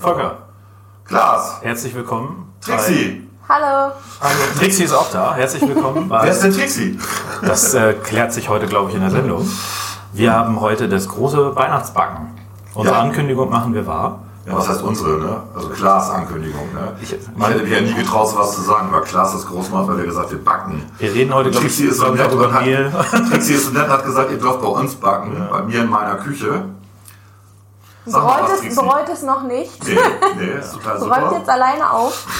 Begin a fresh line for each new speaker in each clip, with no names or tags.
Volker,
Klaas,
herzlich willkommen.
Trixi.
Hallo.
Bei, Hallo, Trixi ist auch da. Herzlich willkommen. Bei,
Wer ist denn Trixi?
das äh, klärt sich heute, glaube ich, in der Sendung. Wir haben heute das große Weihnachtsbacken. Unsere
Ja.
Ankündigung machen wir wahr.
Ja, was heißt unsere, ne? Also Klaas Ankündigung, ne?
Ich-
Man hätte mich ja nie getraut, sowas zu sagen, weil Klaas das groß macht, weil er gesagt, wir backen.
Wir reden heute, glaube ich,
Trixi ist so nett und
darüber,
hat,
Neil.
Trixi ist so nett und hat gesagt, ihr dürft bei uns backen, bei mir in meiner Küche. Sag mal
Bereut
was,
es,
Trixi.
bereut es noch nicht.
Nee, nee, ist total
Räumt
super.
jetzt alleine auf.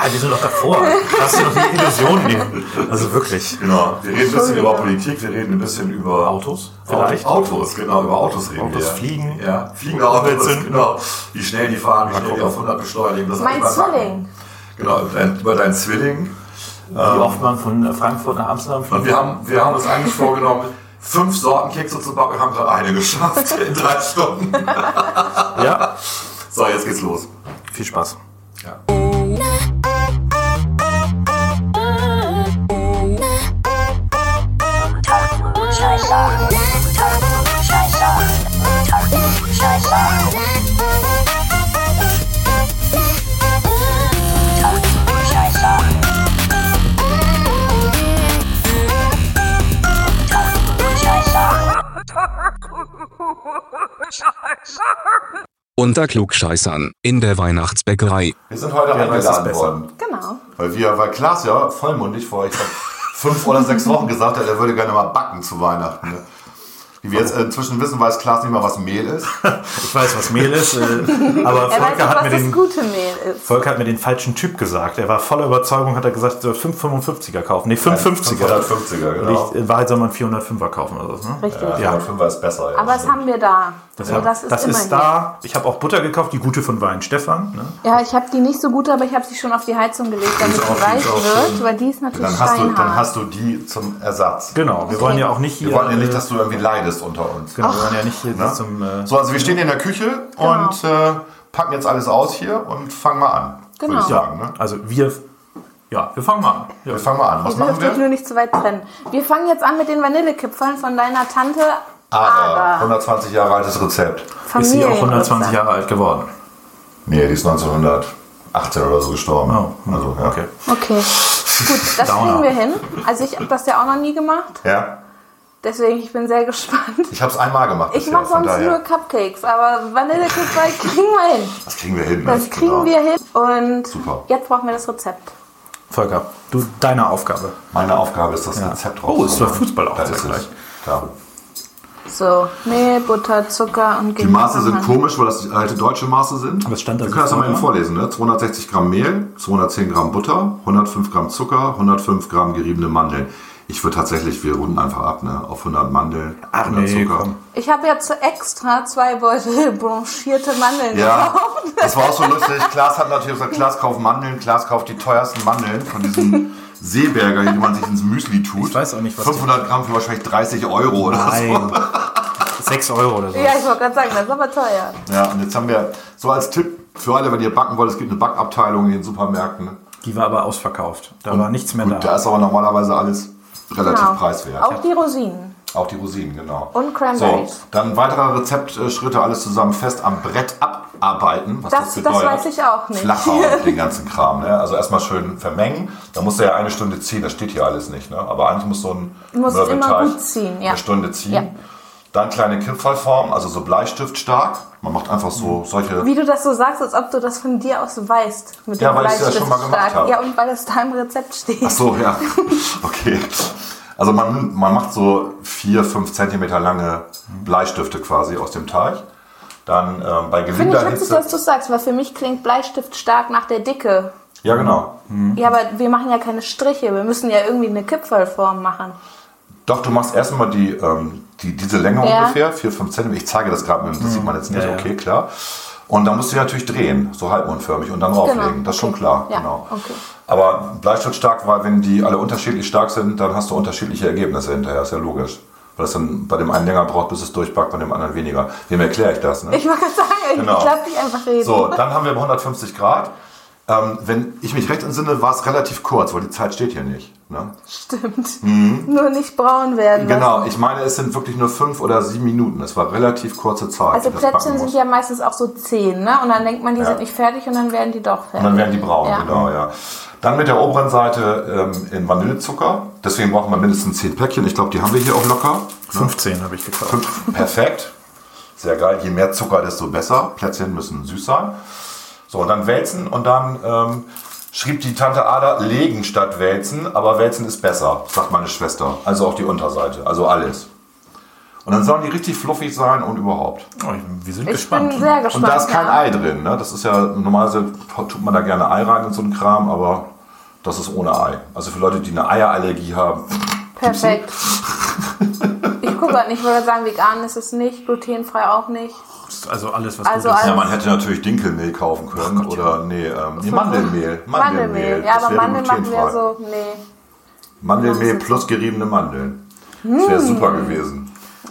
Ah, wir sind doch davor. Lass dir doch die Illusion nehmen. Also wirklich.
Genau, wir reden ein bisschen über Politik, wir reden ein bisschen über
Autos vielleicht?
Autos, genau, über Autos reden
Autos
wir.
fliegen.
Ja, fliegende Autos,
Umweltsünden.
genau. Wie schnell die fahren, wie schnell die
gucken.
auf 100 beschleunigen. Das hat
Mein
mich beim Backen-
Zwilling.
Genau, dein, über deinen Zwilling.
Äh, Wie oft man von Frankfurt nach Amsterdam
Und
fliegt.
wir haben, wir haben uns eigentlich vorgenommen, fünf Sorten Kekse zu backen und haben gerade eine geschafft in drei Stunden.
Ja.
So, jetzt geht's los.
Viel Spaß.
Ja.
Unter Klugscheißern in der Weihnachtsbäckerei.
Wir sind heute eingeladen worden.
Genau.
Weil wir, weil Klaas ja vollmundig vor, ich glaube, fünf oder sechs Wochen gesagt hat, er würde gerne mal backen zu Weihnachten. Ne? Wie wir jetzt inzwischen wissen, weiß Klaas nicht mal, was Mehl ist.
Ich weiß, was Mehl ist, äh, aber
Er weiß
Volker
nicht,
hat
was
mir
das
den
gute Mehl ist.
Volker hat mir den falschen Typ gesagt. Er war voller Überzeugung, hat er gesagt, er soll 555er kaufen. Nee, 550er.
150er,
Und ich, in Wahrheit soll man 405er kaufen oder so. Ne?
Richtig.
äh, Ja.
105er ist besser. Ja.
Aber das haben wir da. Also
Ja,
das ist
das
immer
ist da. Ich habe auch Butter gekauft, die gute von Wein Stefan. Ne?
Ja, ich habe die nicht so gut, aber ich habe sie schon auf die Heizung gelegt, damit
Ist auch-
sie weich
ist auch
wird,
schön.
weil die ist natürlich
dann, hast du,
steinhart.
dann hast du die zum Ersatz.
Genau, wir wollen ja auch nicht hier.
Wir wollen ja nicht,
äh,
dass du irgendwie leidest unter uns.
Genau, wir wollen ja nicht hier zum. Äh,
So, also wir stehen in der Küche
Genau.
und äh, packen jetzt alles aus hier und fangen mal an.
Genau.
Würde ich
ja,
sagen, ne?
also wir. Ja, wir fangen mal an. Ja.
Wir fangen mal an. Was
Ihr
machen
dürft euch
wir?
nur nicht zu weit trennen. Wir fangen jetzt an mit den Vanillekipferln von deiner Tante
Ada,
Ada.
120 Jahre altes Rezept.
Ist sie auch 120
Familiengeburtstag.
Jahre alt geworden?
Nee, die ist 1918 oder so gestorben.
hm,
also, ja.
okay.
Okay. Gut, das
Downer.
kriegen wir hin. Also ich habe das ja auch noch nie gemacht.
Ja,
Deswegen, ich bin sehr gespannt.
ich habe es einmal gemacht.
Ich
bisher,
mache
von
sonst
daher.
nur Cupcakes, aber Vanillekipferl kriegen wir hin.
Das kriegen wir hin.
Das
ne? Genau.
kriegen wir hin. Und
Super.
jetzt brauchen wir das Rezept.
Volker, du, deine Aufgabe.
Meine Aufgabe ist das Rezept drauf.
Oh, ist doch Fußball auch
da
sehr
ist
gleich.
es. Ja.
So, Mehl, Butter, Zucker und
Die Maße sind
Gemüse.
komisch, weil das alte deutsche Maße sind.
Was stand da
Wir
so
können das ja mal eben
vorne?
vorlesen. Ne? 260 Gramm Mehl, 210 Gramm Butter, 105 Gramm Zucker, 105 Gramm geriebene Mandeln. Ich würde tatsächlich, wir runden einfach ab, ne? auf 100 Mandeln, 100
nee,
Zucker.
komm.
Ich habe ja zu extra zwei Beutel blanchierte Mandeln
Ja,
gekauft.
das war auch so lustig. Klaas hat natürlich gesagt, Klaas kauft Mandeln, Klaas kauft die teuersten Mandeln von diesem Seeberger, die man sich ins Müsli tut.
Ich weiß auch nicht, was die-
500 Gramm für wahrscheinlich 30 Euro oder so.
Nein. 6 Euro oder so.
Ja, ich wollte gerade sagen, das ist aber teuer.
Ja, und jetzt haben wir so als Tipp für alle, wenn ihr backen wollt, es gibt eine Backabteilung in den Supermärkten. ne?
Die war aber ausverkauft. Da war nichts mehr
Gut,
da.
da ist aber normalerweise alles relativ
Genau.
preiswert.
Auch die Rosinen.
Auch die Rosinen, genau.
Und Cranberries.
So, dann weitere Rezeptschritte, alles zusammen fest am Brett abarbeiten. Was das,
Das- das
bedeutet.
weiß ich auch nicht.
Flachhauen, den ganzen Kram. Ne? Also erstmal schön vermengen. Da musst du ja eine Stunde ziehen, das steht hier alles nicht. Ne? Aber eigentlich muss so ein
Muss immer
Mürbeteig
gut ziehen, ja.
eine Stunde ziehen.
Ja.
Dann kleine Kipferlformen, also so bleistiftstark. Man macht einfach so solche
Wie du das so sagst, als ob du das von dir aus weißt. Mit
Ja,
dem
weil ich's ja
Bleistift
schon mal gemacht
stark.
habe.
Ja, und weil es da im Rezept steht.
Ach so, ja. Okay. Also man, man macht so 4, 5 Zentimeter lange Bleistifte quasi aus dem Teig. Dann ähm, bei
Finde ich
gelinder
witzig,
Hitze.
dass du es sagst, weil für mich klingt Bleistift stark nach der Dicke.
Ja, genau.
Ja, aber wir machen ja keine Striche. Wir müssen ja irgendwie eine Kipferlform machen.
Doch, du machst erstmal die, ähm, die, diese Länge
Ja.
ungefähr, 4, 5 Zentimeter. Ich zeige das gerade, mit dem- das sieht man jetzt nicht,
Ja, ja.
okay, klar. Und dann musst du ja natürlich drehen, so halbmondförmig und dann rauflegen. Das ist schon
Genau. okay.
klar,
Ja,
genau.
okay.
Aber Bleistift stark, weil wenn die alle unterschiedlich stark sind, dann hast du unterschiedliche Ergebnisse hinterher, ist ja logisch. Weil es dann bei dem einen länger braucht, bis es durchbackt, bei dem anderen weniger. Wem erkläre ich das? Ne?
Ich wollte gerade sagen,
Genau.
ich lasse dich einfach reden.
So, dann haben wir 150 Grad. Ähm, wenn ich mich recht entsinne, war es relativ kurz, weil die Zeit steht hier nicht. Ne?
Stimmt.
Mhm.
Nur nicht braun werden.
Genau,
lassen.
ich meine, es sind wirklich nur fünf oder sieben Minuten. Es war relativ kurze Zeit.
Also
die das backen
Plätzchen sind
muss.
ja meistens auch so zehn, ne? Und dann denkt man, die sind nicht fertig und dann werden die doch fertig.
Und dann werden die braun,
Ja.
genau, ja. Dann mit der oberen Seite ähm, in Vanillezucker. Deswegen brauchen wir mindestens zehn Päckchen. Ich glaube, die haben wir hier auch locker.
15 habe ich gekauft.
Fünf. Perfekt. Sehr geil. Je mehr Zucker, desto besser. Plätzchen müssen süß sein. So, und dann wälzen und dann ähm, schrieb die Tante Ada legen statt wälzen, aber wälzen ist besser, sagt meine Schwester. Also auch die Unterseite, also alles. Und dann sollen die richtig fluffig sein und überhaupt.
Oh, ich- wir sind
ich
gespannt.
bin sehr gespannt.
Und da ist kein
ja.
Ei drin, ne? Das ist ja, normalerweise tut man da gerne Ei rein und so ein Kram, aber das ist ohne Ei. Also für Leute, die eine Eierallergie haben,
Perfekt. ich gucke halt nicht, ich wollte sagen, vegan ist es nicht, glutenfrei auch nicht.
also alles, was
Also
gut ist.
Ja,
alles-
man hätte natürlich Dinkelmehl kaufen können oder nee, ähm, Ah, nee, Mandelmehl.
Mandelmehl. Ja,
das
aber
wäre
Mandeln machen wir
glutenfrei.
so, nee.
Mandelmehl plus geriebene Mandeln. Das
Hm.
wäre super gewesen.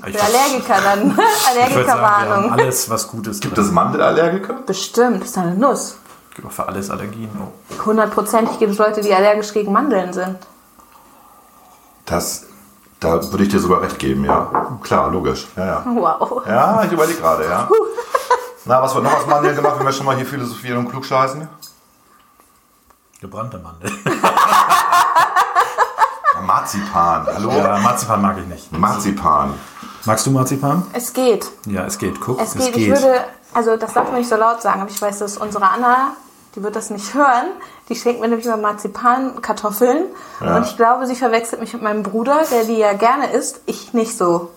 Ich
Für
würd-
Allergiker
ich
dann.
würd sagen, wir haben
Allergikerwarnung.
alles, was gut ist.
Gibt es Mandelallergiker?
Bestimmt, das ist eine Nuss.
Gibt auch für alles Allergien. Oh.
Hundertprozentig gibt es Leute, die allergisch gegen Mandeln sind.
Das, da würde ich dir sogar recht geben, ja. Klar, logisch. Ja, ja.
Wow.
ja ich überlege gerade, ja. Na, was wird noch aus Mandeln gemacht, wenn wir schon mal hier philosophieren und klugscheißen?
Gebrannte Mandel.
Ja, Marzipan, hallo?
Ja, Marzipan mag ich nicht.
Marzipan.
Magst du Marzipan?
Es geht.
Ja, es geht. Guck,
Es geht. Ich würde, also das darf man nicht so laut sagen, aber ich weiß, dass unsere Anna, die wird das nicht hören, die schenkt mir nämlich immer Marzipankartoffeln. Und ich glaube, sie verwechselt mich mit meinem Bruder, der die ja gerne isst, ich nicht so.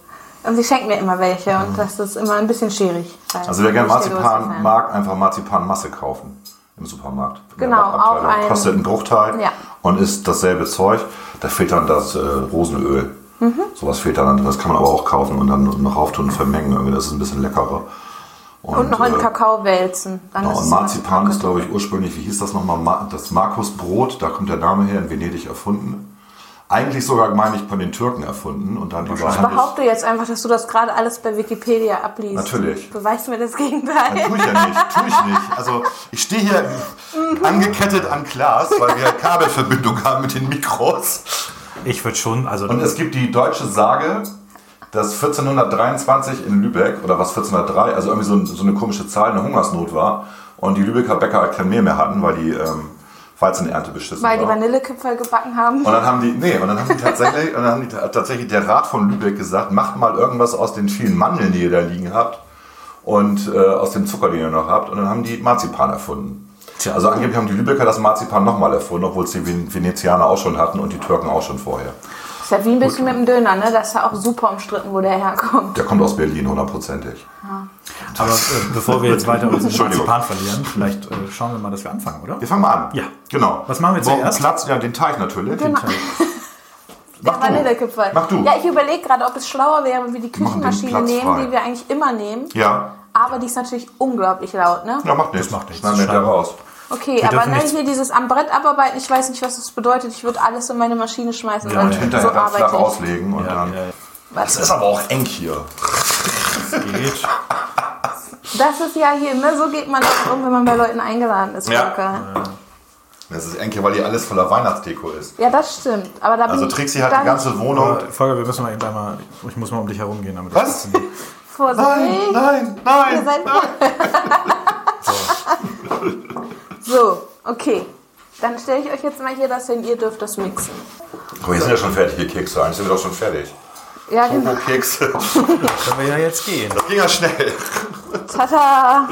Und sie schenkt mir immer welche und das ist immer ein bisschen schwierig.
Mhm. Also wer gerne
Ich bin nicht der größte
Marzipan
Fan.
mag, einfach Marzipanmasse kaufen im Supermarkt. In der
Genau,
Bachabteilung.
auch ein-
Kostet einen Bruchteil
Ja.
und ist dasselbe Zeug. Da fehlt dann das äh, Rosenöl.
Mhm.
Sowas fehlt dann. drin. Das kann man aber auch kaufen und dann noch auftun und vermengen. Irgendwie, Das ist ein bisschen leckerer.
Und noch in
äh,
Kakao wälzen. Dann
Genau,
ist
und
es
Marzipan ist, glaube ich, ursprünglich, wie hieß das nochmal, Ma- das Markusbrot, da kommt der Name her, in Venedig erfunden. Eigentlich sogar, meine ich, von den Türken erfunden und dann über
Ich behaupte jetzt einfach, dass du das gerade alles bei Wikipedia abliest.
Natürlich.
Beweis mir das
Ja,
Gegenteil.
tue ich ja nicht, tue ich nicht. Also ich stehe hier angekettet an Glas, weil wir Kabelverbindung haben mit den Mikros.
Ich würde schon, also
Und es gibt die deutsche Sage, dass 1423 in Lübeck, oder was 1403, also irgendwie so, ein, so eine komische Zahl, eine Hungersnot war. Und die Lübecker Bäcker halt kein Mehl mehr hatten, weil die ähm, Weizenernte beschissen
Weil die
war.
Vanillekipferl gebacken haben.
Und dann haben die, nee, und dann haben die tatsächlich, und dann haben die ta- tatsächlich der Rat von Lübeck gesagt, macht mal irgendwas aus den vielen Mandeln, die ihr da liegen habt und äh, aus dem Zucker, den ihr noch habt. Und dann haben die Marzipan erfunden.
Tja.
Also angeblich haben die Lübecker das Marzipan nochmal erfunden, obwohl es die Ven- Venezianer auch schon hatten und die Türken auch schon vorher.
Ist ja wie ein bisschen mit dem Döner, ne? Das ist ja auch super umstritten, wo der herkommt.
Der kommt aus Berlin, hundertprozentig.
aber äh, bevor wir jetzt weiter unseren
Entschuldigung.
Marzipan verlieren, vielleicht äh, schauen wir mal, dass wir anfangen, oder?
Wir fangen mal an.
Ja.
Genau.
Was machen wir
Brauchen
zuerst?
Platz, ja, den Teig natürlich. Den Teig. Mach du.
Genau. Vanillekipferl.
Mach du.
Ja, ich überlege gerade, ob es schlauer wäre, wie die
machen den
Küchenmaschine
Platz
nehmen,
frei.
die wir eigentlich immer nehmen.
Ja.
Aber die ist natürlich unglaublich laut, ne?
Ja, macht nichts.
macht nichts.
Schneiden wir
Schneiden.
wieder raus.
Okay,
Wir
aber
dürfen
ne,
nichts-
hier dieses am Brett abarbeiten, ich weiß nicht, was das bedeutet. Ich würde alles in meine Maschine schmeißen.
Ja,
weil
und
Hinterher
so
dann flach
arbeite ich.
auslegen und
Ja,
dann.
ja,
Das ist aber auch eng hier.
es geht.
Das ist ja hier, ne? So geht man auch um, wenn man bei Leuten eingeladen ist.
Ja.
Volker.
Das ist eng hier, weil hier alles voller Weihnachtsdeko ist.
ja das stimmt. Aber da bin
Also
ich
Trixi hat
dann
die ganze Wohnung.
Aber, Äh, Volker, wir müssen mal eben einmal, ich muss mal um dich herumgehen. Damit das
Was?
funktioniert.
vorsichtig.
Nein, nein,
Ihr
nein.
seid So, okay. Dann stelle ich euch jetzt mal hier das hin, ihr dürft das mixen.
Aber hier sind ja schon fertige Kekse. Eigentlich sind wir doch schon fertig.
Ja, genau.
Kekse.
Können wir ja jetzt gehen.
Ging ja schnell.
Tada!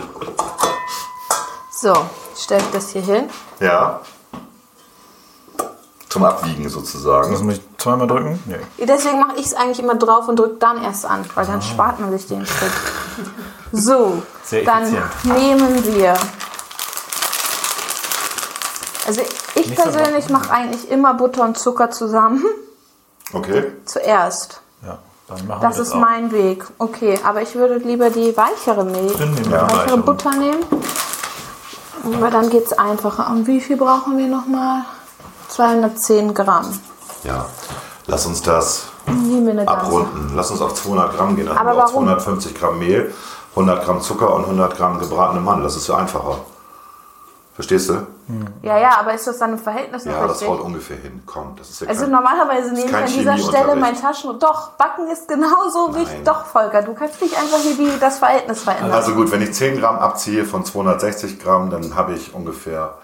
So, ich stelle ich das hier hin.
Ja. Zum Abwiegen
Das
sozusagen.
muss ich zweimal drücken? Nee.
Deswegen mache ich es eigentlich immer drauf und drücke dann erst an, weil
Ah.
dann spart man sich den Schritt. So,
Sehr
dann
effizient.
nehmen wir. Also ich
Nicht so
persönlich mache eigentlich immer Butter und Zucker zusammen.
Okay.
Zuerst.
Ja, dann machen
Das
wir das
ist
auch.
mein Weg. Okay, aber ich würde lieber die weichere Milch.
Dann nehmen wir
Ja.
die
Weitere
Reicherung.
Butter nehmen. Aber dann geht es einfacher. Und wie viel brauchen wir nochmal? 210 Gramm.
Ja. Lass uns das
Nehmen wir eine ganze.
abrunden. Lass uns auf 200 Gramm gehen. Dann
Aber
haben wir auch
warum?
250 Gramm Mehl, 100 Gramm Zucker und 100 Gramm gebratene Mandeln. Das ist ja einfacher. Verstehst du?
Ja, ja, aber ist das dann im Verhältnis noch
Ja, das
richtig?
haut ungefähr hin. Komm, das ist ja
also
kein-
normalerweise nehme ich an
kein
dieser Stelle
Chemieunterricht.
mein Taschen. Doch, Backen ist genauso wichtig. Doch, Volker, du kannst nicht einfach hier die, das Verhältnis verändern.
Also gut, wenn ich 10 Gramm abziehe von 260 Gramm, dann habe ich ungefähr,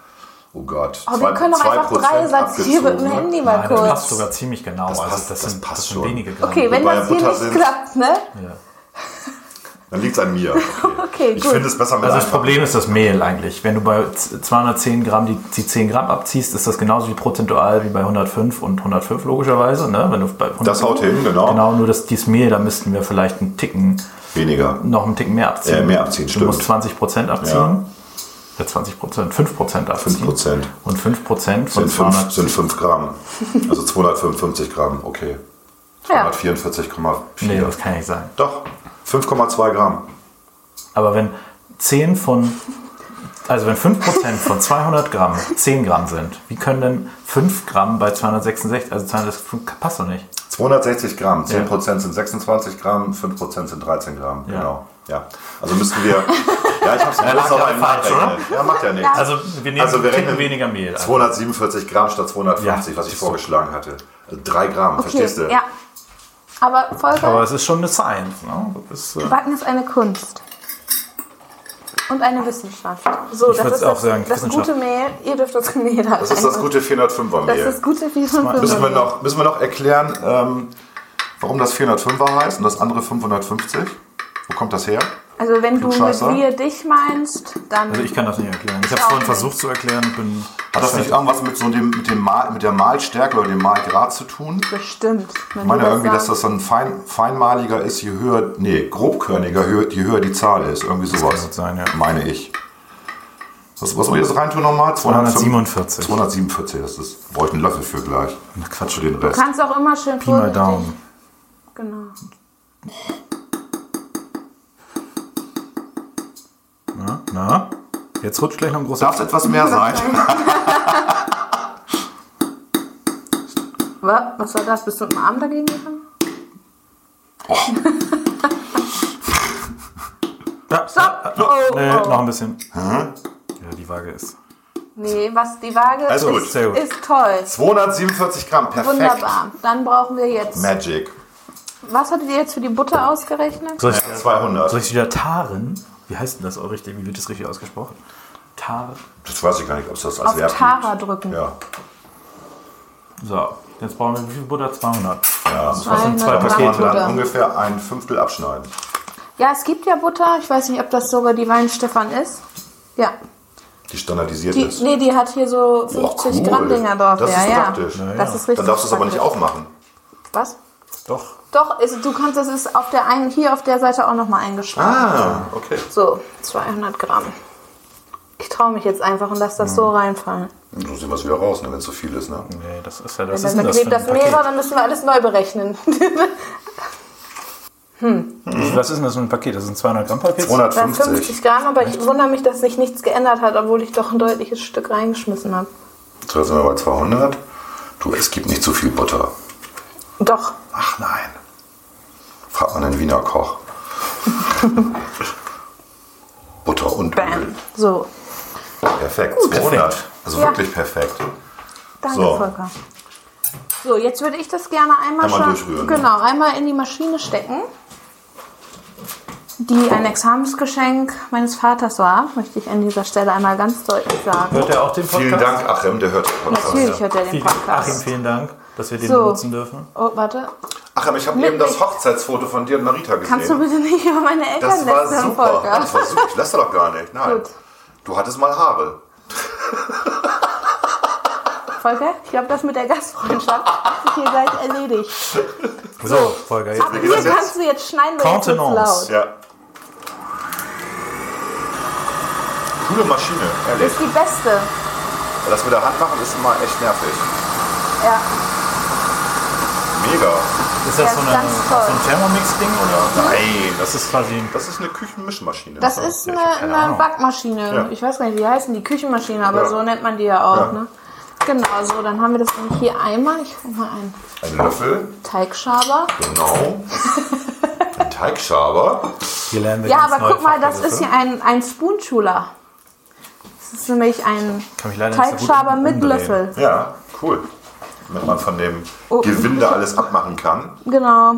oh Gott,
aber wir können doch einfach drei Satz hier
ne?
mit dem Handy mal
Ja, das
kurz.
passt sogar ziemlich genau.
Das
also
passt-
das,
das
sind,
passt
das sind
schon.
wenige Gramm.
Okay, wenn
Wobei
das hier
Butter
nicht
sind-
klappt, ne?
Ja.
Dann liegt es an mir. Okay,
Okay,
Ich
gut.
finde es besser mit
Also das
einem-
Problem ist das Mehl eigentlich. Wenn du bei z- 210 Gramm die, die 10 Gramm abziehst, ist das genauso wie prozentual wie bei 105 und 105 logischerweise. Ne? Wenn du bei 100
Das haut hin, genau.
Genau, nur dass dieses Mehl, da müssten wir vielleicht einen Ticken,
Weniger.
noch einen Ticken mehr abziehen.
Äh, mehr abziehen,
du
stimmt.
musst 20 Prozent abziehen.
Ja.
Ja. 20 Prozent, 5 Prozent abziehen.
5%.
Und 5 Prozent von
Sind 5,
200.
sind 5 Gramm. Also 255 Gramm, okay.
Ja.
244,4.
Nee, das kann nicht sein.
Doch, 5,2 Gramm.
Aber wenn 10 von, also wenn 5 Prozent von 200 Gramm 10 Gramm sind, wie können denn 5 Gramm bei 266, also 265, passt doch nicht.
260 Gramm, 10% sind 26 Gramm, 5% sind 13 Gramm.
Ja.
Genau. Ja. Also müssten wir. Ja, ich hab's ich hab's
lag
noch
ja
einen
falsch,
nachrechnen. Ja, macht ja nichts.
Also wir nehmen
Also wir
einen Ticken
rechnen
weniger Mehl. Also.
247 Gramm statt 250,
Ja,
was ich
siehst du.
vorgeschlagen hatte. 3 Gramm, verstehst du?
Okay, ja. Aber Volker,
Aber es ist schon eine Science. Ne? Das ist, äh,
Backen ist eine Kunst. Und eine Wissenschaft. So,
Ich würd's
das ist
auch
das,
sagen,
das
Wissenschaft.
gute Mehl. Ihr dürft das Mehl haben.
Das ist das gute 405er
Das
Mehl.
ist gute Wissenschaft.
Müssen wir noch, müssen wir noch erklären, ähm, warum das 405er heißt und das andere 550? Wo kommt das her?
Also wenn du mit
Klugscheißer.
wir dich meinst, dann
also ich kann das nicht erklären. Ich habe es
Ja.
vorhin versucht zu erklären. Bin
Hat das nicht irgendwas mit, so dem, mit, dem Mal, mit der Mahlstärke oder dem Mahlgrad zu tun?
bestimmt. Wenn
Ich meine
du
irgendwie, dass
sagst.
das dann fein, feinmaliger ist, je höher, nee, grobkörniger, höher, je höher die Zahl ist. Irgendwie sowas.
gut sein, ja.
Meine ich. Was, was soll ich jetzt reintun nochmal?
247.
247, das ist, brauche ich einen Löffel für gleich.
Na,
Quatsch
Quatsch.
für den Rest.
Du kannst auch immer schön
Pi mal
vorsichtig.
Daumen.
Genau.
Na, ne? na? Jetzt rutscht gleich noch ein großer
Darf es etwas mehr sein?
Wa- Was war das? Bist du mit dem Arm dagegen gegangen?
Ja,
Stopp! Oh,
nee,
oh.
noch ein bisschen. Ja, die Waage ist.
Nee, was die Waage
Also gut,
ist,
sehr gut.
ist toll.
247 Gramm, perfekt.
Wunderbar. Dann brauchen wir jetzt.
Magic.
Was hattet ihr jetzt für die Butter ausgerechnet?
Soll ich,
200.
soll ich wieder taren? Wie heißt denn das auch richtig? Wie wird das richtig ausgesprochen? Tar.
Das weiß ich gar nicht, ob es das als
Auf
Verb
Tara
gibt.
drücken.
Ja.
So, jetzt brauchen wir wie viel Butter? 200.
ja.
Das sind zwei
200 Gramm
Pakete.
Kann man
Butter.
dann ungefähr ein Fünftel abschneiden.
Ja, es gibt ja Butter. Ich weiß nicht, ob das sogar die Weinstefan ist. Ja.
Die standardisiert
Die,
ist.
nee, die hat hier so 50
cool.
Gramm Dinger drauf.
Das
ja,
ist
ja.
praktisch. Na ja.
Das ist richtig.
Dann darfst du es aber nicht
praktisch.
aufmachen.
Was?
Doch.
Doch, ist, du kannst, das ist auf der einen, hier auf der Seite auch nochmal eingeschraubt.
Ah, okay.
So, 200 Gramm. Ich traue mich jetzt einfach und lasse das so
Hm.
reinfallen.
Und so sehen wir es wieder raus, ne, wenn es zu viel ist. Ne?
Nee, das ist ja das.
Wenn
ist denn
dann
das für
klebt das
ein
Mehl,
Paket?
dann müssen wir alles neu berechnen.
Was ist denn das für ein Paket? Das ist ein 200 Gramm Paket?
250.
50 Gramm, aber ich wundere mich, dass sich nichts geändert hat, obwohl ich doch ein deutliches Stück reingeschmissen habe.
So, jetzt sind wir bei 200. Du, es gibt nicht zu viel Butter.
Doch,
Ach nein. Fragt man einen Wiener Koch. Butter und Öl.
bam. So,
Perfekt. 200. Also
Ja.
wirklich perfekt.
danke
So.
Volker. So, jetzt würde ich das gerne einmal,
Einmal
scha-
durchrühren, ne?
Genau, einmal in die Maschine stecken, die ein Examensgeschenk meines Vaters war, möchte ich an dieser Stelle einmal ganz deutlich sagen.
Hört er auch den Podcast?
Vielen Dank, Achim, der hört den Podcast.
Natürlich hört er den
Vielen, Achim,
Podcast.
vielen Dank, dass wir den
So.
benutzen dürfen.
Oh, warte.
Achim, ich habe
Mit
eben das
mich.
Hochzeitsfoto von dir und Marita gesehen.
Kannst du bitte nicht über meine Eltern
das war
lästern,
super.
Volker?
Das war super. Ich lasse doch gar nicht. Nein.
Gut.
Du hattest mal Haare.
Volker, ich glaube, das mit der Gastfreundschaft hat sich hier gleich erledigt.
So, Volker, jetzt.
Ab
geht
hier
das jetzt?
kannst du jetzt schneiden, weil jetzt wird's
Contenance.
laut.
Ja. Coole Maschine,
Das
ehrlich.
ist die beste.
Das mit der Hand machen ist immer echt nervig.
Ja.
Mega.
Ist das so,
ist
eine,
ganz
so
toll.
ein Thermomix-Ding oder?
Nein, das
Das
ist,
ist quasi ein
das ist eine Küchenmischmaschine.
Das ist
ich hab
eine,
keine
eine
Ahnung.
Backmaschine.
Ja.
Ich weiß gar nicht, wie die heißen die Küchenmaschine, aber
Ja.
so nennt man die ja auch.
Ja.
Ne? Genau, so, dann haben wir das nämlich hier einmal. Ich hole mal einen
Ein Löffel,
Teigschaber.
genau. Ein Teigschaber.
Wir lernen wir
Ja,
ganz
aber
neue
guck mal, das
Fachbegriffe.
ist hier ein, ein Spoonschuler. Das ist nämlich ein
Kann mich leider nicht so gut
Teigschaber mit
umdrehen.
Löffel.
Ja, cool. Wenn man von dem
Oh.
Gewinde alles abmachen kann,
Genau.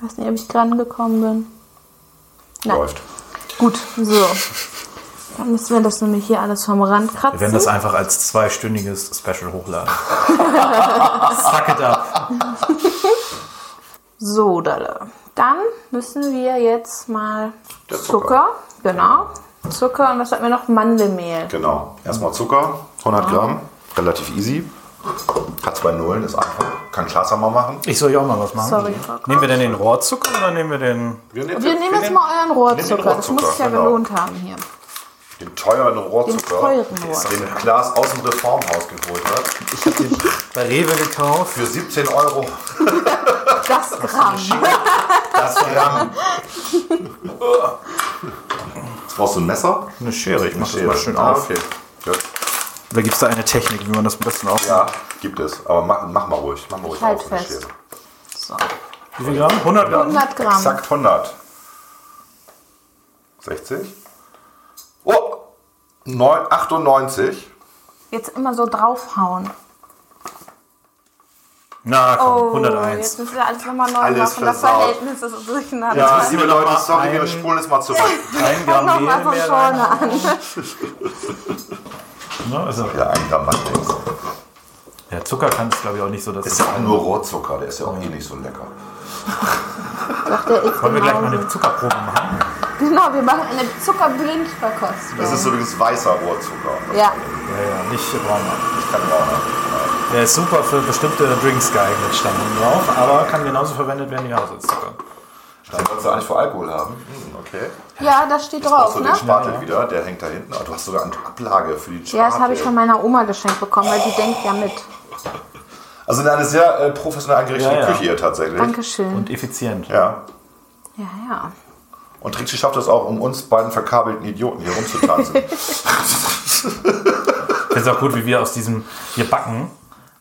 Ich weiß nicht, ob ich dran gekommen bin. Nein.
läuft.
Gut, so. Dann müssen wir das nämlich hier alles vom Rand kratzen.
Wir werden das einfach als zweistündiges Special hochladen. Suck it up.
So, Dalle. Dann müssen wir jetzt mal
Der
Zucker.
Zucker.
Genau. Zucker und was hatten wir noch? Mandelmehl.
Genau. Erstmal Zucker, 100 Gramm, relativ easy. Hat zwei Nullen, ist einfach. Kann Klaas auch mal machen.
Ich soll ja auch mal was machen.
Sorry, Frau Kraus.
Nehmen wir denn den Rohrzucker oder nehmen wir den.
Wir nehmen,
Wir nehmen jetzt mal euren
Nehmt
Rohrzucker.
den
Das muss sich ja
genau.
gelohnt haben hier.
Den teuren Rohrzucker.
Den teuren Rohrzucker.
Den Klaas aus dem Reformhaus geholt hat. Ich habe den
Bei Rewe gekauft.
für 17 Euro
Das Gramm.
das Gramm. Jetzt brauchst du ein Messer.
Eine Schere, ich mache das
Schere.
mal schön
Ah,
auf.
Okay. Ja.
Da gibt es da eine Technik, wie man das am besten auf.
ja, gibt es. Aber mach, mach mal ruhig. Mach mal ruhig
Halt
auf eine
fest.
Schere.
So.
Wie viel Gramm? 100 Gramm.
100 Gramm.
Exakt 100. 60. Oh! neun- 98.
Jetzt immer so draufhauen.
Na komm,
Oh, jetzt
101.
müssen wir alles nochmal neu
Alles
machen. Das
versaut.
Verhältnis ist durcheinander.
Ja,
müssen
liebe
wir noch
Leute,
mal
sorry, wir
einen-
spulen es mal zurück.
Ein
Fang
Gramm
nochmal
Mehl
von
mehr rein.
vorne an.
Ne, Also,
Ja, ein Gramm macht nichts.
ja, Zucker kann es, glaube ich, auch nicht so. Dass
Ist ja auch nur Rohrzucker, der ist ja auch eh nicht so lecker.
Doch, der ist
Wollen wir gleich
genauso.
mal eine Zuckerprobe machen?
Genau, wir machen eine Zuckerblindverkostung.
Das ist übrigens weißer Rohrzucker.
ja,
Ja, ja, nicht brauner.
Ich kann auch
Der ist super für bestimmte Drinks geeignet, stand oben drauf, aber kann genauso verwendet werden wie Haushaltszucker.
Den wolltest du eigentlich vor Alkohol haben. Hm, okay.
ja, das steht
Brauchst
drauf,
du
ne?
den Spatel wieder, der hängt da hinten. Aber du hast sogar eine Ablage für den Spatel.
Ja, das habe ich von meiner Oma geschenkt bekommen, weil die denkt ja mit.
Also in eine sehr äh, professionell eingerichtete
Ja, ja.
Küche hier tatsächlich.
Dankeschön.
Und effizient.
Ja.
Ja, ja.
Und Trixie schafft das auch, um uns beiden verkabelten Idioten hier rumzutanzen.
Ich finde es auch gut, wie wir aus diesem hier backen.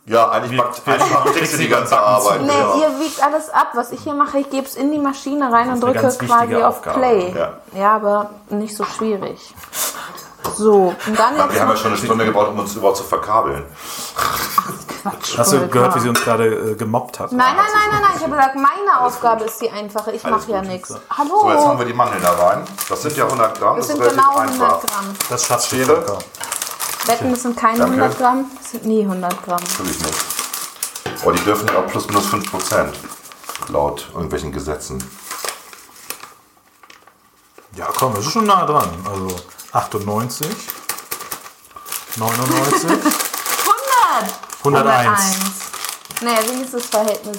ja, eigentlich backt
wir-
eigentlich macht Trixie die ganze Arbeit.
Nee,
Also ja.
ihr wiegt alles ab. Was ich hier mache, ich gebe es in die Maschine rein und
eine
drücke
ganz wichtige
quasi auf
Aufgabe.
Play.
Ja.
aber nicht so schwierig. So, und dann jetzt.
Wir haben ja
noch-
schon eine Stunde gebraucht, um uns überhaupt zu verkabeln.
Quatsch,
Hast du
voll
gehört,
klar.
wie sie uns gerade äh, gemobbt hat?
Nein, nein, nein, nein, nein. Ich habe gesagt, meine Aufgabe ist die einfache. Ich
Alles
mache ja
gut,
nichts.
Lisa.
Hallo.
So, jetzt haben wir die Mandeln da rein. Das sind ja 100 Gramm.
das
Das,
sind
ist relativ
genau 100
einfach.
Gramm.
Das schaffst du.
Schere?
Volker.
Wetten, das sind keine
Danke.
100 Gramm. Das sind nie 100 Gramm.
Natürlich nicht. Aber die dürfen ja auch plus minus 5 Prozent. Laut irgendwelchen Gesetzen.
Ja, komm, das ist schon nah dran. Also 98, 99,
100!
101.
Naja, wenigstens Verhältnis.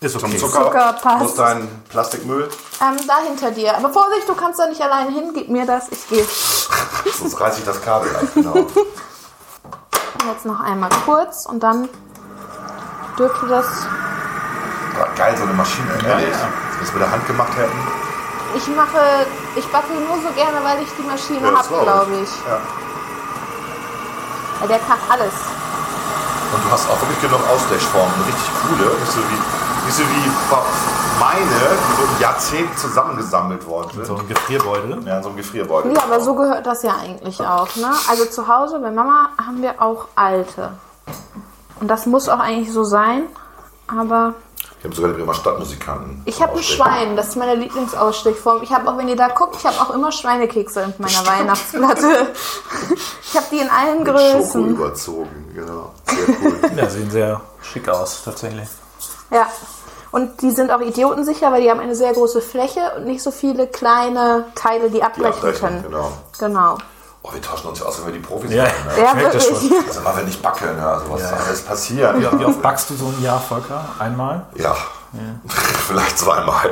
Ist okay.
Zum Zucker,
Zucker passt.
muss dein Plastikmüll,
Ähm, da hinter dir. Aber Vorsicht, du kannst da nicht alleine hin. Gib mir das, ich gehe.
sonst reiße ich das Kabel ab. Genau.
Jetzt noch einmal kurz und dann dürfte das.
Boah, geil, so eine Maschine, ehrlich.
ja.
Wenn wir es mit der Hand gemacht hätten.
Ich mache, ich backe nur so gerne, weil ich die Maschine
das
habe,
glaub
glaube ich.
Ja.
Weil der kann alles.
Und du hast auch wirklich genug Ausgleichsformen, richtig coole. Nicht so wie, nicht so wie ba- meine, die so in Jahrzehnten zusammengesammelt worden
So
sind.
ein Gefrierbeutel.
Ja, in so einem Gefrierbeutel.
Ja, aber so gehört das ja eigentlich auch. Ne? Also zu Hause bei Mama haben wir auch alte. Und das muss auch eigentlich so sein. Aber
Wir haben sogar die Bremer Stadtmusikanten.
ich habe ein
draufstehen.
Schwein, das ist meine Lieblingsausstichform. Ich habe auch, wenn ihr da guckt, ich habe auch immer Schweinekekse in meiner Weihnachtsplatte. Ich habe die in allen
Mit Schoko
Größen.
überzogen, genau. Sehr cool.
Ja, sehen sehr schick aus, tatsächlich.
Ja. Und die sind auch idiotensicher, weil die haben eine sehr große Fläche und nicht so viele kleine Teile, die
Die
abbrechen
Abrechnung,
können.
genau.
Genau.
Oh, wir tauschen uns ja aus, wenn wir die Profis
Ja,
sind. Ne?
Ja,
schmeckt das
wirklich.
schon.
Also mal, wenn ich backe, ne? also was
Ja,
soll
ja.
alles passieren?
Wie, wie oft backst du so ein Jahr, Volker? Einmal?
Ja. Vielleicht zweimal.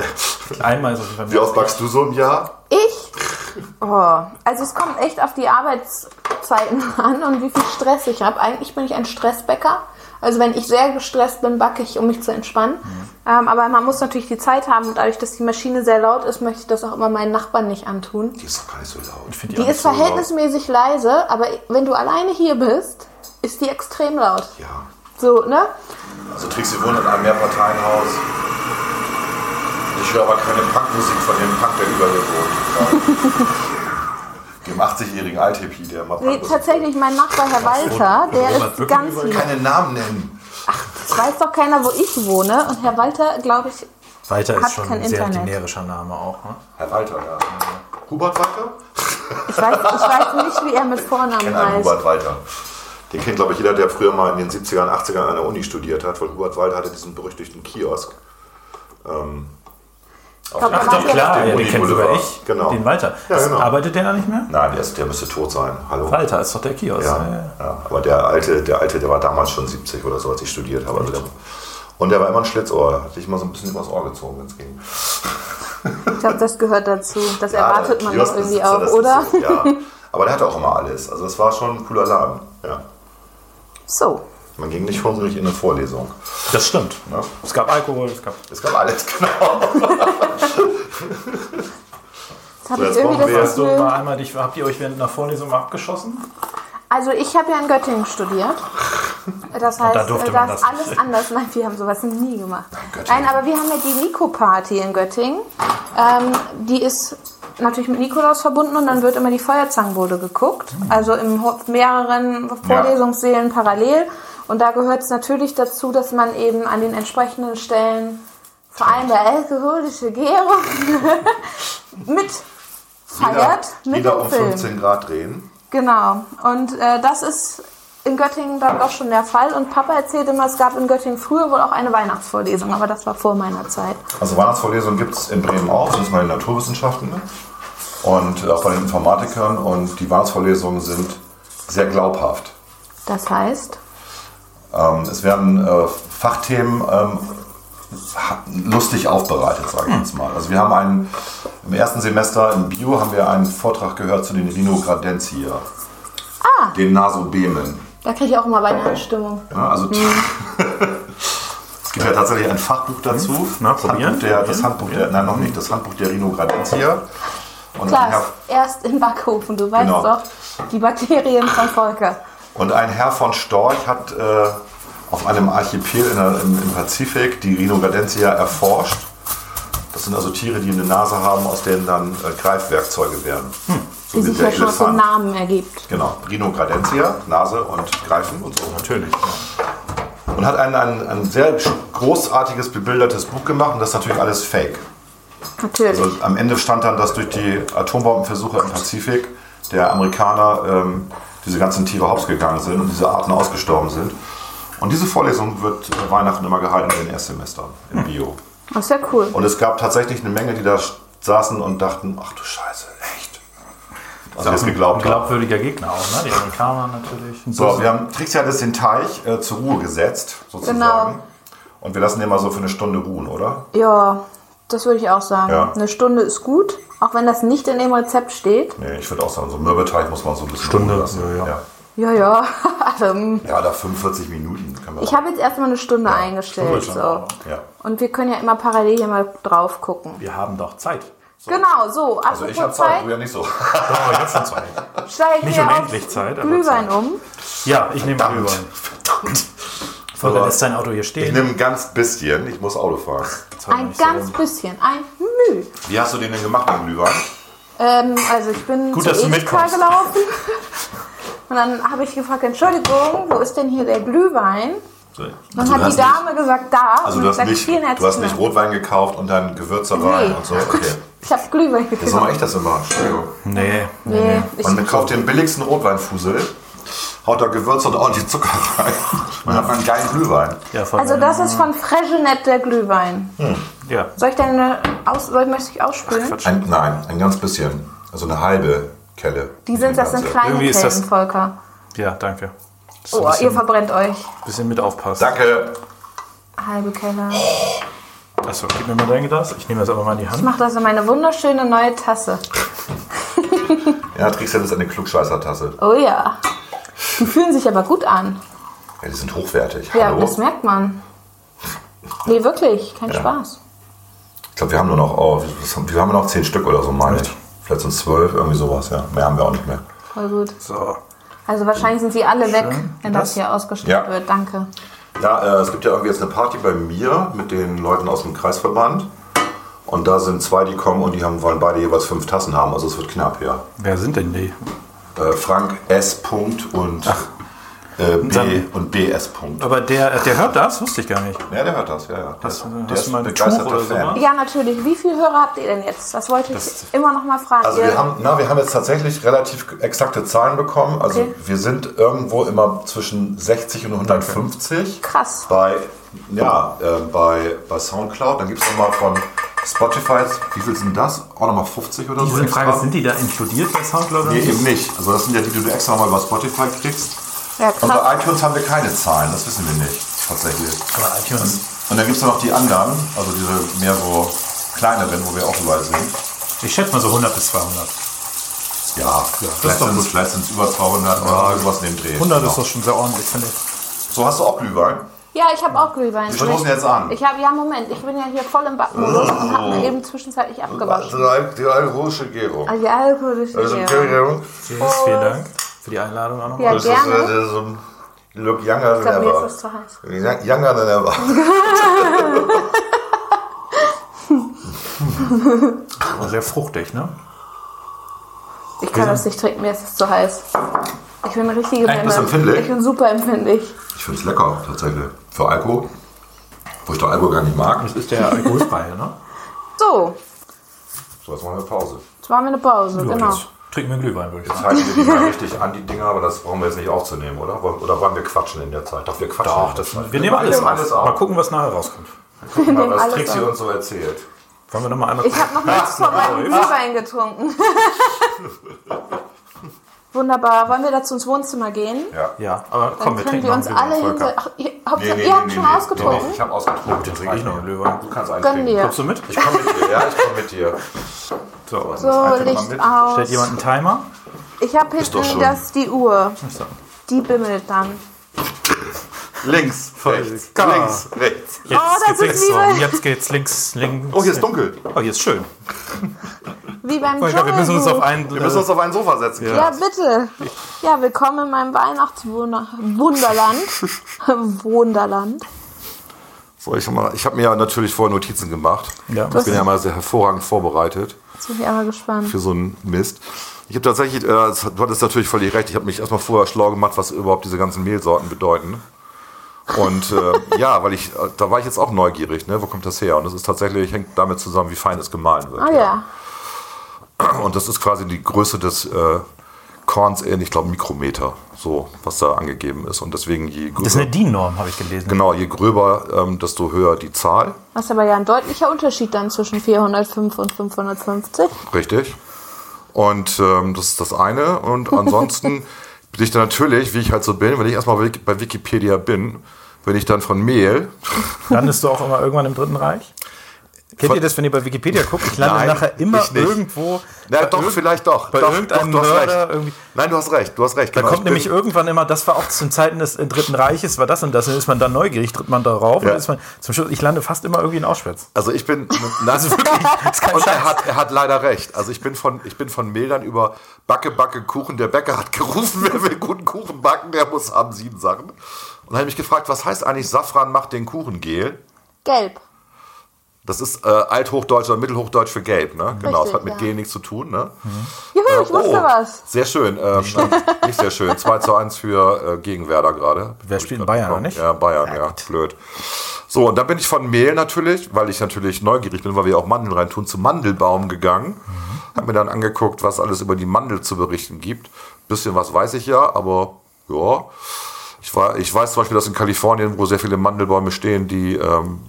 Einmal ist auf jeden Fall
Wie oft backst du so im Jahr?
Ich? Oh, also es kommt echt auf die Arbeitszeiten an und wie viel Stress ich habe. Eigentlich bin ich ein Stressbäcker. Also wenn ich sehr gestresst bin, backe ich, um mich zu entspannen. Ähm, aber man muss natürlich die Zeit haben und dadurch, dass die Maschine sehr laut ist, möchte ich das auch immer meinen Nachbarn nicht antun.
Die ist doch gar nicht so laut.
Find
Die
auch nicht
ist verhältnismäßig leise, aber wenn du alleine hier bist, ist die extrem laut.
Ja.
So, ne?
Also Trixie wohnt in einem Mehrparteienhaus. Ich höre aber keine Punkmusik von dem Punk, der über ihr wohnt. Dem 80-jährigen Althippie, der immer
Nee, tatsächlich, mein Nachbar, Herr Walter, der ist ganz lieb.
Keine Namen nennen.
Es weiß doch keiner, wo ich wohne. Und Herr Walter, glaube ich,
Walter
Hat
ist schon
kein
ein sehr
Internet.
generischer Name auch. Ne?
Herr Walter, ja. Hubert Walter?
ich weiß, ich weiß nicht, wie er mit Vornamen
Kennt einen
heißt.
Hubert Walter. Den kennt, glaube ich, jeder, der früher mal in den 70ern, 80ern an der Uni studiert hat, weil Hubert Walter hatte diesen berüchtigten Kiosk. Ähm,
Ich glaub,
Ach,
er
Doch
macht ja-
klar,
den
ja, den
Uli
kennt sogar
Boulevard.
ich.
Genau.
Den Walter.
Ja, genau.
Arbeitet der da nicht mehr?
Nein, der, ist, der müsste tot sein. Hallo?
Walter ist doch der Kiosk.
Ja,
Ja,
ja.
ja.
aber der alte, der alte, der war damals schon 70 oder so, als ich studiert habe. Also der, und der war immer ein Schlitzohr. Hat sich immer so ein bisschen übers Ohr gezogen, wenn es ging.
Ich glaube, das gehört dazu. Das erwartet
der
man doch irgendwie
Kioskbesitzer,
auch,
das ist
oder?
So, ja. Aber der hatte auch immer alles. Also es war schon ein cooler Laden. Ja.
So.
Man ging nicht hungrig in eine Vorlesung.
Das stimmt. ne?
Ja.
Es gab Alkohol, es gab.
Es gab alles, genau.
Jetzt
So,
habe ich
jetzt brauchen
irgendwie
wir
das
erst
So,
Gefühl.
mal einmal dich, habt ihr euch während einer Vorlesung mal abgeschossen?
Also ich habe ja in Göttingen studiert. Das heißt,
da
da,
durfte
ist
man das
alles
nicht. Oh
anders. Nein, wir haben sowas nie gemacht.
Göttingen.
Nein, aber wir haben ja die Nico-Party in Göttingen. Ähm, die ist natürlich mit Nikolaus verbunden und dann wird immer die Feuerzangenbowle geguckt. Also in ho- mehreren Vorlesungssälen parallel. Und da gehört es natürlich dazu, dass man eben an den entsprechenden Stellen, vor allem der alkoholische Gärung, mit feiert, mit
Wieder
dem
um
Film.
15 Grad drehen.
Genau. Und äh, das ist in Göttingen dann doch schon der Fall. Und Papa erzählt immer, es gab in Göttingen früher wohl auch eine Weihnachtsvorlesung, aber das war vor meiner Zeit.
Also Weihnachtsvorlesungen gibt es in Bremen auch, das ist bei den Naturwissenschaften ne? und äh, auch bei den Informatikern. Und die Weihnachtsvorlesungen sind sehr glaubhaft.
Das heißt,
Ähm, es werden äh, Fachthemen ähm, ha- lustig aufbereitet, sage
Hm.
ich jetzt mal. Also wir haben einen, im ersten Semester in Bio haben wir einen Vortrag gehört zu den Rhinogradenz hier.
Ah.
Den Nasobemen.
da kriege ich auch immer Weihnachtsstimmung.
Ja, also
Hm.
es gibt ja tatsächlich ein Fachbuch dazu. ne?
Na,
das
Hm. probieren.
Handbuch der, das Handbuch der, nein, noch nicht, das Handbuch der Rhinogradentia. Und,
Klar,
ein Herr,
erst im Backofen, du weißt
Genau.
doch, die Bakterien von Volker.
und ein Herr von Storch hat äh, auf einem Archipel in der, im, im Pazifik die Rhinogradentia erforscht. Das sind also Tiere, die eine Nase haben, aus denen dann äh, Greifwerkzeuge werden. So
Wie
wie
sich
der
Hm. ja schon aus dem
Elefant.
Namen ergibt.
Genau, Rhinogradentia, Nase und Greifen und so.
Natürlich.
und hat ein, ein, ein sehr großartiges, bebildertes Buch gemacht und das ist natürlich alles fake.
Natürlich.
Also am Ende stand dann, dass durch die Atombombenversuche im Pazifik der Amerikaner ähm, diese ganzen Tiere hops gegangen sind und diese Arten ausgestorben sind. Und diese Vorlesung wird äh, Weihnachten immer gehalten in den Erstsemestern in Bio.
Das ist ja cool.
Und es gab tatsächlich eine Menge, die da saßen und dachten, ach du Scheiße, echt. Also das
Ein
geglaubt haben.
glaubwürdiger Gegner auch, ne? Die Amerikaner natürlich.
So, wir haben Trixian ist den Teich äh, zur Ruhe gesetzt, sozusagen.
Genau.
Und wir lassen den mal so für eine Stunde ruhen, oder?
Ja, das würde ich auch sagen.
Ja.
Eine Stunde ist gut, auch wenn das nicht in dem Rezept steht.
Nee, ich würde auch sagen, so Mürbeteig muss man so ein bisschen
Stunde,
ruhen
ja,
lassen.
ja.
Ja.
Ja, ja. Also, hm.
ja, da 45 Minuten können wir
Ich habe jetzt erstmal eine Stunde eingestellt.
schon.
So.
Ja.
Und wir können ja immer parallel hier mal drauf gucken.
wir haben doch Zeit.
Genau, so.
Also ich
Apropos
habe Zeit, du ja
Zeit,
nicht so.
Oh, ich hab schon Zeit.
steigen
Nicht
wir
unendlich
auf
Zeit, aber
Glühwein um.
Ja, ich nehme
Verdammt.
Glühwein. Volker
Aber
lässt sein Auto hier
Ich
stehen.
nehme ein ganz bisschen, ich muss Auto fahren.
Das hat er
Ein
nicht so
ganz
rum.
bisschen, ein Müh.
Wie hast du den denn gemacht mit Glühwein?
Ähm, also ich bin
Gut,
zur
dass du
Edeka
mitkommst.
gelaufen. Und dann habe ich gefragt, Entschuldigung, wo ist denn hier der Glühwein? Dann
Also du
hat die
hast
Dame gesagt, da.
Also
und
du
ich
hast,
sag,
nicht,
vielen
du hast
herzlichen
nicht
Dank.
Rotwein gekauft und dann Gewürze rein
Nee. Genau.
und so. Okay.
Ich habe Glühwein gekauft.
So mache ich das immer. Entschuldigung.
Nee.
nee, ich,
Man kauft den billigsten Rotweinfusel, haut da Gewürze und ordentlich Zucker rein. Man hat einen geilen Glühwein.
Ja, von
also das ist von Fregenet der Glühwein.
ja.
Soll ich deine aus, soll ich, möchte ich ausspülen?
Ein, nein, ein ganz bisschen. Also eine halbe Kelle.
Die sind, das sind
Ganze.
kleine
Irgendwie
Kellen,
ist das-
Volker.
ja, danke. Dass du ein
Oh, ihr
bisschen,
verbrennt euch.
bisschen mit aufpasst.
Danke.
Halbe Keller.
Achso, gib mir mal dein Glas. Ich nehme das aber mal in die
Ich
Hand.
mache das in meine wunderschöne neue Tasse.
Ja, Trixian ist eine Klugscheißer-Tasse.
Oh ja. Die fühlen sich aber gut an.
Ja, die sind hochwertig.
Ja,
Hallo?
das merkt man. Nee, wirklich. Kein Spaß.
Ich glaube, wir haben nur noch, oh, was haben- wir haben noch zehn Stück oder so, meine ich. Vielleicht sind zwölf, irgendwie sowas, ja. Mehr haben wir auch nicht mehr.
Voll gut.
So.
Also wahrscheinlich sind sie alle weg, wenn das,
Das?
hier ausgestrahlt
Ja.
wird. Danke.
Ja, äh, es gibt ja irgendwie jetzt eine Party bei mir mit den Leuten aus dem Kreisverband. Und da sind zwei, die kommen und die haben, wollen beide jeweils fünf Tassen haben. Also es wird knapp, ja.
Wer sind denn die?
Äh, Frank S. Punkt und äh, B.
Dann-
und BS. Punkt.
Aber der, äh, der hört das? Wusste ich gar nicht.
Ja, der hört das, ja, ja. Der
Hast du- hast
ist- der
du
ist
mal eine
begeisterter
Tour oder so
Fan.
gemacht?
Ja, natürlich. Wie viele Hörer habt ihr denn jetzt? Das wollte ich immer noch mal fragen.
Also wir haben, na, wir haben jetzt tatsächlich relativ exakte Zahlen bekommen. Also
Okay.
wir sind irgendwo immer zwischen 60 und 150.
Krass.
Bei, ja, äh, bei, bei Soundcloud. Dann gibt es nochmal von Spotify, wie viel sind das? Auch nochmal 50 oder so.
Diese
extra?
Frage, sind die da inkludiert bei Soundcloud?
Nee, eben nicht. Also das sind ja die, die du extra nochmal über Spotify kriegst.
ja,
Und
krass.
bei iTunes haben wir keine Zahlen, das wissen wir nicht, tatsächlich.
Aber iTunes.
Und dann gibt es noch die anderen, also diese mehr so kleineren, wo wir auch überall sind.
Ich schätze mal so 100 bis 200.
Ja,
das ist
vielleicht
doch
sind
gut.
vielleicht sind's über 200 oder irgendwas in dem Dreh.
100
Genau.
ist doch schon sehr ordentlich, finde ich.
So hast du auch Glühwein.
Ja, ich habe auch Glühwein.
Wir stoßen jetzt an. Oh.
Ich habe ja Moment, ich bin ja hier voll im Backmodus und habe mir eben zwischenzeitlich abgewaschen.
Die alkoholische Gärung.
Also ja, alkoholische Gärung.
Tschüss, vielen Dank für die Einladung auch nochmal.
Ja, gerne.
äh, so ein Look younger
Ich glaube, mir ist das zu heiß.
Younger than ever.
Aber Sehr fruchtig, ne?
Ich kann das nicht trinken, mir ist es zu heiß. Ich bin eine richtige
Echt, bist du
Memme.
empfindlich?
Ich bin super empfindlich.
Ich finde es lecker, tatsächlich. Für Alkohol. Wo ich doch Alkohol gar nicht mag.
Das ist der alkoholfreie, ne?
So,
So, jetzt machen wir eine Pause.
jetzt machen wir eine Pause,
Ja,
genau.
jetzt Trinken wir Glühwein, würde ich
Jetzt
sagen.
halten wir die mal richtig an, die Dinger, aber das brauchen wir jetzt nicht aufzunehmen, oder? Wollen- Oder wollen wir quatschen in der Zeit? Doch, wir quatschen. in der Zeit.
Wir nehmen alles
nehmen alles
auf.
auf.
Mal gucken, was nachher rauskommt.
Guck mal, was
alles
Trixi
auf.
uns so erzählt.
Wollen wir nochmal einmal
Ich habe noch nichts von meinem Glühwein getrunken. Wunderbar. Wollen wir dazu ins Wohnzimmer gehen?
Ja.
Ja, aber komm,
Dann
wir
können
trinken
wir
noch einen
uns alle
Glühwein.
hinter...
Volker.
Ach, ihr, Hauptsache, ihr habt schon ausgetrunken?
ich habe ausgetrunken.
Oh, Dann trinke ich noch einen
Du
Glühwein.
kannst einen
Gönn
trinken.
dir.
Kommst du mit?
Ich komme mit dir, ja, ich komme mit dir.
So,
So,
Einfach mal
Licht
mit.
stellt
aus.
jemand einen Timer?
Oh, Ich habe
doch
hinten
schon.
das die Uhr.
So.
Die bimmelt dann.
Links, rechts,
Klar.
links, rechts.
Jetzt
das
geht's
ist
links
wie bei-
rum. Jetzt geht's links, links.
Oh, hier ist dunkel.
Oh, hier ist schön.
Wie beim
Oh, ich glaube, wir müssen uns auf
Dschungelbuch.
einen.
Wir müssen uns auf ein Sofa setzen.
Ja, bitte. Ja, willkommen in meinem Weihnachtswunderland. Wunderland.
So, ich hab mal- ich habe mir ja natürlich vorher Notizen gemacht.
Ja.
Ich bin ja mal sehr hervorragend vorbereitet
Jetzt bin ich aber gespannt.
für so einen Mist. Ich habe tatsächlich, äh, das hat- du hattest natürlich völlig recht, ich habe mich erstmal vorher schlau gemacht, was überhaupt diese ganzen Mehlsorten bedeuten. Und äh, ja, weil ich, äh, da war ich jetzt auch neugierig, ne? wo kommt das her? Und das ist tatsächlich, hängt damit zusammen, wie fein es gemahlen wird.
Ah ja.
Und das ist quasi die Größe des äh, Korns in, ich glaube, Mikrometer, so, was da angegeben ist. Und deswegen, je
Das ist
gröber,
eine DIN-Norm, habe ich gelesen.
genau, je gröber, ähm, desto höher die Zahl.
Was aber ja ein deutlicher Unterschied dann zwischen 405 und 550.
Richtig. Und ähm, das ist das eine. Und ansonsten bin ich dann natürlich, wie ich halt so bin, wenn ich erstmal Wik- bei Wikipedia bin, wenn ich dann von Mehl,
Landest du auch immer irgendwann im Dritten Reich? Kennt ihr das, wenn ihr bei Wikipedia guckt? Ich lande
Nein,
nachher immer
ich nicht.
irgendwo.
na
bei
doch,
irgend-
vielleicht doch.
bei
doch,
irgendeinem
doch, du hast
Mörder
recht.
irgendwie-
Nein, du hast recht, du hast recht.
Da
genau,
kommt
ich bin-
nämlich irgendwann immer, das war auch zu Zeiten des äh, Dritten Reiches, war das und das. Dann ist man dann neugierig, tritt man darauf.
Ja.
Und ist man, zum Schluss, ich lande fast immer irgendwie in Auschwitz.
Also ich bin, na,
Das ist kein
Und er
Scheiß.
hat, er hat leider recht. Also ich bin von, ich bin von Mildern über Backe, Backe, Kuchen. Der Bäcker hat gerufen, wer will guten Kuchen backen, der muss haben sieben Sachen. Und habe mich gefragt, was heißt eigentlich Safran macht den Kuchen gel?
Gelb.
Das ist äh, Althochdeutsch oder Mittelhochdeutsch für gelb, ne? Genau, das hat mit
ja.
gel nichts zu tun, ne?
Juhu, ich
Äh,
wusste was.
Sehr schön. Ähm, nicht sehr schön. 2 zu 1 für äh, gegen Werder gerade.
Wer spielt in Bayern, oder nicht?
Ja, Bayern, ja. Blöd. So, und dann bin ich von Mehl natürlich, weil ich natürlich neugierig bin, weil wir auch Mandeln reintun, zum Mandelbaum gegangen.
Mhm.
Hab mir dann angeguckt, was alles über die Mandel zu berichten gibt. Bisschen was weiß ich ja, aber ja. Ich, war, ich weiß zum Beispiel, dass in Kalifornien, wo sehr viele Mandelbäume stehen, die ähm,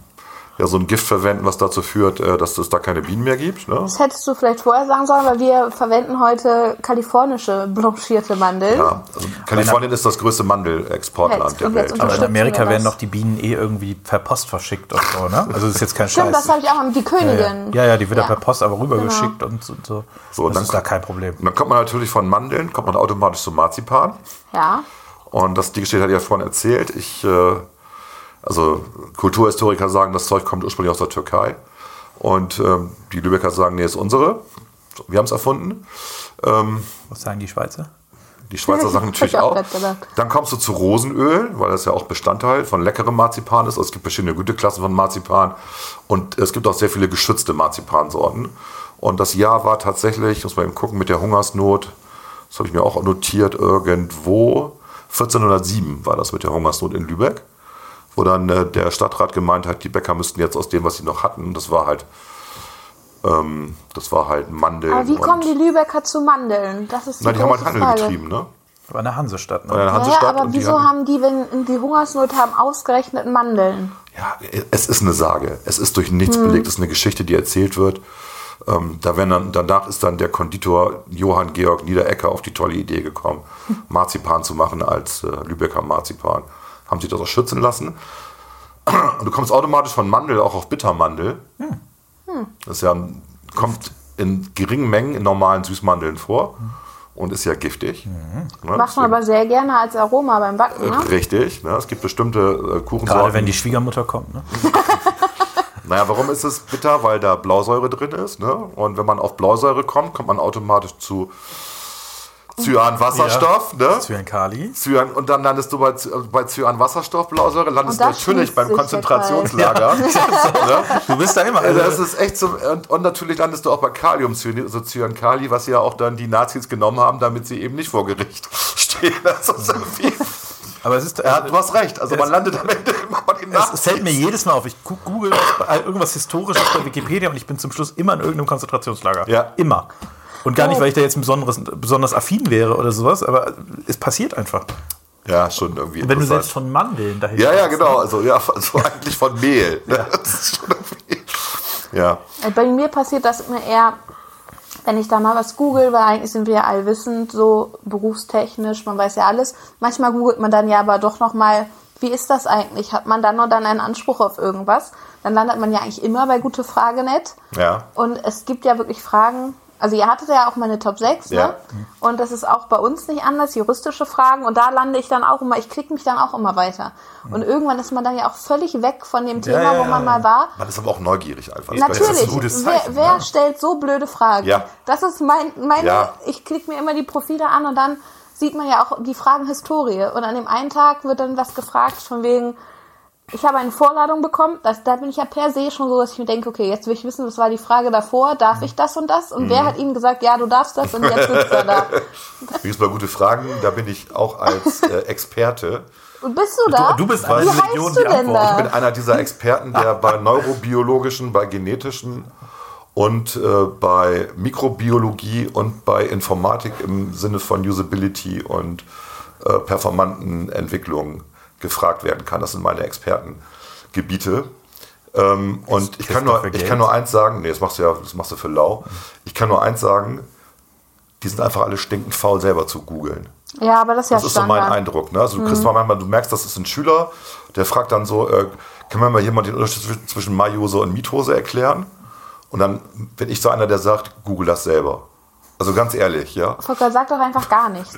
ja so ein Gift verwenden, was dazu führt, äh, dass es da keine Bienen mehr gibt. Ne?
Das hättest du vielleicht vorher sagen sollen, weil wir verwenden heute kalifornische blanchierte Mandeln.
Ja, also Kalifornien ist das größte
Ja,
Mandelexportland
jetzt
der
kommt jetzt
Welt.
unser-
Aber in
Schätzen
Amerika
wir
werden
das.
doch die Bienen eh irgendwie per Post verschickt und so, ne? Also das ist jetzt kein
Stimmt, das
Scheiß.
habe ich auch mal mit die Königin.
Ja, ja, die wird ja
Ja. Genau.
per Post aber rübergeschickt und so- und so.
So,
das
dann- Hm.
ist da kein Problem.
Und dann kommt man natürlich von Mandeln, kommt man automatisch zu Marzipan.
Ja.
Und das die Geschichte hat ja vorhin erzählt. Ich, äh, also Kulturhistoriker sagen, das Zeug kommt ursprünglich aus der Türkei. Und ähm, die Lübecker sagen, nee, ist unsere. Wir haben es erfunden. Ähm,
Was sagen die Schweizer?
Die Schweizer Sachen natürlich
Ich hab
auch.
grad gedacht.
Dann kommst du zu Rosenöl, weil das ja auch Bestandteil von leckerem Marzipan ist. Es gibt verschiedene Güteklassen von Marzipan und es gibt auch sehr viele geschützte Marzipansorten. Und das Jahr war tatsächlich, muss man eben gucken, mit der Hungersnot, das habe ich mir auch notiert irgendwo, 1407 war das mit der Hungersnot in Lübeck, wo dann äh, der Stadtrat gemeint hat, die Bäcker müssten jetzt aus dem, was sie noch hatten, das war halt, ähm, das war halt Mandeln.
Aber wie kommen
und,
die Lübecker zu Mandeln? Das ist die,
na, die haben halt
große
Handel
Frage.
getrieben, ne?
War eine Hansestadt.
Bei der
Ne?
Hansestadt
Naja, aber
und die
wieso
hatten-
haben die, wenn die Hungersnot haben, ausgerechnet Mandeln?
Ja, es ist eine Sage. Es ist durch nichts belegt. Es ist eine Geschichte, die erzählt wird. Ähm, da werden dann, danach ist dann der Konditor Johann Georg Niederecker auf die tolle Idee gekommen, Marzipan zu machen als äh, Lübecker Marzipan. Haben sie das auch schützen lassen. Und du kommst automatisch von Mandel auch auf Bittermandel. Hm. Das ist ja, ein- kommt in geringen Mengen in normalen Süßmandeln vor und ist ja giftig. Ne,
Macht man
deswegen-
aber sehr gerne als Aroma beim Backen, ne?
Richtig. Ne? Es gibt bestimmte äh, Kuchensorten.
Gerade wenn die Schwiegermutter kommt. Ne?
Naja, warum ist es bitter? Weil da Blausäure drin ist. Ne? Und wenn man auf Blausäure kommt, kommt man automatisch zu Cyanwasserstoff. Ne?
Das ist wie ein Kali.
Cyan, und dann landest du bei, Cy- bei Cyanwasserstoff, Blausäure, landest
Und da
natürlich
schließt
beim
sich der
Konzentrationslager. ne?
Du bist da immer.
Also das ist echt so, und, und natürlich landest du auch bei Kaliumcyan, also Cyankali, was ja auch dann die Nazis genommen haben, damit sie eben nicht vor Gericht stehen. Das ist irgendwie,
aber es ist. äh,
ja, du hast recht. Also man landet am Ende immer bei den
Es,
Nazis.
es fällt mir jedes Mal auf. Ich gu- google was bei- irgendwas Historisches bei Wikipedia und ich bin zum Schluss immer in irgendeinem Konzentrationslager.
Ja.
Immer. Und gar nicht, weil ich da jetzt ein besonderes, besonders affin wäre oder sowas, aber es passiert einfach.
ja, schon irgendwie.
Wenn du
interessant.
selbst von Mandeln dahin
Ja, ja,
kommst, ne?
genau. Also, ja, also eigentlich von Mehl. Ja. Das ist schon irgendwie- ja.
Äh, Bei mir passiert das immer eher, wenn ich da mal was google, weil eigentlich sind wir ja allwissend, so berufstechnisch, man weiß ja alles. Manchmal googelt man dann ja aber doch nochmal, wie ist das eigentlich? Hat man dann und dann einen Anspruch auf irgendwas? Dann landet man ja eigentlich immer bei gute Frage nett.
Ja.
Und es gibt ja wirklich Fragen. Also ihr hattet ja auch mal eine Top 6,
Ja.
ne? Und das ist auch bei uns nicht anders, juristische Fragen. Und da lande ich dann auch immer, ich klicke mich dann auch immer weiter. Und irgendwann ist man dann ja auch völlig weg von dem Thema,
Hm. ja,
wo
ja,
man
ja.
mal war.
Man ist aber auch neugierig einfach.
Natürlich.
Das ist ein gutes Zeichen.
wer wer
ne?
stellt so blöde Fragen?
Ja.
Das ist mein, mein
Ja.
ich klicke mir immer die Profile an und dann sieht man ja auch die Fragenhistorie. Und an dem einen Tag wird dann was gefragt von wegen, ich habe eine Vorladung bekommen, das, da bin ich ja per se schon so, dass ich mir denke, okay, jetzt will ich wissen, was war die Frage davor, darf ich das und das? Und
Mhm.
wer hat ihm gesagt, ja, du darfst das und jetzt sitzt er da.
Übrigens bei Gute Fragen, da bin ich auch als äh, Experte.
Und bist du da?
Du- du bist eine
Wie heißt
Million,
du
die
denn
Ich bin
da?
einer dieser Experten, der bei neurobiologischen, bei genetischen und äh, bei Mikrobiologie und bei Informatik im Sinne von Usability und äh, performanten Entwicklung gefragt werden kann. Das sind meine Expertengebiete. Ähm, und ich kann, nur,
Christopher
ich kann nur eins sagen, nee, das machst du ja, das machst du für lau. Ich kann nur eins sagen, die sind einfach alle stinkend faul, selber zu googeln.
Ja, aber das ist ja
Das ist so mein
Standard.
Eindruck. Ne? Also du kriegst mal manchmal, du merkst, das ist ein Schüler, der fragt dann so, äh, kann mir mal jemand den Unterschied zwi- zwischen Maihose und Miethose erklären? Und dann bin ich so einer, der sagt, google das selber. Also ganz ehrlich, ja.
Volker, sag doch einfach gar nichts.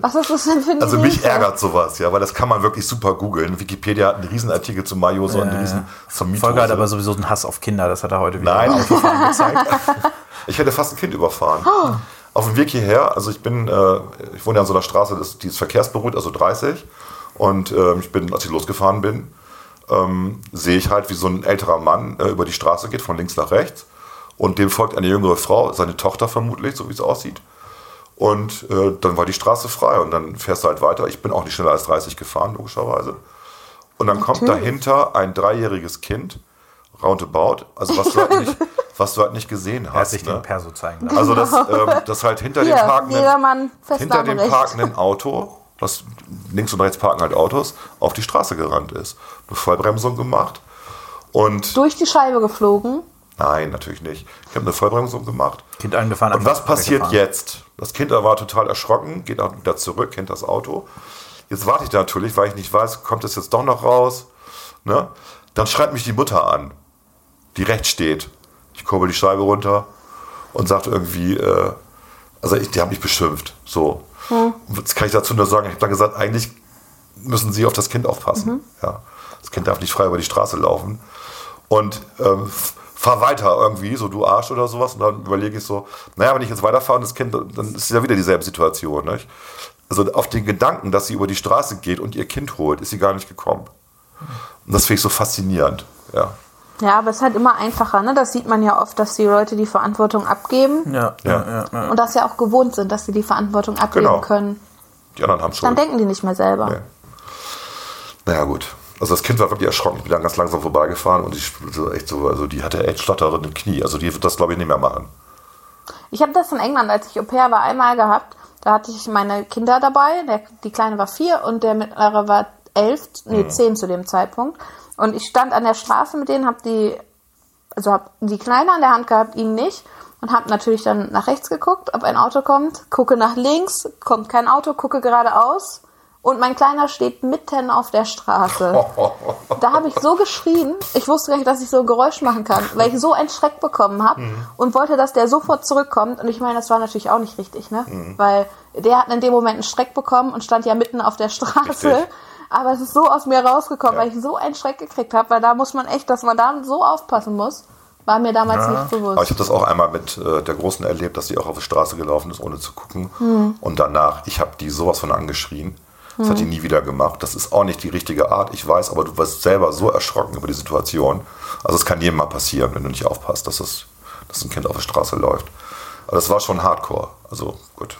Was ist das denn für ein
Also mich
Nische?
ärgert sowas, ja, weil das kann man wirklich super googeln. Wikipedia hat einen riesen Artikel zu Maihose und einen
Äh,
riesen zur Miethose.
Volker hat aber sowieso einen Hass auf Kinder, das hat er heute wieder.
Nein,
gemacht.
Autofahren gezeigt. Ich hätte fast ein Kind überfahren. Auf dem Weg hierher, also ich bin, äh, ich wohne ja an so einer Straße, das- die ist verkehrsberuhigt, also 30. Und ähm, ich bin, als ich losgefahren bin, ähm, sehe ich halt, wie so ein älterer Mann äh, über die Straße geht, von links nach rechts. Und dem folgt eine jüngere Frau, seine Tochter vermutlich, so wie es aussieht. Und äh, dann war die Straße frei und dann fährst du halt weiter. Ich bin auch nicht schneller als 30 gefahren, logischerweise. Und dann kommt dahinter ein dreijähriges Kind, roundabout, also was du halt nicht, was du halt nicht gesehen
Er hat
hast.
sich
ne?
den Perso zeigen lassen.
Also das, ähm, das halt hinter
Hier,
dem parkenden,
Jedermann,
hinter dem
Festnahmerecht.
parkenden Auto, was links und rechts parken halt Autos, auf die Straße gerannt ist. Eine Vollbremsung gemacht. Und
Durch die Scheibe geflogen.
nein, natürlich nicht. Ich habe eine Vollbremsung gemacht.
Kind angefahren.
Und was
einfach
passiert
weggefahren.
jetzt? Das Kind war total erschrocken, geht auch wieder zurück, hinter das Auto. Jetzt warte ich da natürlich, weil ich nicht weiß, kommt das jetzt doch noch raus? Ne? Dann schreibt mich die Mutter an, die rechts steht. Ich kurbel die Scheibe runter und sagt irgendwie, äh, also ich, die haben mich beschimpft. So. Jetzt kann ich dazu nur sagen, ich habe dann gesagt, eigentlich müssen sie auf das Kind aufpassen. Ja. Das Kind darf nicht frei über die Straße laufen. Und ähm, f- fahr weiter irgendwie, so du Arsch oder sowas. Und dann überlege ich so, naja, wenn ich jetzt weiterfahre und das Kind, dann ist ja wieder dieselbe Situation. Nicht? Also auf den Gedanken, dass sie über die Straße geht und ihr Kind holt, ist sie gar nicht gekommen. Und das finde ich so faszinierend. Ja.
Ja, aber es ist halt immer einfacher, ne? Das sieht man ja oft, dass die Leute die Verantwortung abgeben
Ja,
Ja.
ja, ja. ja.
und das ja auch gewohnt sind, dass sie die Verantwortung abgeben
Genau.
können.
Die anderen haben schon.
Dann denken die nicht mehr selber.
Nee. Naja, gut. Also das Kind war wirklich erschrocken. Ich bin dann ganz langsam vorbeigefahren und ich so echt so, also die hatte echt Schlotterin im Knie. Also die wird das, glaube ich, nicht mehr machen.
Ich habe das in England, als ich Au pair war, einmal gehabt. Da hatte ich meine Kinder dabei. Der, die Kleine war vier und der mittlere war elf, nee, zehn zu dem Zeitpunkt. Und ich stand an der Straße mit denen, habe die, also habe die Kleine an der Hand gehabt, ihn nicht. Und habe natürlich dann nach rechts geguckt, ob ein Auto kommt. Gucke nach links, kommt kein Auto, gucke geradeaus. Und mein Kleiner steht mitten auf der Straße. Da habe ich so geschrien, ich wusste gar nicht, dass ich so ein Geräusch machen kann, weil ich so einen Schreck bekommen habe und wollte, dass der sofort zurückkommt. Und ich meine, das war natürlich auch nicht richtig, ne? Weil der hat in dem Moment einen Schreck bekommen und stand ja mitten auf der Straße.
Richtig.
Aber es ist so aus mir rausgekommen,
Ja.
weil ich so einen Schreck gekriegt habe, weil da muss man echt, dass man da so aufpassen muss, war mir damals nicht
Aber ich
bewusst.
habe das auch einmal mit äh, der Großen erlebt, dass die auch auf die Straße gelaufen ist, ohne zu gucken.
Hm.
Und danach, ich habe die sowas von angeschrien. Das hat die nie wieder gemacht. Das ist auch nicht die richtige Art, ich weiß, aber du warst selber so erschrocken über die Situation. Also es kann jedem mal passieren, wenn du nicht aufpasst, dass, es, dass ein Kind auf der Straße läuft. Aber das war schon hardcore. Also gut.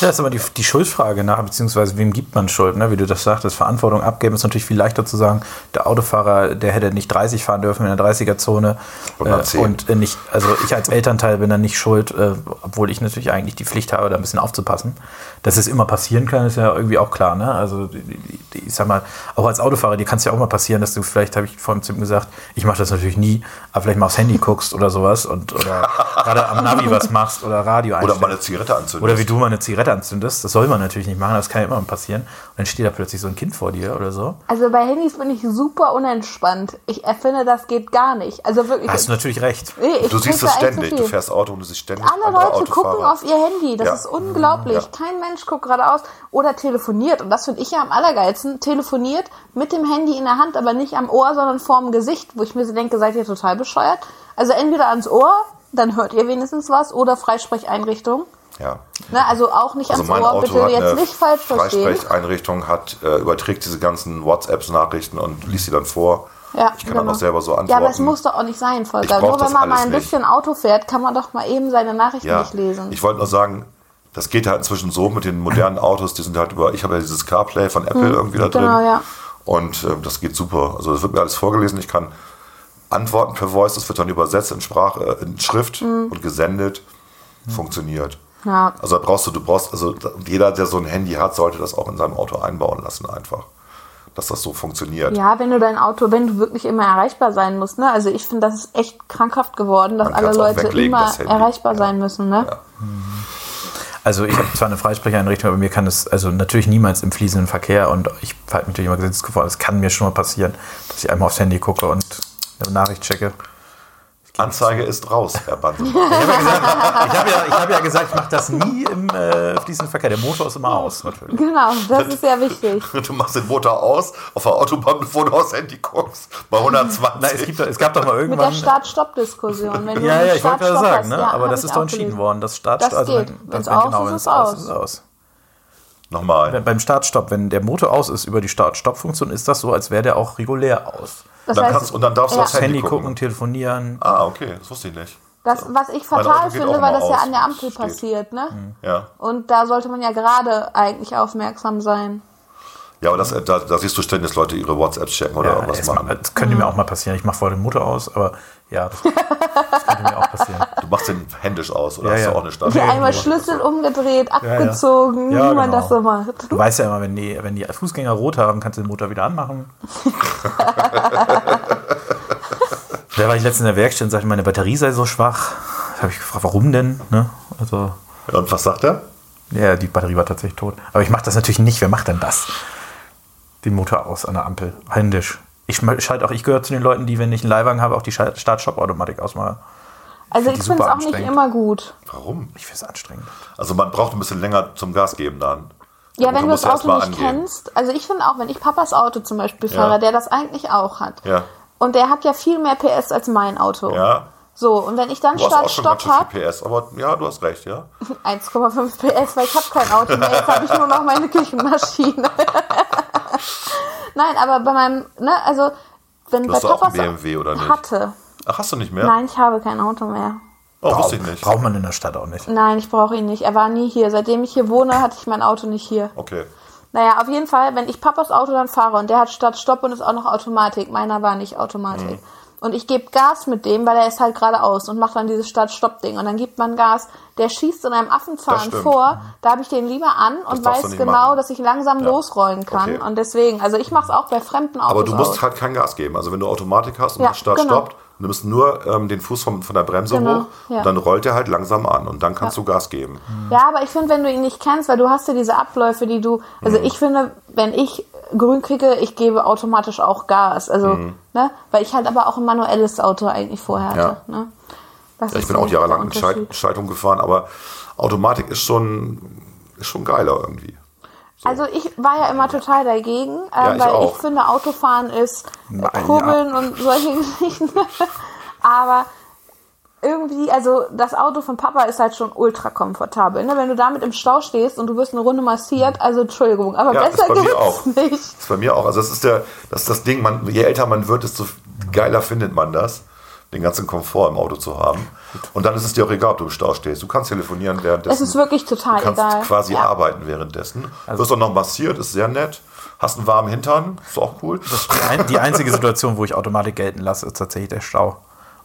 Ja, ist aber die, die Schuldfrage nach, beziehungsweise wem gibt man Schuld, ne? wie du das sagtest. Verantwortung abgeben ist natürlich viel leichter zu sagen, der Autofahrer, der hätte nicht 30 fahren dürfen in der 30er-Zone.
Oder 10.
und äh, nicht, also ich als Elternteil bin dann nicht schuld, äh, obwohl ich natürlich eigentlich die Pflicht habe, da ein bisschen aufzupassen. Dass es immer passieren kann, ist ja irgendwie auch klar. Ne? Also die- die- die- ich sag mal, auch als Autofahrer, dir kann es ja auch mal passieren, dass du vielleicht, habe ich vorhin zu ihm gesagt, ich mache das natürlich nie, aber vielleicht mal aufs Handy guckst oder sowas und oder gerade am Navi was machst oder Radio
Oder
einstellst.
mal eine Zigarette anzünden.
Oder wie du mal eine Zigarette anzündest, das soll man natürlich nicht machen, das kann ja immer passieren. Und dann steht da plötzlich so ein Kind vor dir oder so.
Also bei Handys bin ich super unentspannt. Ich erfinde, das geht gar nicht. Also wirklich.
Hast du natürlich recht.
Nee, ich
Du siehst
krieg
es
da echt zu
ständig. Du
viel.
fährst Auto und du siehst ständig
Alle
andere
Leute gucken
Autofahrer.
auf ihr Handy. Das
Ja.
ist unglaublich.
Ja.
Kein Mensch guckt geradeaus oder telefoniert. Und das finde ich ja am allergeilsten. Telefoniert mit dem Handy in der Hand, aber nicht am Ohr, sondern vorm Gesicht, wo ich mir so denke, seid ihr total bescheuert? Also entweder ans Ohr, dann hört ihr wenigstens was, oder Freisprecheinrichtung.
Ja.
Ne? Also auch nicht
Also mein
ans Ohr,
Auto
bitte
hat
jetzt
eine
nicht falsch verstehen.
Freisprecheinrichtung, hat, äh, überträgt diese ganzen WhatsApps-Nachrichten und liest sie dann vor.
Ja, genau.
ich kann dann auch selber so antworten.
Ja, aber es muss doch auch nicht sein, Volker.
Ich brauch
Nur
das
wenn man mal
alles
ein
nicht.
bisschen Auto fährt, kann man doch mal eben seine Nachrichten
ja.
nicht lesen.
Ich wollte nur sagen, das geht halt inzwischen so mit den modernen Autos, die sind halt über, ich habe ja dieses CarPlay von Apple irgendwie da drin.
genau, ja.
Und äh, das geht super. Also das wird mir alles vorgelesen, ich kann antworten per Voice, das wird dann übersetzt in Sprache, äh, in Schrift und gesendet. Funktioniert.
Hm. Ja.
Also da brauchst du, du brauchst, also da- jeder, der so ein Handy hat, sollte das auch in seinem Auto einbauen lassen, einfach. Dass das so funktioniert.
Ja, wenn du dein Auto, wenn du wirklich immer erreichbar sein musst, ne? Also ich finde, das ist echt krankhaft geworden, dass
Man
alle
kann's auch
Leute
weglegen,
immer
das Handy.
erreichbar
Ja.
sein müssen, ne?
Ja.
Also ich habe zwar eine Freisprecheinrichtung, aber mir kann das also natürlich niemals im fließenden Verkehr und ich halte mich natürlich immer gesetzeskonform. aber Es kann mir schon mal passieren, dass ich einmal aufs Handy gucke und eine Nachricht checke.
Anzeige ist raus, Herr Bansen.
Ich habe ja, ich hab ja gesagt, ich mache das nie im äh, fließenden Verkehr. Der Motor ist immer aus, natürlich.
Genau, das ist ja wichtig.
Du machst den Motor aus, auf der Autobahn, bevor du aufs Handy guckst, bei 120.
Nein, es, gibt, doch- es gab doch mal
Mit der
ne?
irgendwann...
Start-Stopp-Diskussion. Wenn du
Ja,
einen
ja, ich wollte gerade
Start-Stopp
sagen,
hast,
ne?
ja,
aber
hab
das
ich
ist doch
auch
entschieden
gelesen.
worden. Das Start,
Das geht.
wenn-
Wenn's
wenn-
aus
genau,
ist,
wenn
ist
es aus
aus.
ist, ist es aus.
Nochmal.
Wenn- Beim Start-Stopp, wenn der Motor aus ist über die Start-Stopp-Funktion, ist das so, als wäre der auch regulär aus.
Das
Dann
heißt,
kannst- und dann darfst du
ja.
aufs
Das Handy
gucken.
gucken, telefonieren.
Ah, okay, das wusste ich nicht.
Das, was ich
Mein Auto
fatal
geht
finde,
auch
war
mal
das ja
aus,
an der
wenn's
Ampel
steht.
passiert,
Mhm.
ne?
Ja.
Und da sollte man ja gerade eigentlich aufmerksam sein.
Ja, aber das, äh, da, da siehst du ständig, dass Leute ihre WhatsApps checken oder
Ja,
irgendwas
es-
machen.
Das könnte mir auch mal passieren. Ich mache vorher den Motor aus, aber ja, das, das könnte mir auch passieren.
Du machst den händisch aus oder
Ja,
hast
ja.
du auch eine Stadt?
Hier einmal Schlüssel umgedreht,
ja.
abgezogen,
Ja,
wie man
genau.
das so macht.
Du weißt ja immer, wenn die, wenn die Fußgänger rot haben, kannst du den Motor wieder anmachen. da war ich letztens in der Werkstatt und sagte, meine Batterie sei so schwach. Da habe ich gefragt, warum denn? Ne? Also,
Und was sagt er?
ja, die Batterie war tatsächlich tot. Aber ich mache das natürlich nicht. Wer macht denn das? Den Motor aus an der Ampel. Händisch. Ich schma- schalte auch, ich gehöre zu den Leuten, die, wenn ich einen Leihwagen habe, auch die Schal- Start-Stop-Automatik ausmache.
Also
die
ich finde es
super
auch nicht
anstrengend.
immer gut.
Warum?
Ich finde es anstrengend.
Also man braucht ein bisschen länger zum Gas geben dann.
Ja,
Aber
wenn du
musst
das
erst
Auto
mal
nicht
angehen.
kennst. Also ich finde auch, wenn ich Papas Auto zum Beispiel fahre, der das eigentlich auch hat,
Ja.
Und der hat ja viel mehr PS als mein Auto.
Ja.
So, und wenn ich dann
Du hast auch
Start
schon ganz
Stopp
schön
habe,
viel PS, aber ja, du hast recht, ja.
1,5 PS, weil ich habe kein Auto mehr. Jetzt habe ich nur noch meine Küchenmaschine. Nein, aber bei meinem, ne, also wenn
Du
bei
hast doch auch
Papas
einen BMW, oder nicht?
hatte.
Ach, hast du nicht mehr?
Nein, ich habe kein Auto mehr.
Oh, wusste ich nicht.
Braucht man in der Stadt auch nicht.
Nein, ich brauche ihn nicht. Er war nie hier. Seitdem ich hier wohne, hatte ich mein Auto nicht hier.
Okay.
Naja, auf jeden Fall, wenn ich Papas Auto dann fahre und der hat statt Stopp und ist auch noch Automatik. Meiner war nicht
Mhm.
Automatik. Und ich gebe Gas mit dem, weil er ist halt geradeaus und macht dann dieses Start-Stopp-Ding. Und dann gibt man Gas. Der schießt in einem
Das
Affenzahn
stimmt.
vor. Da habe ich den lieber an und
darfst du
weiß
nicht
genau,
machen.
dass ich langsam losrollen kann.
Okay.
Und deswegen, also ich mache es auch bei fremden Autos.
Aber du musst
aus.
halt kein Gas geben. Also wenn du Automatik hast und
Ja,
der Start
genau.
stoppt, nimmst nur ähm, den Fuß vom, von der Bremse
Genau,
hoch,
ja.
dann rollt er halt langsam an und dann kannst du Gas geben.
Ja, aber ich finde, wenn du ihn nicht kennst, weil du hast ja diese Abläufe, die du. Also
Mhm.
ich finde, wenn ich grün kriege, ich gebe automatisch auch Gas. Also, ne? Weil ich halt aber auch ein manuelles Auto eigentlich vorher hatte.
Mhm. Ja.
Ne? Das
Ja, ich
ist
bin
so
auch jahrelang mit
der
Schalt
Unterschied.
Schaltung gefahren, aber Automatik ist schon, ist schon geiler irgendwie.
Also ich war ja immer total dagegen, äh,
Ja, ich
weil
auch.
ich finde, Autofahren ist
Nein, ja.
Kurbeln und solche Geschichten. aber irgendwie, also das Auto von Papa ist halt schon ultra komfortabel. Ne? Wenn du damit im Stau stehst und du wirst eine Runde massiert, also Entschuldigung, aber
Ja, ist
besser
bei mir
geht's
auch.
nicht.
Das ist bei mir auch. Also das ist der, das ist das Ding, man, je älter man wird, desto geiler findet man das, den ganzen Komfort im Auto zu haben. Und dann ist es dir auch egal, ob du im Stau stehst. Du kannst telefonieren währenddessen.
Es ist wirklich total
Du kannst
egal.
quasi
ja.
arbeiten währenddessen.
Also
Wirst auch noch massiert, ist sehr nett. Hast einen warmen Hintern, ist auch cool.
Die, ein, die einzige Situation, wo ich Automatik gelten lasse, ist tatsächlich der Stau.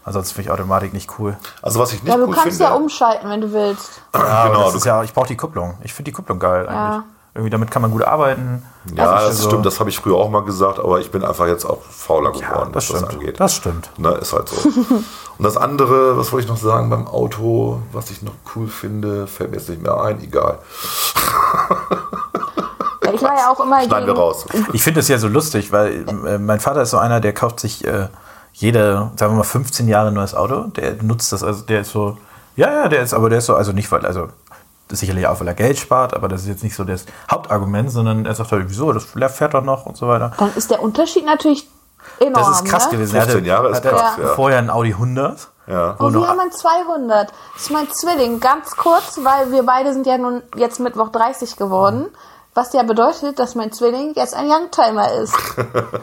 Ansonsten finde ich Automatik nicht cool.
Also was ich nicht
Ja, du
cool
kannst
finde.
ja umschalten, wenn du willst.
Ja, aber
genau,
das
du
ist ja, ich brauche die Kupplung. Ich finde die Kupplung geil eigentlich. Irgendwie damit kann man gut arbeiten.
ja, das
Also-
stimmt, das habe ich früher auch mal gesagt, aber ich bin einfach jetzt auch fauler geworden,
das
was das
stimmt.
angeht.
Das stimmt.
Na, ist halt so. Und das andere, was wollte ich noch sagen beim Auto, was ich noch cool finde, fällt mir jetzt nicht mehr ein, egal.
Ja, ich war ja auch immer
Schneiden wir raus.
Ich finde es ja so lustig, weil äh, mein Vater ist so einer, der kauft sich äh, jede, sagen wir mal, 15 Jahre ein neues Auto. Der nutzt das, also der ist so, ja, ja, der ist, aber der ist so, also nicht, weil, also das ist sicherlich auch, weil er Geld spart, aber das ist jetzt nicht so das Hauptargument, sondern er sagt halt, wieso, das fährt doch noch und so weiter.
Dann ist der Unterschied natürlich enorm.
Das ist krass
ne?
gewesen.
15 Jahre ist
hatte
krass, ja.
vorher ein Audi 100.
Ja.
Wo
Und wir
noch,
haben ein 200. Das ist mein Zwilling. Ganz kurz, weil wir beide sind ja nun jetzt Mittwoch 30 geworden. Was ja bedeutet, dass mein Zwilling jetzt ein Youngtimer ist.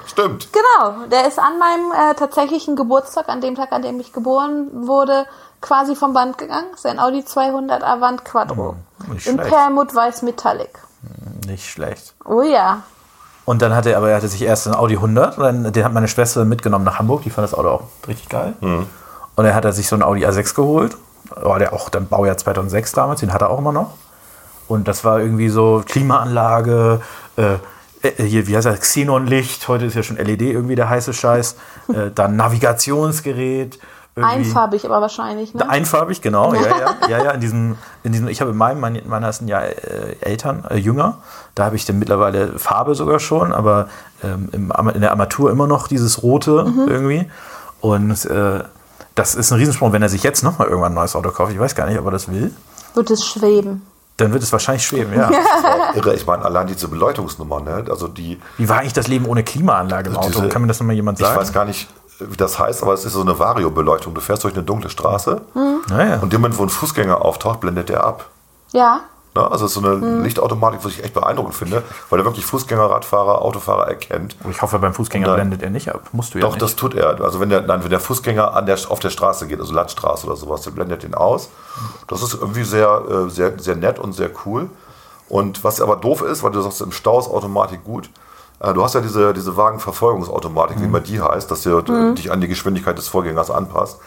Stimmt.
Genau, der ist an meinem äh, tatsächlichen Geburtstag, an dem Tag, an dem ich geboren wurde, quasi vom Band gegangen. Sein Audi 200 Avant Quattro.
Hm, nicht
In
schlecht.
Perlmutt Weiß Metallic.
nicht schlecht.
Oh ja.
Und dann hatte er, aber er hatte sich erst einen Audi 100 und dann, den hat meine Schwester mitgenommen nach Hamburg. Die fand das Auto auch richtig geil. Und dann hat er sich so einen Audi A6 geholt. War der auch dann Baujahr 2006 damals, den hat er auch immer noch. Und das war irgendwie so Klimaanlage, äh, äh, hier, wie heißt das, Xenonlicht, heute ist ja schon LED irgendwie der heiße Scheiß. äh, dann Navigationsgerät. irgendwie-
Einfarbig aber wahrscheinlich, ne?
Einfarbig, genau. Ja, ja, ja, ja in diesem, in diesem, ich habe in meinem, mein, meiner ist ein Jahr äh, Eltern, äh, jünger. Da habe ich dann mittlerweile Farbe sogar schon, aber ähm, im, Ama- in der Armatur immer noch dieses Rote
Mhm.
irgendwie. Und äh, das ist ein Riesensprung, wenn er sich jetzt nochmal irgendwann ein neues Auto kauft. Ich weiß gar nicht, ob er das will.
Wird es schweben.
Dann wird es wahrscheinlich schweben, ja.
Irre, ich meine, allein diese Beleuchtungsnummer, ne? Also die,
Wie war eigentlich das Leben ohne Klimaanlage im Auto?
Diese-
Kann mir das nochmal jemand
ich
sagen?
weiß gar nicht, wie das heißt, aber es ist so eine Vario-Beleuchtung. Du fährst durch eine dunkle Straße
naja.
und in dem Moment, wo ein Fußgänger auftaucht, blendet der ab.
Ja.
Ne? Also es ist so eine Lichtautomatik, was ich echt beeindruckend finde, weil er wirklich Fußgänger, Radfahrer, Autofahrer erkennt.
ich hoffe, beim Fußgänger
Und dann-
blendet er nicht ab. Musst du
Doch,
ja
das
nicht.
tut er. Also wenn der, nein, wenn der Fußgänger an der, auf der Straße geht, also Landstraße oder sowas, der blendet den aus. Das ist irgendwie sehr, äh, sehr, sehr nett und sehr cool. Und was aber doof ist, weil du sagst, im Stau ist Automatik gut. Äh, Du hast ja diese, diese Wagenverfolgungsautomatik, wie
Mhm.
immer die heißt, dass du dich an die Geschwindigkeit des Vorgängers anpasst.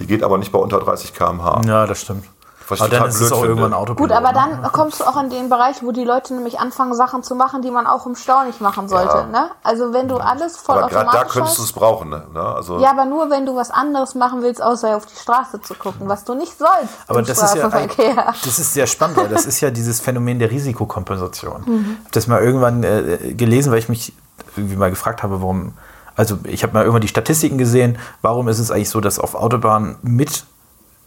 Die geht aber nicht bei unter 30 km/h.
Ja, das stimmt.
Was ich
Aber dann
total
ist
blöd
es auch
finde.
irgendwann ein Auto.
Gut, aber dann kommst du auch in den Bereich, wo die Leute nämlich anfangen, Sachen zu machen, die man auch im Stau nicht machen sollte.
Ja.
Ne? Also wenn du alles voll
Aber gerade da
automatisch
könntest du es
hast,
brauchen. Ne? Ne? Also,
ja, aber nur wenn du was anderes machen willst, außer auf die Straße zu gucken, was du nicht sollst
Aber
im
das ist, ja,
Straßenverkehr.
ein- das ist sehr spannend, weil das ist ja dieses Phänomen der Risikokompensation. Ich habe das mal irgendwann äh, gelesen, weil ich mich irgendwie mal gefragt habe, warum. Also, ich habe mal irgendwann die Statistiken gesehen, warum ist es eigentlich so, dass auf Autobahnen mit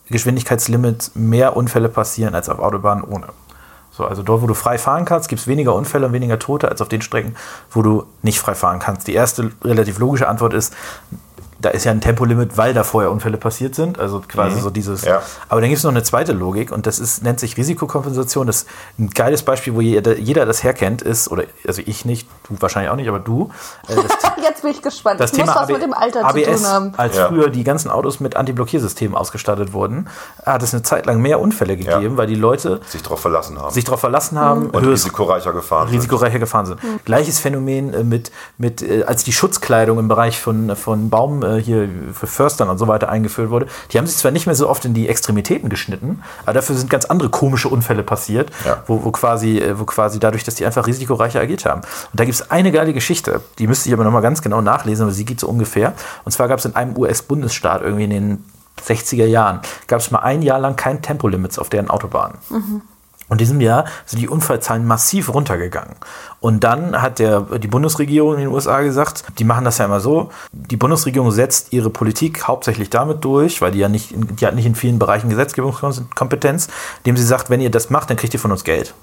Geschwindigkeitslimit mehr Unfälle passieren als auf Autobahnen ohne. So, also dort, wo du frei fahren kannst, gibt es weniger Unfälle und weniger Tote als auf den Strecken, wo du nicht frei fahren kannst. Die erste relativ logische Antwort ist, da ist ja ein Tempolimit, weil da vorher Unfälle passiert sind. Also quasi so dieses.
Ja.
Aber dann gibt es noch eine zweite Logik und das ist, nennt sich Risikokompensation. Das ist ein geiles Beispiel, wo jeder, jeder das herkennt, ist, oder also ich nicht, du wahrscheinlich auch nicht, aber du. Äh, das
Jetzt bin ich gespannt.
das
Das muss
Thema
was
AB
mit dem Alter
ABS,
zu tun haben.
als
Ja.
früher die ganzen Autos mit Antiblockiersystemen ausgestattet wurden, hat es eine Zeit lang mehr Unfälle gegeben, weil die Leute
sich darauf verlassen haben.
sich darauf verlassen haben,
und
höheres
risikoreicher gefahren sind.
risikoreicher gefahren sind. Gleiches Phänomen äh, mit, mit äh, als die Schutzkleidung im Bereich von, von Baum äh, hier für Förstern und so weiter eingeführt wurde. Die haben sich zwar nicht mehr so oft in die Extremitäten geschnitten, aber dafür sind ganz andere komische Unfälle passiert,
Ja.
wo, wo, quasi, äh, wo quasi dadurch, dass die einfach risikoreicher agiert haben. Und da gibt es eine geile Geschichte, die müsste ich aber nochmal ganz genau nachlesen, aber sie geht so ungefähr. Und zwar gab es in einem US-Bundesstaat irgendwie in den 60er Jahren, gab es mal ein Jahr lang kein Tempolimits auf deren Autobahnen. Und in diesem Jahr sind die Unfallzahlen massiv runtergegangen. Und dann hat der, die Bundesregierung in den USA gesagt, die machen das ja immer so, die Bundesregierung setzt ihre Politik hauptsächlich damit durch, weil die ja nicht, in- die hat nicht in vielen Bereichen Gesetzgebungskompetenz, indem sie sagt, wenn ihr das macht, dann kriegt ihr von uns Geld.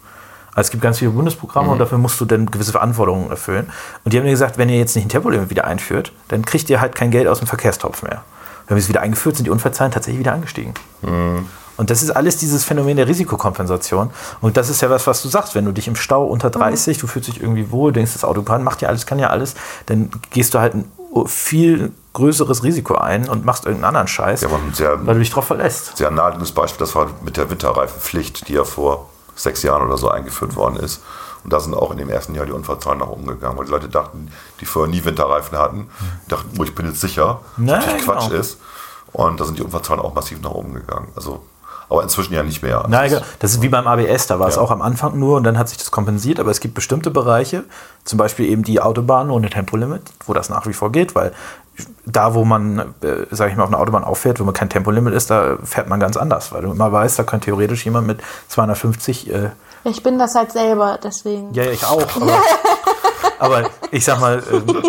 Also es gibt ganz viele Bundesprogramme
Mhm.
und dafür musst du dann gewisse Verantwortungen erfüllen. Und die haben mir gesagt, wenn ihr jetzt nicht ein Tempolimit wieder einführt, dann kriegt ihr halt kein Geld aus dem Verkehrstopf mehr. Wenn wir es wieder eingeführt, sind die Unfallzahlen tatsächlich wieder angestiegen.
Mhm.
Und das ist alles dieses Phänomen der Risikokompensation. Und das ist ja was, was du sagst, wenn du dich im Stau unter
Mhm.
30, du fühlst dich irgendwie wohl, denkst, das Auto kann, macht ja alles, kann ja alles, dann gehst du halt ein viel größeres Risiko ein und machst irgendeinen anderen Scheiß,
Ja, aber ein sehr,
weil du dich drauf verlässt.
sehr naheliegendes Beispiel, das war mit der Winterreifenpflicht, die ja vor sechs Jahren oder so eingeführt worden ist. Und da sind auch in dem ersten Jahr die Unfallzahlen nach oben gegangen, weil die Leute dachten, die vorher nie Winterreifen hatten, dachten, oh, ich bin jetzt sicher, was
Nein,
natürlich Quatsch
genau.
ist. Und da sind die Unfallzahlen auch massiv nach oben gegangen. Also, aber inzwischen ja nicht mehr. Also
Nein,
es-
genau. das ist wie beim ABS, da war es
Ja.
auch am Anfang nur und dann hat sich das kompensiert, aber es gibt bestimmte Bereiche, zum Beispiel eben die Autobahnen ohne Tempolimit, wo das nach wie vor geht, weil da, wo man, äh, sag ich mal, auf einer Autobahn auffährt, wo man kein Tempolimit ist, da fährt man ganz anders, weil du immer weißt, da kann theoretisch jemand mit 250, äh,
Ich bin das halt selber, deswegen.
ja, ja, ich auch, aber, aber ich sag mal, ähm,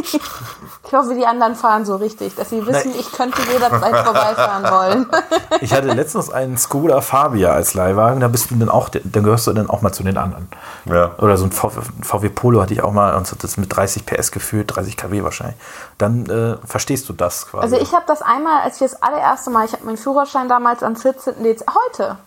Ich hoffe, die anderen fahren so richtig, dass sie wissen,
Nein.
ich könnte jederzeit vorbeifahren wollen.
ich hatte letztens einen Skoda Fabia als Leihwagen, da bist du dann auch, dann gehörst du dann auch mal zu den anderen.
Ja.
Oder so ein VW, VW Polo hatte ich auch mal und so das mit 30 PS gefühlt, 30 kW wahrscheinlich. Dann äh, verstehst du das quasi.
Also ich habe das einmal, als wir das allererste Mal, ich habe meinen Führerschein damals am 14. Dezember, heute.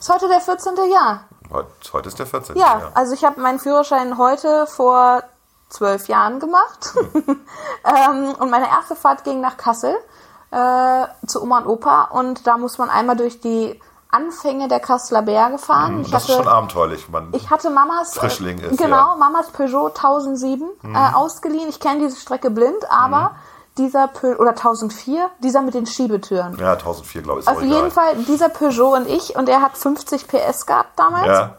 Ist heute der 14. Jahr.
Heute, heute ist der 14.
Ja, also ich habe meinen Führerschein heute vor zwölf Jahren gemacht.
Hm.
ähm, und meine erste Fahrt ging nach Kassel äh, zu Oma und Opa. Und da muss man einmal durch die Anfänge der Kasseler Berge fahren. ich
Hm, das ist
hatte,
schon abenteuerlich. Man,
ich hatte Mamas äh,
Frischling ist,
genau
ja. Mhm.
Mamas Peugeot 1007 äh, ausgeliehen. Ich kenne diese Strecke blind, aber dieser Peu oder 1004, dieser mit den Schiebetüren.
ja, 1004, glaube ich. ist
Auf
auch
jeden
egal.
Fall dieser Peugeot und ich und er hat 50 PS gehabt damals.
Ja,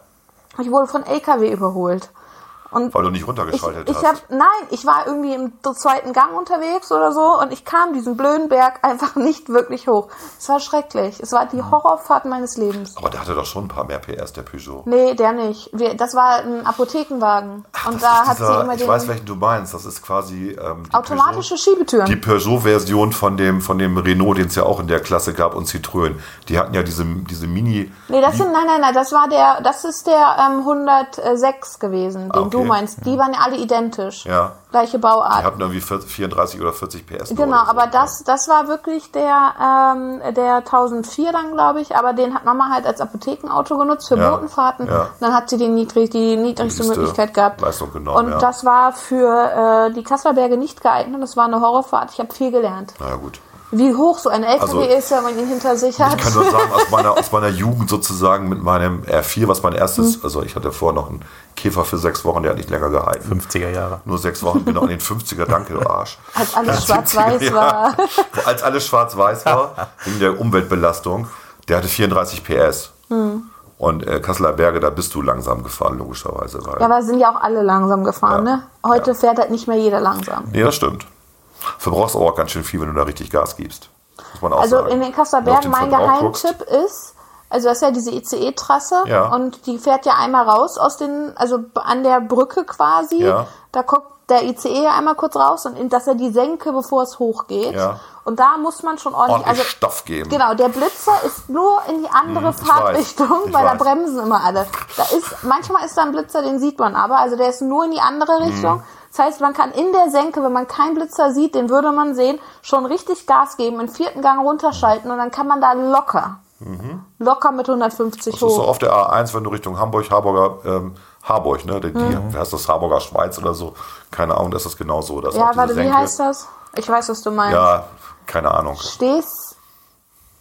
Ich wurde von LKW überholt. Und
weil du nicht
ich,
runtergeschaltet
ich
hast.
hab, nein, ich war irgendwie im zweiten Gang unterwegs oder so und ich kam diesen blöden Berg einfach nicht wirklich hoch. Es war schrecklich. Es war die
Mhm.
Horrorfahrt meines Lebens.
aber der hatte doch schon ein paar mehr PS, der Peugeot.
Nee, der nicht. Wir, das war ein Apothekenwagen. und
Das
da
ist
hat sie
dieser-
immer
ich weiß,
den
welchen du meinst. Das ist quasi ähm, die
automatische
Peugeot,
Schiebetüren.
die Peugeot-Version von dem, von dem Renault, den es ja auch in der Klasse gab, und Citroën. Die hatten ja diese, diese Mini.
Nee, das sind, nein, nein, nein, das war der, das ist der ähm, 106 gewesen,
Ah,
den
okay.
du meinst. Die waren ja alle identisch.
Ja. Die
Gleiche Bauart.
hatten irgendwie 40, 34 oder 40 PS. nur
Genau,
oder so.
aber das, das war wirklich der, ähm, der 1004 dann, glaube ich. Aber den hat Mama halt als Apothekenauto genutzt für
Ja,
Botenfahrten.
ja.
Und dann hat sie die, niedrig, die niedrigste
Höchste
Möglichkeit gehabt.
Leistung genommen,
Und
genau, ja.
das war für äh, die Kasselberge nicht geeignet. Das war eine Horrorfahrt. Ich habe viel gelernt.
Na ja, gut.
Wie hoch so ein LKW
Also,
ist, wenn man ihn hinter sich hat.
Ich kann nur sagen, aus meiner, aus meiner Jugend sozusagen mit meinem R4, was mein erstes, also ich hatte vorher noch einen Käfer für sechs Wochen, der hat nicht länger gehalten.
50er Jahre.
Nur sechs Wochen, genau in den 50er, danke, du Arsch.
als alles schwarz-weiß
Ja.
war.
Als alles schwarz-weiß war, wegen der Umweltbelastung, der hatte 34 PS.
Hm.
Und äh, Kasseler Berge, da bist du langsam gefahren, logischerweise. Weil,
Ja, aber sind ja auch alle langsam gefahren,
Ja.
ne? Heute
Ja.
fährt halt nicht mehr jeder langsam.
nee, das stimmt. Verbrauchst auch ganz schön viel, wenn du da richtig Gas gibst. Muss man auch
Also
sagen.
in den
Wenn du auf
Kasperbergen,
den
mein
Verbrauch guckst,
Geheimtipp ist, also das ist ja diese ICE-Trasse
Ja.
und die fährt ja einmal raus aus den, also b- an der Brücke quasi.
Ja.
Da kommt der ICE ja einmal kurz raus und in, dass er die senke, bevor es hochgeht.
Ja.
Und da muss man schon ordentlich,
Ordentlich
also
Stoff geben.
Genau, der Blitzer ist nur in die andere
Hm, ich weiß,
Fahrtrichtung,
ich
weil
weiß.
da
Hm.
bremsen immer alle. Da ist, manchmal ist da ein Blitzer, den sieht man aber, also der ist nur in die andere Richtung. Das heißt, man kann in der Senke, wenn man keinen Blitzer sieht, den würde man sehen, schon richtig Gas geben, im vierten Gang runterschalten und dann kann man da locker, locker mit 150
Mhm. Das ist so
hoch.
auf der A1, wenn du Richtung Hamburg, Harburger, ähm, Harburg, ne? Die,
Hm.
die heißt das Harburger Schweiz oder so. Keine Ahnung, das ist genau so. Das ist auch
Ja,
diese
warte, wie
Senke.
heißt das? Ich weiß, was du meinst.
Ja, keine Ahnung.
Stehst,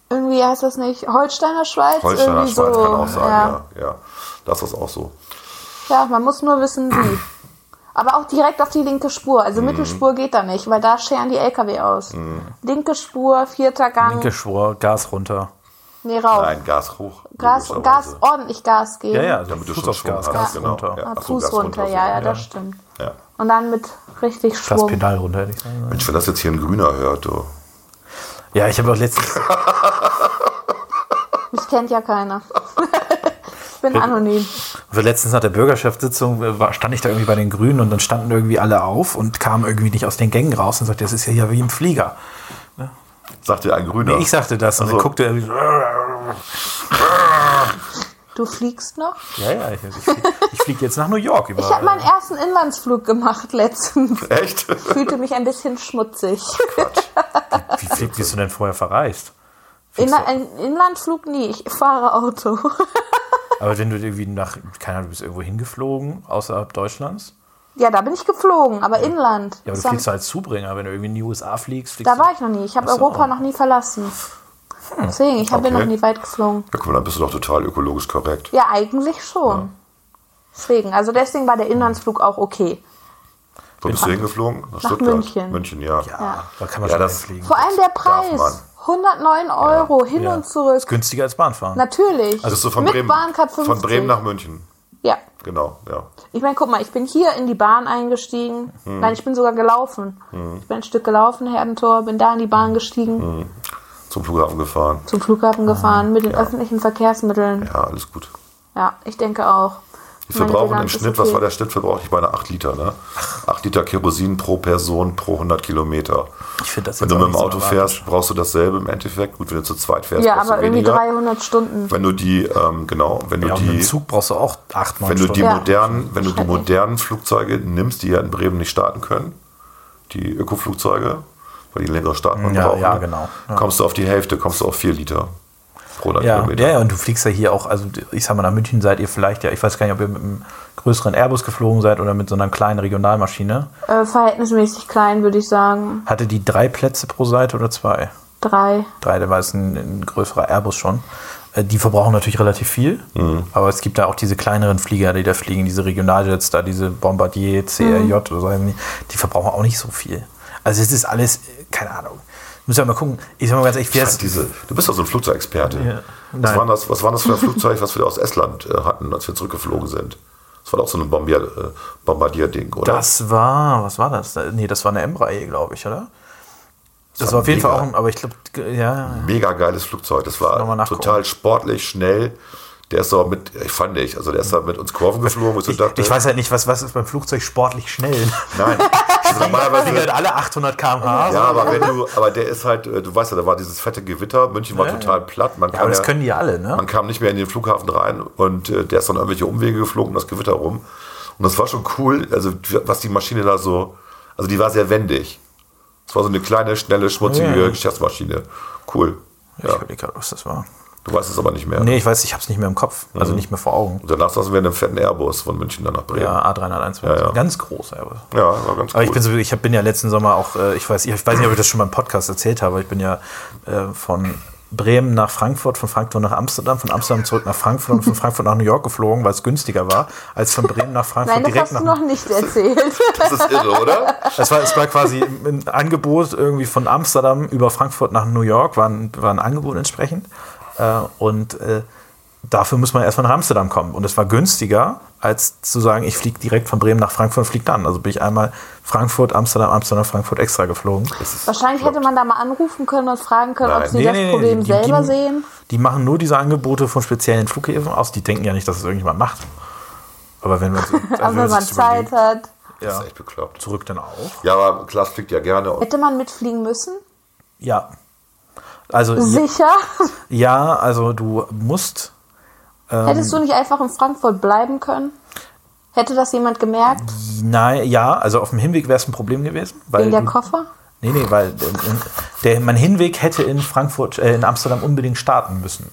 irgendwie heißt das nicht, Holsteiner Schweiz?
Holsteiner
irgendwie
Schweiz
so.
kann auch sein,
ja.
ja. ja. Das ist auch so.
Ja, man muss nur wissen, wie. Aber auch direkt auf die linke Spur.
Mhm.
Also Mittelspur geht da nicht, weil da scheren die LKW aus. Linke Spur, vierter Gang,
Linke Schwur, Gas runter.
nee, rauf.
Nein, Gas hoch.
Gas,
logischerweise.
Gas, ordentlich Gas geben.
Ja, ja, also
Damit du
Fuß
schon
aufs
Schwung
Gas,
hast,
Gas
genau.
runter.
Ja.
Ah,
Ach so,
Fuß
Gas runter,
runter, ja,
so,
ja,
ja.
das stimmt.
Ja.
Und dann mit richtig
Das
Schwung.
Pedal runter, hätte ich sagen sollen.
Mensch, wenn das jetzt hier ein Grüner hört, du.
Ja, ich habe auch letztens
Mich kennt ja keiner. ich bin anonym.
Also letztens nach der Bürgerschaftssitzung äh, war- stand ich da irgendwie bei den Grünen und dann standen irgendwie alle auf und kamen irgendwie nicht aus den Gängen raus und sagte, das ist ja hier wie im Flieger.
Sagt dir ein Grüner.
Ich sagte das und
Also.
dann guckte er wie so,
Du fliegst noch?
ja, ja, ich, ich fliege flieg jetzt nach New York über.
Ich habe meinen ersten Inlandsflug gemacht letztens.
Echt?
Fühlte mich ein bisschen schmutzig.
wie fliegt bist du denn vorher verreist?
In, ein Inlandflug nie. Ich fahre Auto.
Aber wenn du irgendwie nach, keine Ahnung, du bist irgendwo hingeflogen, außerhalb Deutschlands.
Ja, da bin ich geflogen, aber Inland.
Ja, aber
Ist
du
ja-
fliegst halt Zubringer, wenn du irgendwie in die USA fliegst. fliegst
da
du-
war ich noch nie. Ich habe
Ach so.
Europa noch nie verlassen.
Hm,
Deswegen, ich habe ja
okay.
noch nie weit geflogen.
Ja, guck mal, dann bist du doch total ökologisch korrekt.
Ja, eigentlich schon. Deswegen, also deswegen war der Inlandsflug auch okay.
Wo bist du hingeflogen? Nach, Stuttgart.
München.
München, ja.
Ja, da kann man
Ja,
schon
das-
hinfliegen.
Vor allem der
man.
Preis. 109 Euro hin
Ja.
und zurück.
Ist Also günstiger als Bahnfahren.
Natürlich.
Bist du Also von
Mit
Bremen,
Bahncard 50.
von Bremen nach München?
Ja.
Genau, ja.
Ich meine, guck mal, ich bin hier in die Bahn eingestiegen.
Hm.
Nein, ich bin sogar gelaufen. Ich bin ein Stück gelaufen, Herdentor, bin da in die Bahn gestiegen,
Hm.
Zum Flughafen gefahren.
zum Flughafen gefahren, mit den öffentlichen Verkehrsmitteln. Ja.
Ja, alles gut.
ich denke auch.
Wir verbrauchen im Schnitt, was war der Schnitt? Verbrauche ich beinahe 8 Liter, ne? 8 Liter Kerosin pro Person pro 100 Kilometer.
Ich finde das
Wenn
jetzt
du
auch
mit dem
nicht so
Auto
dramatisch.
fährst, brauchst du dasselbe im Endeffekt. Gut, wenn du zu zweit fährst,
Ja,
brauchst
aber
du
irgendwie
weniger.
300 Stunden.
Wenn du die, ähm, genau, wenn du
Ja, und mit
die,
dem Zug brauchst du auch acht, neun
wenn du die
Stunden.
Ja.
modernen, wenn du die
Wahrscheinlich.
modernen Flugzeuge nimmst, die ja in Bremen nicht starten können, die Ökoflugzeuge, weil die längere Startbahn
Ja,
brauchen,
ja, genau. Ja.
kommst du auf die Hälfte, kommst du auf 4 Liter pro 100
Ja,
Kilometer.
ja, ja, und du fliegst ja hier auch, also ich sag mal, nach München seid ihr vielleicht ja, ich weiß gar nicht, ob ihr mit einem größeren Airbus geflogen seid oder mit so einer kleinen Regionalmaschine.
Äh, verhältnismäßig klein, würde ich sagen.
Hatte die drei Plätze pro Seite oder zwei?
Drei.
Drei, da war es ein, ein größerer Airbus schon. Äh, Die verbrauchen natürlich relativ viel,
Mhm.
aber es gibt da auch diese kleineren Flieger, die da fliegen, diese Regionaljets da, diese Bombardier, CRJ oder so, heißen die die verbrauchen auch nicht so viel. Also es ist alles, äh, keine Ahnung. Müssen wir mal gucken. Ich sag mal ganz ehrlich, wer
Ja,
ist
diese, du bist doch so ein Flugzeugexperte. Was
Nein.
war, das, was war das für ein Flugzeug, was wir aus Estland äh, hatten, als wir zurückgeflogen sind? Das war doch so ein Bombier, äh, Bombardier-Ding, oder?
Das war, was war das? Nee, das war eine M-Reihe, glaube ich, oder? Das,
war
war auf jeden
mega.
Fall auch, ein, aber ich glaube, ja,
Mega geiles Flugzeug. Das
noch mal
war
nachgucken.
total sportlich, schnell. Der ist doch mit, ich fand ich, also der ist da mit uns Kurven geflogen, wo ich, so
ich,
dachte,
ich weiß halt nicht, was, was ist beim Flugzeug sportlich schnell?
nein, das ist
Die halt
normalerweise.
alle 800 km/h.
Ja, aber wenn du, aber der ist halt, äh, du weißt ja, da war dieses fette Gewitter, München war total platt, man
aber
kam
das
ja,
können die alle, ne?
Man kam nicht mehr in den Flughafen rein und äh, der ist dann irgendwelche Umwege geflogen, um das Gewitter rum. Und das war schon cool, also was die Maschine da so, also die war sehr wendig. Es war so eine kleine, schnelle, schmutzige
Ja.
Geschäftsmaschine. Cool.
Ich
Ja,
überlege gerade, was das war.
du weißt es aber nicht mehr.
Nee, ich weiß, ich habe es nicht mehr im Kopf, also nicht mehr vor Augen.
Und danach saßen wir in einem fetten Airbus von München dann nach Bremen. Mhm. Ja,
Ja, A301 war
Ja, ja.
ganz groß, aber.
war ganz cool.
Aber ich bin, so, ich hab, bin ja letzten Sommer auch, äh, ich weiß, ich weiß nicht, ob ich das schon mal im Podcast erzählt habe, ich bin ja äh, von Bremen nach Frankfurt, von Frankfurt nach Amsterdam, von Amsterdam zurück nach Frankfurt und von Frankfurt nach New York geflogen, weil es günstiger war, als von Bremen nach Frankfurt
Nein, das
direkt
hast du
nach.
noch nicht erzählt.
das ist irre, oder?
Das war, es war quasi ein Angebot irgendwie von Amsterdam über Frankfurt nach New York, war ein, war ein Angebot entsprechend. Äh, und äh, dafür muss man erstmal nach Amsterdam kommen. Und es war günstiger, als zu sagen, ich fliege direkt von Bremen nach Frankfurt und fliege dann. Also bin ich einmal Frankfurt, Amsterdam, Amsterdam, Frankfurt extra geflogen.
Wahrscheinlich hätte man da mal anrufen können und fragen können, ob
Nein.
sie
Nee,
das
nee, nee,
Problem
die- die-
selber
die-
sehen.
Die machen nur diese Angebote von speziellen Flughäfen aus. Die denken ja nicht, dass es irgendjemand macht. Aber wenn man, also
Aber
sich
wenn man
das
Zeit
überlegt,
hat.
Das
ja,
ist echt bekloppt.
zurück dann auch.
Ja, aber Klaas fliegt ja gerne. Und
Hätte man mitfliegen müssen?
Ja. Also
Sicher?
ja, also du musst
Hättest du nicht einfach in Frankfurt bleiben können? Hätte das jemand gemerkt?
Nein, ja, also auf dem Hinweg wäre es ein Problem gewesen. Weil
Wegen der
du-
Koffer?
Nee, nee, weil der, der, mein Hinweg hätte in Frankfurt, äh, in Amsterdam unbedingt starten müssen.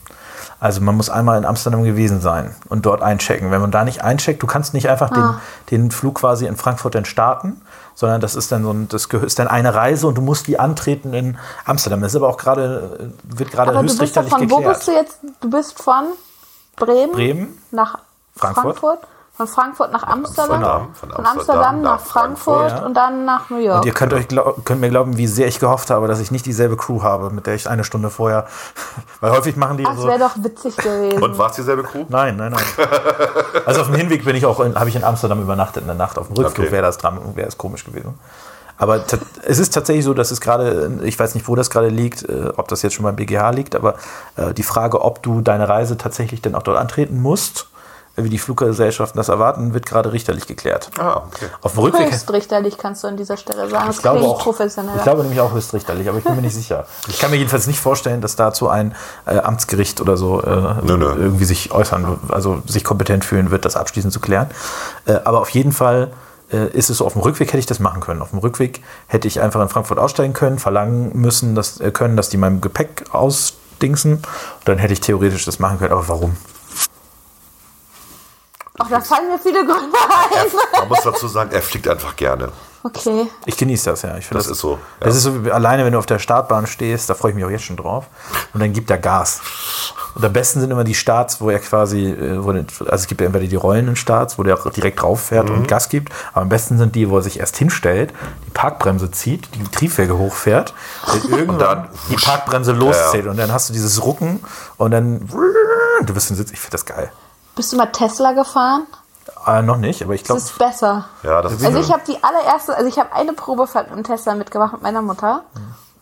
Also man muss einmal in Amsterdam gewesen sein und dort einchecken. Wenn man da nicht eincheckt, du kannst nicht einfach
Ah.
den, den Flug quasi in Frankfurt dann starten, sondern das ist dann so ein, das gehö- ist dann eine Reise und du musst die antreten in Amsterdam. Das ist aber auch gerade, äh, wird gerade
Aber du bist doch
höchstrichterlich
von, wo
geklärt.
bist du jetzt? Du bist von Bremen,
Bremen,
nach
Frankfurt.
Frankfurt. von Frankfurt nach Amsterdam,
Amsterdam, von
von Amsterdam, nach Frankfurt,
ja.
und dann nach New York.
Und ihr könnt, euch glaub, könnt mir glauben, wie sehr ich gehofft habe, dass ich nicht dieselbe Crew habe, mit der ich eine Stunde vorher. Weil häufig machen die
Ach,
so.
wäre doch witzig gewesen.
Und war es dieselbe Crew?
Nein, nein, nein. Also auf dem Hinweg bin ich auch, habe ich in Amsterdam übernachtet in der Nacht. Auf dem Rückflug
Okay.
wäre das dran, wäre es komisch gewesen. Aber ta- es ist tatsächlich so, dass es gerade, ich weiß nicht, wo das gerade liegt, äh, ob das jetzt schon beim BGH liegt, aber äh, die Frage, ob du deine Reise tatsächlich dann auch dort antreten musst, äh, wie die Fluggesellschaften das erwarten, wird gerade richterlich geklärt.
Ah, okay.
Auf dem Rückweg.
Höchstrichterlich kannst du an dieser Stelle sagen. Das
Ich glaube,
klingt
auch,
professioneller.
ich glaube nämlich auch höchstrichterlich, aber ich bin mir nicht sicher. Ich kann mir jedenfalls nicht vorstellen, dass dazu ein äh, Amtsgericht oder so äh,
Nö, nö.
irgendwie sich äußern, also sich kompetent fühlen wird, das abschließend zu klären. Äh, aber auf jeden Fall äh, ist es so, auf dem Rückweg hätte ich das machen können. Auf dem Rückweg hätte ich einfach in Frankfurt aussteigen können, verlangen müssen, dass, äh, können, dass die meinem Gepäck ausdingsen. Und dann hätte ich theoretisch das machen können, aber warum?
auch da fallen mir viele Gründe ein.
Man muss dazu sagen, er fliegt einfach gerne.
Okay.
Ich genieße das, ja. Ich find
Das ist so, ja.
Das ist so wie alleine, wenn du auf der Startbahn stehst, da freue ich mich auch jetzt schon drauf. Und dann gibt er Gas. Und am besten sind immer die Starts, wo er quasi, äh, wo, den- also es gibt ja entweder die rollenden Starts, wo der auch direkt rauffährt
Mhm.
und Gas gibt, aber am besten sind die, wo er sich erst hinstellt, die Parkbremse zieht, die Triebwerke hochfährt, dann irgendwann
dann-
die Parkbremse
Ja,
loszählt und dann hast du dieses Rucken und dann du bist im Sitz. Ich finde das geil.
Bist du mal Tesla gefahren?
Äh, noch nicht, aber ich glaube,
Das ist besser.
Ja, das ist
Also ich habe die allererste, also ich habe eine Probefahrt mit dem Tesla mitgemacht mit meiner Mutter.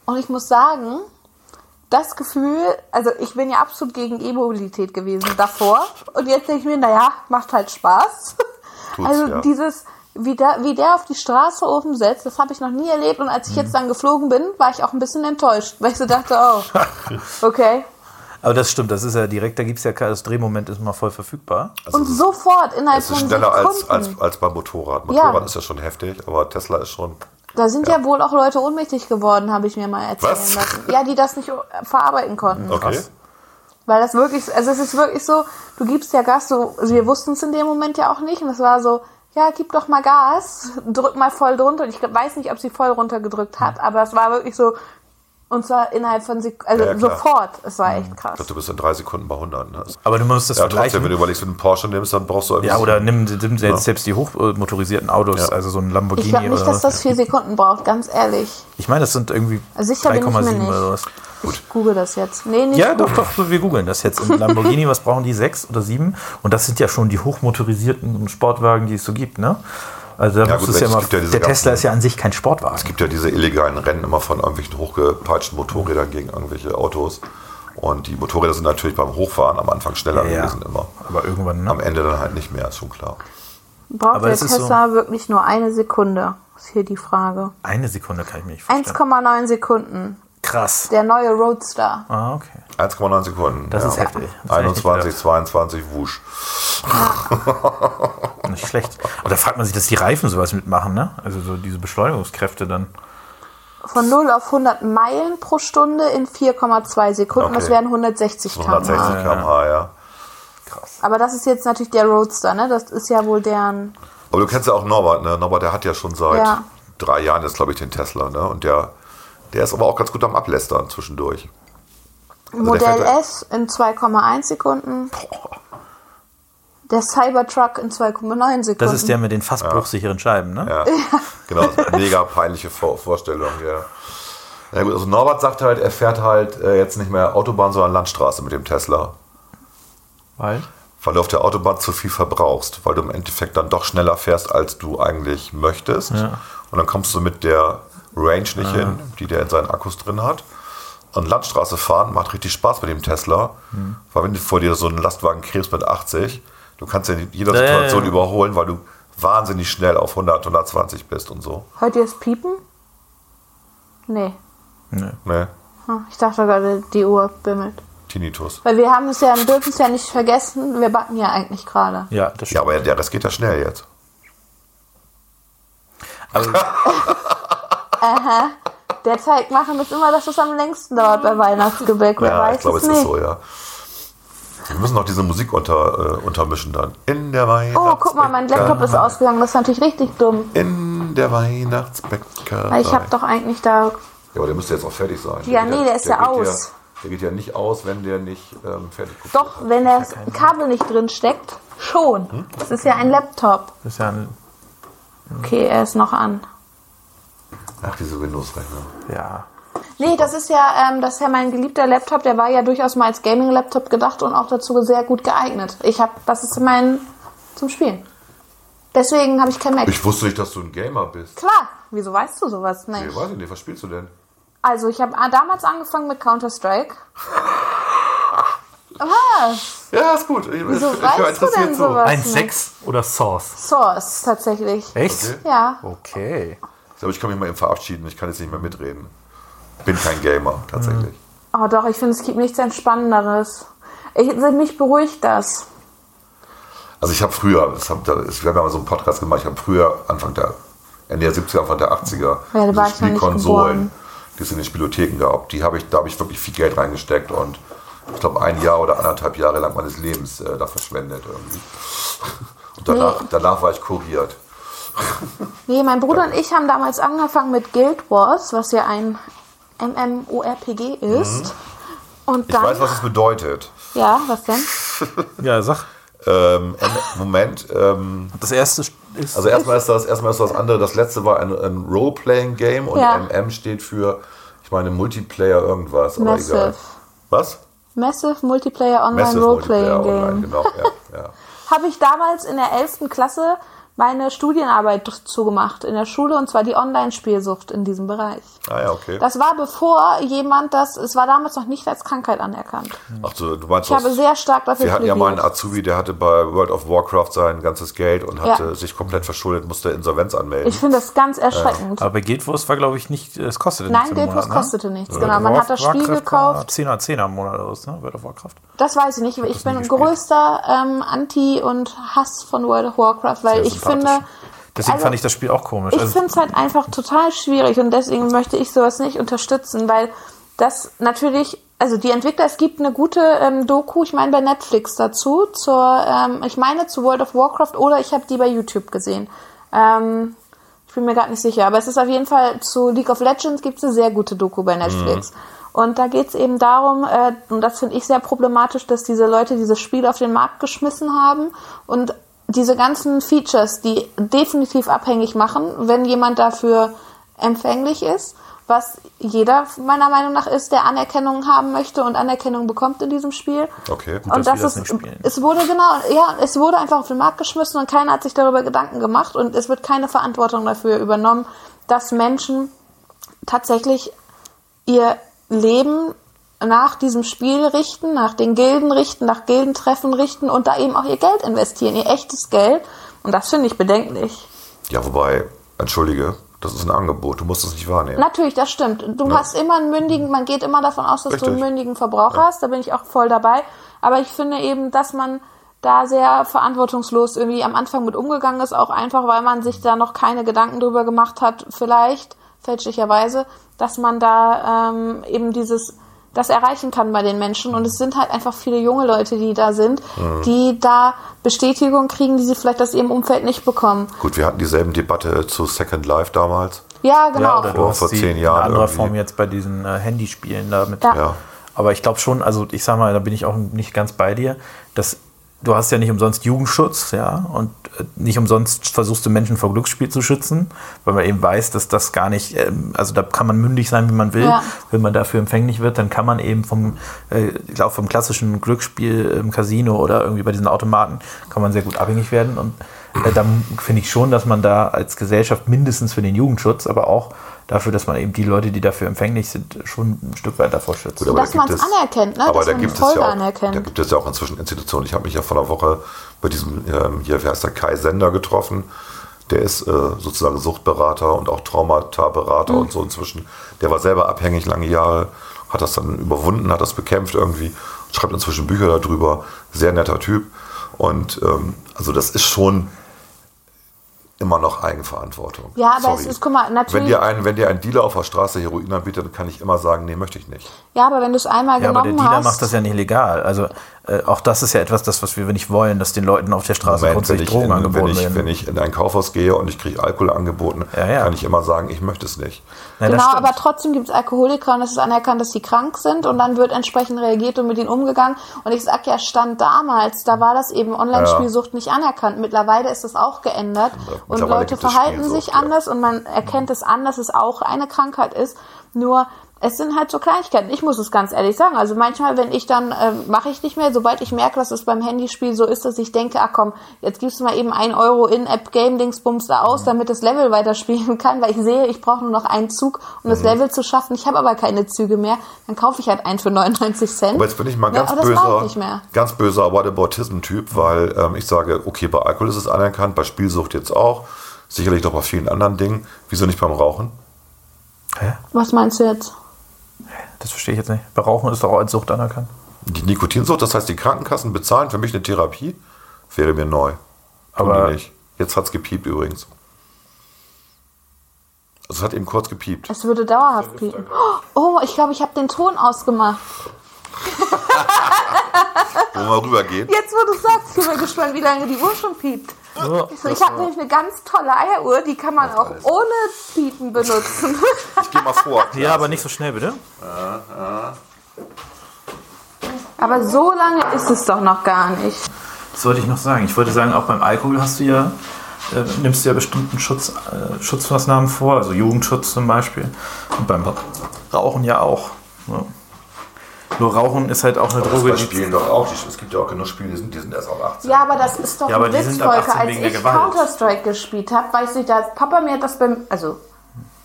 Und ich muss sagen, das Gefühl, also ich bin ja absolut gegen E-Mobilität gewesen davor. Und jetzt denke ich mir, naja, macht halt Spaß.
Tut's,
also
ja.
dieses, wie der, wie der auf die Straße oben setzt, das habe ich noch nie erlebt. Und
Mhm.
als ich jetzt dann geflogen bin, war ich auch ein bisschen enttäuscht, weil ich so dachte, oh, okay.
aber das stimmt, das ist ja direkt, da gibt es ja kein- das Drehmoment ist mal voll verfügbar.
Und sofort innerhalb
also Es
von
ist schneller als,
Sekunden.
als, als beim Motorrad. Motorrad
Ja.
ist ja schon heftig, aber Tesla ist schon.
Da sind ja. wohl auch Leute ohnmächtig geworden, habe ich mir mal erzählen
Was?
lassen. Ja, die das nicht äh, verarbeiten konnten.
Okay.
Weil das wirklich, also es ist wirklich so, du gibst ja Gas, so, also wir wussten es in dem Moment ja auch nicht und es war so, ja, gib doch mal Gas, drück mal voll drunter. Und ich glaub- weiß nicht, ob sie voll runter gedrückt hat, aber es war wirklich so, und zwar innerhalb von Sekunden, also
Ja, ja, klar.
sofort. Es war echt krass.
Also Du bist in drei Sekunden bei 100. Ne?
Aber du musst das
Ja,
vergleichen.
trotzdem, wenn du überlegst, wenn du einen Porsche nimmst, dann brauchst du ein
Ja,
bisschen-
oder nimm, nimm selbst, selbst die hochmotorisierten Autos,
Ja.
also so ein Lamborghini
Ich glaube nicht,
oder
dass das vier Sekunden braucht, ganz ehrlich.
Ich meine, das sind irgendwie
Sicher bin Also ich
3,7
mir nicht.
oder sowas.
Ich google das jetzt. Nee, nicht
Ja,
googeln.
doch, doch, so, wir googeln das jetzt. Und Lamborghini, was brauchen die? Sechs oder sieben? Und das sind ja schon die hochmotorisierten Sportwagen, die es so gibt, ne? Also da
Ja,
musst
gut,
du es ja
es
mal,
gibt ja diese
der
ganzen-
Tesla ist ja an sich kein Sportwagen.
Es gibt ja diese illegalen Rennen immer von irgendwelchen hochgepeitschten Motorrädern gegen irgendwelche Autos. Und die Motorräder sind natürlich beim Hochfahren am Anfang schneller
ja,
gewesen immer.
aber irgendwann,
Am
ne?
Ende dann halt nicht mehr, ist schon klar.
Braucht
Aber
der
es ist so-
Tesla wirklich nur eine Sekunde? Ist hier die Frage.
Eine Sekunde kann ich mir nicht vorstellen.
1,9 Sekunden.
Krass.
Der neue Roadster.
Ah, okay.
1,9 Sekunden.
Das ist heftig. Das hätte ich nicht
21, 22, wusch.
Nicht schlecht. Aber da fragt man sich, dass die Reifen sowas mitmachen, ne? Also so diese Beschleunigungskräfte dann.
Von 0 auf 100 Meilen pro Stunde in 4,2 Sekunden. Das
Okay.
wären 160
160
km.
km/h, ja.
Aber das ist jetzt natürlich der Roadster, ne? Das ist ja wohl deren.
Aber du kennst ja auch Norbert, ne? Norbert, der hat ja schon seit
Ja.
drei Jahren jetzt, glaube ich, den Tesla, ne? Und der, der ist aber auch ganz gut am Ablästern zwischendurch. Also der
Modell
fährt-
S in 2,1 Sekunden. Der Cybertruck in 2,9 Sekunden.
Das ist der mit den fast bruchsicheren Scheiben, ne?
Ja, genau. Mega peinliche Vor Vorstellung, ja. Na gut, also Norbert sagt halt, er fährt halt äh, jetzt nicht mehr Autobahn, sondern Landstraße mit dem Tesla.
Weil?
Weil du auf der Autobahn zu viel verbrauchst, weil du im Endeffekt dann doch schneller fährst, als du eigentlich möchtest. Und dann kommst du mit der Range nicht
Ah.
hin, die der in seinen Akkus drin hat. Und Landstraße fahren macht richtig Spaß mit dem Tesla,
Mhm.
weil wenn du vor dir so einen Lastwagen kriegst mit 80, du kannst ja in jeder
Ja, ja,
Situation
ja.
überholen, weil du wahnsinnig schnell auf 100, 120 bist und so.
Hört ihr es piepen? Nee.
Ne?
Hm, Ich dachte gerade, die Uhr bimmelt.
Tinnitus.
Weil wir haben es ja, dürfen es ja nicht vergessen, wir backen ja eigentlich gerade.
Ja, das stimmt.
Ja, aber ja, das geht ja schnell jetzt.
Also,
Der Teig machen ist immer, dass es am längsten dauert bei Weihnachtsgebäck. Wer
Ja,
weiß
ich glaube,
es
es ist
nicht.
so, ja. Wir müssen noch diese Musik unter, äh, untermischen dann. In der Weihnachtsbäckerei.
Oh, guck mal, mein Laptop ist ausgegangen. Das ist natürlich richtig dumm.
In der Weihnachtsbäckerei.
Weil ich habe doch eigentlich da.
Ja, aber der müsste jetzt auch fertig sein.
Ja, nee, der ist ja
geht
aus.
Ja, der geht ja nicht aus, wenn der nicht ähm, fertig ist.
Doch, wenn das Kabel nicht drin steckt,
Hm?
schon. Es ist ja ein Laptop.
das ist ja ein,
Okay, er ist noch an.
Ach, diese Windows-Rechner.
ja.
Nee, das ist ja, ähm, das ist ja mein geliebter Laptop. Der war ja durchaus mal als Gaming-Laptop gedacht und auch dazu sehr gut geeignet. Ich habe, das ist mein zum Spielen. Deswegen habe ich kein Mac.
Ich wusste nicht, dass du ein Gamer bist.
Klar, wieso weißt du sowas nicht?
Nee, weiß ich nicht, was spielst du denn?
Also, ich habe damals angefangen mit Counter-Strike. Ah, Was?
Ja, ist gut. Ich,
Wieso
ich, ich höre
weißt du
interessiert
denn
zu.
sowas?
1,6 oder Source?
Source, tatsächlich.
Echt?
Ja.
Okay.
Aber ich kann mich mal eben verabschieden, ich kann jetzt nicht mehr mitreden. Bin kein Gamer, tatsächlich.
Oh doch, ich finde, es gibt nichts Entspannenderes. Ich, mich beruhigt das.
Also ich habe früher, das hab, da, ist- wir haben ja mal so einen Podcast gemacht, ich habe früher Anfang der, Ende der 70er, Anfang der 80er,
da
diese
war ich noch nicht
Spielkonsolen,
geboren.
die es in den Spielotheken gab, die habe ich, da habe ich wirklich viel Geld reingesteckt und ich glaube ein Jahr oder anderthalb Jahre lang meines Lebens äh, da verschwendet irgendwie. Und danach, danach war ich kuriert.
Nee, mein Bruder und ich haben damals angefangen mit Guild Wars, was ja ein MMORPG ist. Und
Mhm. Ich
dann.
weiß, was es bedeutet.
ja, was denn?
Ja, sag.
Ähm, M- Moment, ähm,
Das erste ist.
also erstmal ist das, erstmal ist das andere, das letzte war ein, ein Role-Playing-Game und
Ja.
MM steht für, ich meine, Multiplayer irgendwas, aber egal.
Massive.
Was?
Massive Multiplayer Online
Massive Multiplayer
Roleplaying
online,
Game.
genau. Ja, ja.
Habe ich damals in der 11. Klasse meine Studienarbeit zugemacht in der Schule und zwar die Online-Spielsucht in diesem Bereich.
Ah ja, okay.
Das war bevor jemand das, es war damals noch nicht als Krankheit anerkannt.
Ach so, du meinst,
Ich habe
das,
sehr stark dafür
wir hatten ja mal einen
plädiert.
Azubi, der hatte bei World of Warcraft sein ganzes Geld und hatte
Ja.
sich komplett verschuldet, musste Insolvenz anmelden.
Ich finde das ganz erschreckend.
Äh, aber bei Guildwurst war, glaube ich, nicht. Es kostete
Nein,
nichts. im
Guild Wars
Monat, ne?
kostete nichts, genau. Man hat das Spiel gekauft.
10er, 10er im Monat aus, ne? World of Warcraft.
Das weiß ich nicht. Ich
das nie
bin
gespielt.
größter ähm, Anti und Hass von World of Warcraft, weil
Sehr
ich finde,
sympathisch. Deswegen
also-
fand ich das Spiel auch komisch.
ich
Also,
finde es halt einfach total schwierig und deswegen möchte ich sowas nicht unterstützen, weil das natürlich, also die Entwickler, es gibt eine gute ähm, Doku, ich meine bei Netflix dazu, zur, ähm, ich meine zu World of Warcraft oder ich habe die bei YouTube gesehen. Ähm, ich bin mir gerade nicht sicher, aber es ist auf jeden Fall zu League of Legends gibt es eine sehr gute Doku bei Netflix. Und da geht es eben darum, äh, und das finde ich sehr problematisch, dass diese Leute dieses Spiel auf den Markt geschmissen haben und diese ganzen Features, die definitiv abhängig machen, wenn jemand dafür empfänglich ist, was jeder meiner Meinung nach ist, der Anerkennung haben möchte und Anerkennung bekommt in diesem Spiel.
Okay, gut,
und
dass
das,
wir das
ist,
nicht spielen.
es wurde genau, ja, es wurde einfach auf den Markt geschmissen und keiner hat sich darüber Gedanken gemacht und es wird keine Verantwortung dafür übernommen, dass Menschen tatsächlich ihr Leben nach diesem Spiel richten, nach den Gilden richten, nach Gildentreffen richten und da eben auch ihr Geld investieren, ihr echtes Geld. Und das finde ich bedenklich.
ja, wobei, entschuldige, das ist ein Angebot, du musst es nicht wahrnehmen.
Natürlich, das stimmt. Du hast immer einen mündigen, man geht immer davon aus, dass du
Richtig.
einen mündigen Verbrauch hast, da bin ich auch voll dabei. Aber ich finde eben, dass man da sehr verantwortungslos irgendwie am Anfang mit umgegangen ist, auch einfach, weil man sich da noch keine Gedanken drüber gemacht hat, vielleicht fälschlicherweise, dass man da ähm, eben dieses das erreichen kann bei den Menschen. Und es sind halt einfach viele junge Leute, die da sind, die da Bestätigung kriegen, die sie vielleicht aus ihrem Umfeld nicht bekommen.
Gut, wir hatten dieselben Debatte zu Second Life damals.
Ja, genau.
ja, oder
Vor-
du hast
vor
die
zehn
in
Jahren
anderer
irgendwie.
Form jetzt bei diesen äh, Handyspielen da mit.
Ja.
Ja.
Aber ich glaube schon, also ich sag mal, da bin ich auch nicht ganz bei dir, dass du hast ja nicht umsonst Jugendschutz, ja, und äh, nicht umsonst versuchst du Menschen vor Glücksspiel zu schützen, weil man eben weiß, dass das gar nicht, ähm, also da kann man mündig sein, wie man will.
Ja.
Wenn man dafür empfänglich wird, dann kann man eben vom, äh, ich glaube, vom klassischen Glücksspiel im Casino oder irgendwie bei diesen Automaten, kann man sehr gut abhängig werden. Und äh, da finde ich schon, dass man da als Gesellschaft mindestens für den Jugendschutz, aber auch dafür, dass man eben die Leute, die dafür empfänglich sind, schon ein Stück weit davor schützt.
Gut, aber
Dass
da gibt
man's anerkennt, ne?
Aber
Dass
da
man
gibt
die
es ja
Folge
auch,
anerkennt.
Da gibt es ja auch inzwischen Institutionen. Ich habe mich ja vor einer Woche bei diesem, ähm, hier, wie heißt der, Kai Sender getroffen. Der ist äh, sozusagen Suchtberater und auch Traumata-Berater
Mhm.
und so inzwischen. Der war selber abhängig lange Jahre, hat das dann überwunden, hat das bekämpft irgendwie. schreibt inzwischen Bücher darüber, sehr netter Typ. Und ähm, also das ist schon immer noch Eigenverantwortung.
Ja, aber
Sorry.
es ist, guck mal, natürlich-
Wenn dir, ein, wenn dir ein Dealer auf der Straße Heroin anbietet, dann kann ich immer sagen, nee, möchte ich nicht.
Ja, aber wenn du es einmal
Ja, aber der
genommen
Dealer
hast.
macht das ja nicht legal. Also äh, auch das ist ja etwas, das, was wir nicht wollen, dass den Leuten auf der Straße
Moment, wenn,
Also grundsätzlich
ich
Drogen
in, wenn,
angeboten
ich, wenn
werden.
ich in ein Kaufhaus gehe und ich kriege Alkohol angeboten,
Ja, ja.
kann ich immer sagen, ich möchte es nicht.
Ja, das
genau,
stimmt.
aber trotzdem gibt es Alkoholiker und es ist anerkannt, dass sie krank sind und dann wird entsprechend reagiert und mit ihnen umgegangen. Und ich sag ja, stand damals, da war das eben Online-Spielsucht nicht anerkannt. Mittlerweile ist das auch geändert und
Mittlerweile
Leute
gibt es
verhalten
Spielsucht,
sich
ja.
anders und man erkennt es an, dass es auch eine Krankheit ist. Nur es sind halt so Kleinigkeiten. Ich muss es ganz ehrlich sagen. Also manchmal, wenn ich dann, ähm, mache ich nicht mehr, sobald ich merke, dass es beim Handyspiel so ist, dass ich denke, ach komm, jetzt gibst du mal eben ein Euro in App Game Dingsbums da
Mhm.
aus, damit das Level weiterspielen kann, weil ich sehe, ich brauche nur noch einen Zug, um
Mhm.
das Level zu schaffen. Ich habe aber keine Züge mehr. Dann kaufe ich halt einen für 99 Cent.
Aber jetzt bin ich mal ganz
aber das mag ich nicht
böser,
mehr.
ganz böser Whataboutism-Typ, weil ähm, ich sage, okay, bei Alkohol ist es anerkannt, bei Spielsucht jetzt auch, sicherlich doch bei vielen anderen Dingen. Wieso nicht beim Rauchen?
Hä?
Was meinst du jetzt?
Das verstehe ich jetzt nicht. Bei Rauchen ist doch auch als Sucht anerkannt.
Die Nikotinsucht, das heißt, die Krankenkassen bezahlen für mich eine Therapie, wäre mir neu. Tun
Aber-
die nicht. Jetzt hat es gepiept übrigens. Also es hat eben kurz gepiept.
Es würde dauerhaft piepen. Oh, ich glaube, ich habe den Ton ausgemacht.
Wollen wir mal rübergehen?
Jetzt, wo du sagst, ich bin gespannt, wie lange die Uhr schon piept. So, ich habe nämlich eine ganz tolle Eieruhr, die kann man auch
alles.
ohne Piepen benutzen.
Ich geh mal vor.
Ja, aber nicht so schnell, bitte.
Aber so lange ist es doch noch gar nicht.
Das wollte ich noch sagen. Ich wollte sagen, auch beim Alkohol hast du ja, äh, nimmst du ja bestimmten Schutz, äh, Schutzmaßnahmen vor, also Jugendschutz zum Beispiel. Und beim Rauchen ja auch. Ja. Nur Rauchen ist halt auch eine
Das
Droge,
bei
die
Spielen doch auch. Die, es gibt ja auch genug Spiele, die sind, die sind erst ab 18.
Ja, aber das ist doch
Ja, aber
ein
die
Witz,
sind ab
Volker.
18
Als
wegen der
ich
Gewalt.
Counter-Strike gespielt habe, weiß ich, dass Papa mir das beim... Also,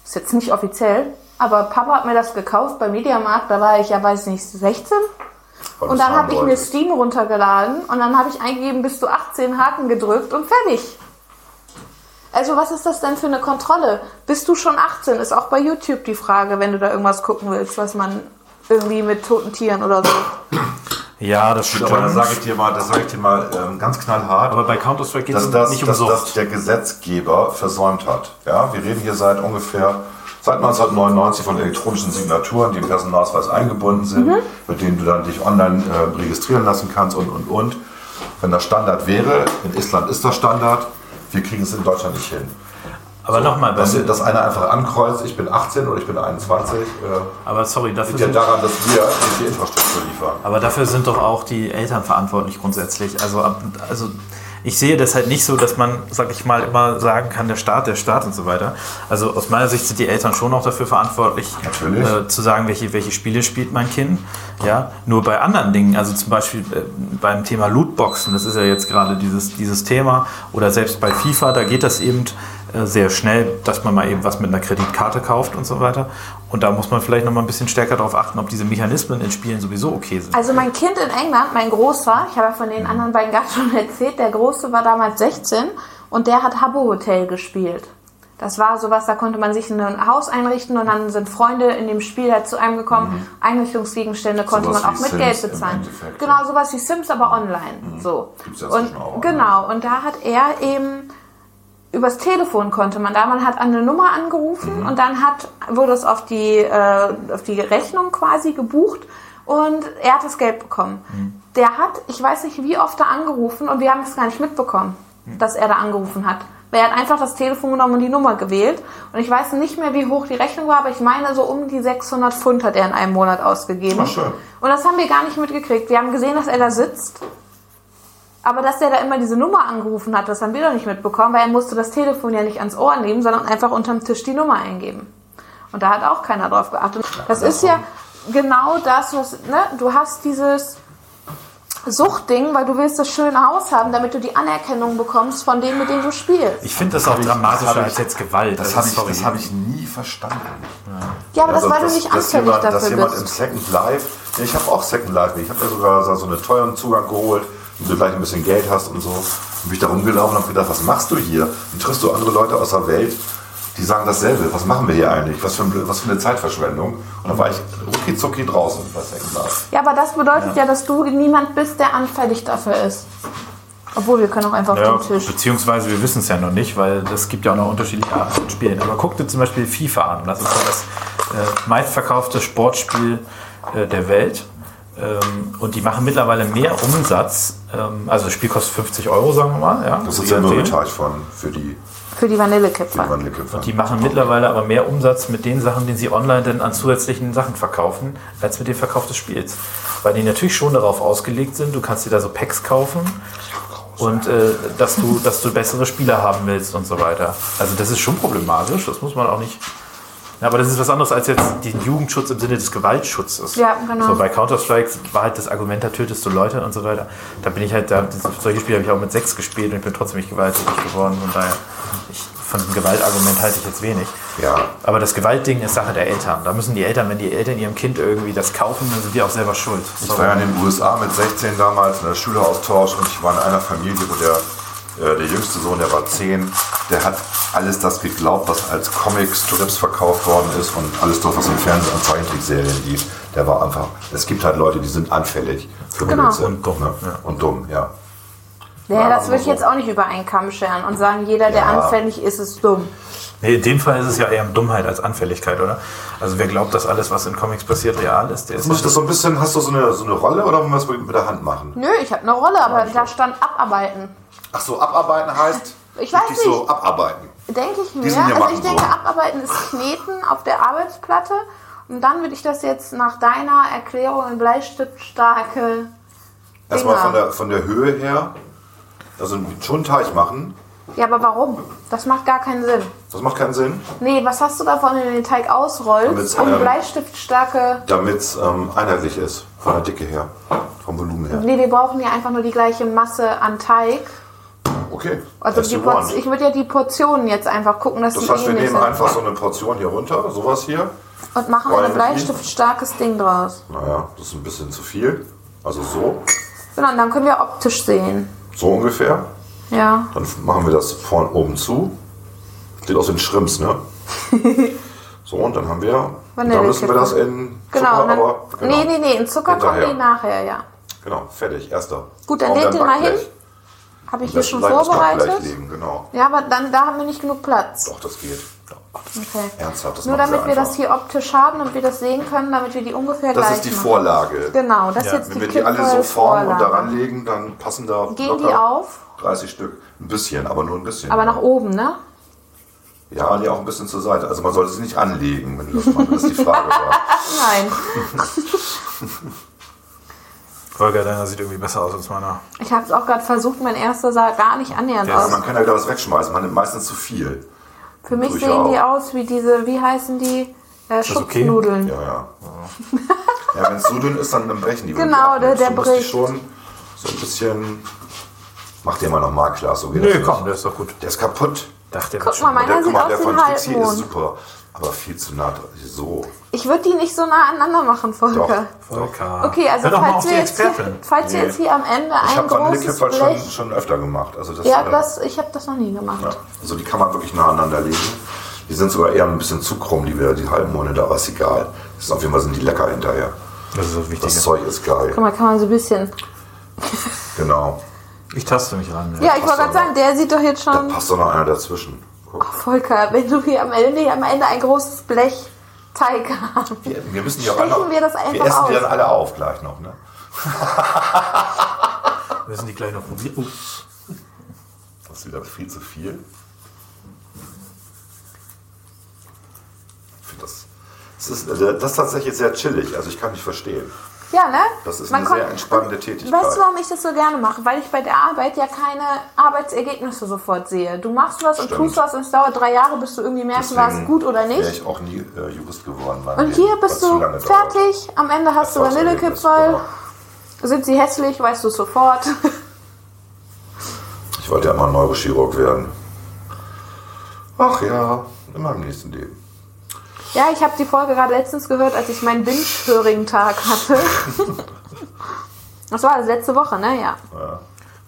ist jetzt nicht offiziell, aber Papa hat mir das gekauft beim Mediamarkt. Da war ich ja, weiß nicht, 16?
Weil
Und
das
dann habe ich
haben
mir
Leute.
Steam runtergeladen und dann habe ich eingegeben, bis zu 18 Haken gedrückt und fertig. Also was ist das denn für eine Kontrolle? Bist du schon 18? Ist auch bei YouTube die Frage, wenn du da irgendwas gucken willst, was man irgendwie mit toten Tieren oder so.
Ja, das stimmt.
Aber da sage ich dir mal, da sage ich dir mal ähm, ganz knallhart.
Aber bei Counter-Strike geht
dass
es
das,
nicht um
dass
Sucht.
das der Gesetzgeber versäumt hat. Ja, wir reden hier seit ungefähr seit 1999 von elektronischen Signaturen, die im Personalausweis eingebunden sind,
Mhm.
mit denen du dann dich online äh, registrieren lassen kannst und und und. Wenn das Standard wäre, in Island ist das Standard, wir kriegen es in Deutschland nicht hin.
aber nochmal,
Dass, dass einer einfach ankreuzt, ich bin 18 oder ich bin 21, äh,
aber sorry, dafür
liegt ja
sind,
daran, dass wir nicht die Infrastruktur liefern.
aber dafür sind doch auch die Eltern verantwortlich grundsätzlich. Also, ab- also ich sehe das halt nicht so, dass man, sag ich mal, immer sagen kann, der Staat, der Staat und so weiter. Also aus meiner Sicht sind die Eltern schon auch dafür verantwortlich,
Natürlich.
Äh, zu sagen, welche, welche Spiele spielt mein Kind. Ja, nur bei anderen Dingen, also zum Beispiel äh, beim Thema Lootboxen, das ist ja jetzt gerade dieses, dieses Thema, oder selbst bei FIFA, da geht das eben äh, sehr schnell, dass man mal eben was mit einer Kreditkarte kauft und so weiter. Und da muss man vielleicht noch mal ein bisschen stärker darauf achten, ob diese Mechanismen in Spielen sowieso okay sind.
Also mein Kind in England, mein Großer, ich habe ja von den
Mhm.
anderen beiden gerade schon erzählt, der Große war damals 16 und der hat Habbo Hotel gespielt. Das war sowas, da konnte man sich ein Haus einrichten und dann sind Freunde in dem Spiel halt zu einem gekommen. Einrichtungsgegenstände konnte
Mhm. Sowas
man auch
wie
mit
Sims
Geld
im
bezahlen.
Endeffekt, Mhm.
Genau, sowas wie Sims, aber online. So.
Gibt's ja
und,
inzwischen auch, ne?
genau, und da hat er eben übers Telefon konnte man da. Man hat an eine Nummer angerufen und dann hat, wurde es auf die, äh, auf die Rechnung quasi gebucht und er hat das Geld bekommen. Der hat, ich weiß nicht wie oft da angerufen und wir haben es gar nicht mitbekommen, dass er da angerufen hat. Weil Er hat einfach das Telefon genommen und die Nummer gewählt. Und ich weiß nicht mehr, wie hoch die Rechnung war, aber ich meine, so um die 600 Pfund hat er in einem Monat ausgegeben.
Ach, schön.
Und das haben wir gar nicht mitgekriegt. Wir haben gesehen, dass er da sitzt aber dass der da immer diese Nummer angerufen hat, das haben wir doch nicht mitbekommen, weil er musste das Telefon ja nicht ans Ohr nehmen, sondern einfach unterm Tisch die Nummer eingeben. Und da hat auch keiner drauf geachtet. Das ist ja genau das, was, ne, du hast dieses Suchtding, weil du willst das schöne Haus haben, damit du die Anerkennung bekommst von denen, mit denen du spielst.
Ich finde das auch
ich-
dramatischer
das hab ich-
als jetzt Gewalt.
Das
Also,
habe ich,
sorry.
das hab ich nie verstanden.
Ja, aber das,
Also,
weil du nicht
dass
anfällig
jemand, dass
dafür
jemand im
bist.
Second Life, Nee, ich habe auch Second Life, ich habe mir sogar so- so einen teuren Zugang geholt, wenn du gleich ein bisschen Geld hast und so. Und bin ich da rumgelaufen und habe gedacht, was machst du hier? Und triffst du andere Leute aus der Welt, Die sagen dasselbe. Was machen wir hier eigentlich? Was für, ein Blö- was für eine Zeitverschwendung? Und dann war ich rucki zucki draußen bei Second Life.
Ja, aber das bedeutet ja, dass du niemand bist, der anfällig dafür ist. Obwohl, wir können auch einfach
Ja,
auf den Tisch.
beziehungsweise wir wissen es ja noch nicht, weil es gibt ja auch noch unterschiedliche Arten von Spielen. Aber guck dir zum Beispiel FIFA an. Das ist ja das äh, meistverkaufte Sportspiel äh, der Welt. Ähm, und die machen mittlerweile mehr Umsatz. Ähm, also das Spiel kostet 50 Euro, sagen wir mal. Ja,
Das
Je
ist ja nur
nachdem.
Beteiligung von für die
Für die Vanillekipferl.
Vanillekipfer.
Die machen mittlerweile aber mehr Umsatz mit den Sachen, die sie online dann an zusätzlichen Sachen verkaufen, als mit dem Verkauf des Spiels. Weil die natürlich schon darauf ausgelegt sind, du kannst dir da so Packs kaufen und äh, dass, du, dass du bessere Spieler haben willst und so weiter. Also das ist schon problematisch, das muss man auch nicht. Ja, aber das ist was anderes als jetzt den Jugendschutz im Sinne des Gewaltschutzes.
Ja, genau.
So, bei Counter-Strike war halt das Argument, da tötest du Leute und so weiter. Da bin ich halt, da, solche Spiele habe ich auch mit sechs gespielt und ich bin trotzdem nicht gewalttätig geworden. Von daher, ich, von dem Gewaltargument halte ich jetzt wenig.
Ja.
Aber das Gewaltding ist Sache der Eltern. Da müssen die Eltern, wenn die Eltern ihrem Kind irgendwie das kaufen, dann sind die auch selber schuld.
Ich war ja in den USA mit 16 damals in der Schüleraustausch und ich war in einer Familie, wo der, äh, der jüngste Sohn, der war 10, der hat alles das geglaubt, was als Comic-Strips verkauft worden ist und alles das, was im Fernsehen und Zeichentrickserien lief. Der war einfach, es gibt halt Leute, die sind anfällig für
Genau.
Und
Blödsinn.
dumm,
Ne?
ja.
Und dumm, ja.
Ja, das würde ich
so.
jetzt auch nicht über einen Kamm scheren und sagen, jeder, der
Ja.
anfällig ist, ist dumm.
Nee, in dem Fall ist es ja eher Dummheit als Anfälligkeit, oder? Also wer glaubt, dass alles, was in Comics passiert, real ist, der ist...
Muss ich das so ein bisschen, hast du so eine, so eine Rolle oder wollen wir es mit mit der Hand machen?
Nö, ich habe eine Rolle, aber da stand abarbeiten.
Ach so, abarbeiten heißt,
Ich weiß
richtig so
nicht.
abarbeiten.
Denke ich mir.
sind ja
Also ich
machen
denke,
so.
abarbeiten ist kneten auf der Arbeitsplatte. Und dann würde ich das jetzt nach deiner Erklärung in Bleistiftstarke
Erstmal
Dinger.
von der, von der Höhe her, also schon einen Teich machen,
Ja, aber warum? Das macht gar keinen Sinn.
das macht keinen Sinn.
Nee, was hast du davon, wenn du den Teig
Damit's,
ausrollst und
ähm,
Bleistiftstarke.
Damit es ähm, einheitlich ist, von der Dicke her, vom Volumen her.
Nee, wir brauchen ja einfach nur die gleiche Masse an Teig.
Okay,
Also
as
die
you
Portion,
want.
ich würde ja die Portionen jetzt einfach gucken, dass
Das
die
heißt, wir
ähnlich
nehmen
sind.
einfach so eine Portion hier runter, sowas hier.
und machen
Rollen
ein bleistiftstarkes Ding draus.
Naja, das ist ein bisschen zu viel. Also so,
Genau, und dann können wir optisch sehen.
so ungefähr.
Ja.
Dann machen wir das vorne oben zu. Steht aus den Schrimps, ne? so, und dann haben wir, dann müssen wir das in Zucker,
Genau, und dann,
aber genau,
Nee, nee, nee, in Zucker
Hinterher.
kommt die nachher, ja.
genau, fertig, erster.
Gut, dann
Auf
legt
dein
den mal hin.
Backblech.
Habe ich hier
Das
schon
Leib- das Backblech
vorbereitet.
legen, genau.
Ja, aber dann da haben wir nicht genug Platz.
Doch, das geht.
Okay.
Ernsthaft, das
Nur
machen
damit
sie
wir
einfach.
das hier optisch haben und wir das sehen können, damit wir die ungefähr
Das
gleich
ist die
machen.
Vorlage.
Genau, das ist jetzt
Wenn
die
wir die alle so
Kippvoll-
formen und
Vorlage.
daran legen, dann passen da
Gehen die
locker
auf?
30 Stück. Ein bisschen, aber nur ein bisschen.
Aber nach oben, ne?
Ja, die auch ein bisschen zur Seite. Also man sollte sie nicht anlegen, wenn du das machst, wenn das die Frage war.
Nein.
Volker, deiner sieht irgendwie besser aus als meiner.
Ich habe es auch gerade versucht, mein erster sah gar nicht annähernd
Also
aus.
man kann ja wieder was wegschmeißen, man nimmt meistens zu viel.
Für mich
Durch
sehen die
auch.
aus wie diese, wie heißen die? Äh,
okay?
Schupfnudeln.
Ja, ja. ja wenn es so dünn ist, dann dann brechen die. wenn
Genau,
du die abnimmst.
der- der
Du musst die
bricht.
schon so ein bisschen... Mach dir mal nochmal klar, so geht das
Nö,
nicht.
komm, der ist doch gut.
Der ist kaputt.
Dachte, der wird
Guck
schon.
mal, meiner
der,
sieht
mal, der
aus wie
von
ein
Trixie ist
Halbmond.
super, aber viel zu nah. dran. So,
Ich würde die nicht so nah aneinander machen, Volker.
Ah.
Volker.
Okay, also
Hör doch mal
falls,
auf die
wir jetzt hier,
Expertin.
falls wir
Nee.
jetzt hier am Ende
Ich
ein
habe
großes
Vanillekipferl schon,
Blech...
schon öfter gemacht. Also das,
Ja,
äh,
das, ich habe das noch nie gemacht.
ja. Also die kann man wirklich nah aneinander legen. Die sind sogar eher ein bisschen zu krumm, die wieder die Halbmonde da, aber ist egal. Das ist auf jeden Fall sind die lecker hinterher.
Das ist das
Das
Wichtige.
Zeug ist geil.
Guck mal, kann man so ein bisschen...
Genau.
Ich taste mich ran.
Ja, ich wollte gerade
doch
sagen,
noch.
der sieht doch jetzt
Da
schon...
passt doch noch einer dazwischen. Guck.
Volker, wenn du hier am Ende, am Ende ein großes Blech Teig hast.
Wir, wir müssen die auch
Stechen
alle,
wir das einfach
Wir essen die
auf.
dann alle auf gleich noch. Ne?
Müssen die gleich noch probieren. Uh,
Das ist wieder viel zu viel. Ich finde das... Das ist, das ist tatsächlich sehr chillig, also ich kann nicht verstehen.
Ja, ne?
Das ist
Man
eine
kommt-
sehr entspannende Tätigkeit.
Weißt du, warum ich das so gerne mache? Weil ich bei der Arbeit ja keine Arbeitsergebnisse sofort sehe. Du machst was und
Stimmt.
tust was und es dauert drei Jahre, bis du irgendwie merkst, war es gut oder
Wäre
nicht.
ich auch nie äh, Jurist geworden. weil
Und
mir
hier
das
bist
zu
du
lange dauert.
fertig. Am Ende hast du
Erfolgserlebnis,
Vanillekipferl.
genau.
Sind sie hässlich, weißt du sofort.
Ich wollte ja mal Neurochirurg werden. Ach ja, in meinem nächsten Leben.
ja, ich habe die Folge gerade letztens gehört, als ich meinen Binge-Höring-Tag hatte. das war das letzte Woche, ne? Ja.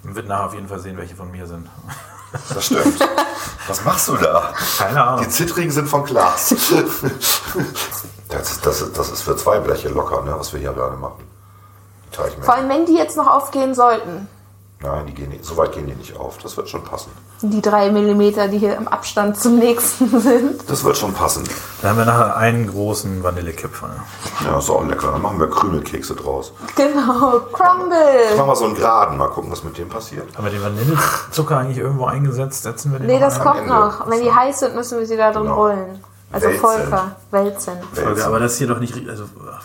man wird nachher auf jeden Fall sehen, welche von mir sind.
Das stimmt. Was machst du da?
Keine Ahnung.
Die Zittrigen sind von Glas. das, ist, das, ist, das ist für zwei Bleche locker, ne, was wir hier gerade machen. Die
Vor
Teichmenge.
allem, wenn die jetzt noch aufgehen sollten,
Nein, die gehen nicht, so weit gehen die nicht auf. Das wird schon passen.
die drei Millimeter, die hier im Abstand zum nächsten sind.
Das wird schon passen.
Da haben wir nachher einen großen Vanillekipferl.
Ja, ist auch lecker. Dann machen wir Krümelkekse draus.
Genau, Crumble.
Machen wir so einen Geraden. Mal gucken, was mit dem passiert.
Haben wir den Vanillezucker eigentlich irgendwo eingesetzt? Setzen wir den
Nee,
noch
das
ein?
kommt
Ende.
noch. Wenn die heiß sind, müssen wir sie da drin
Genau.
rollen. Also
Wälzen.
Volker, wälzen.
Folge, aber das hier doch nicht. ri- Also, ach,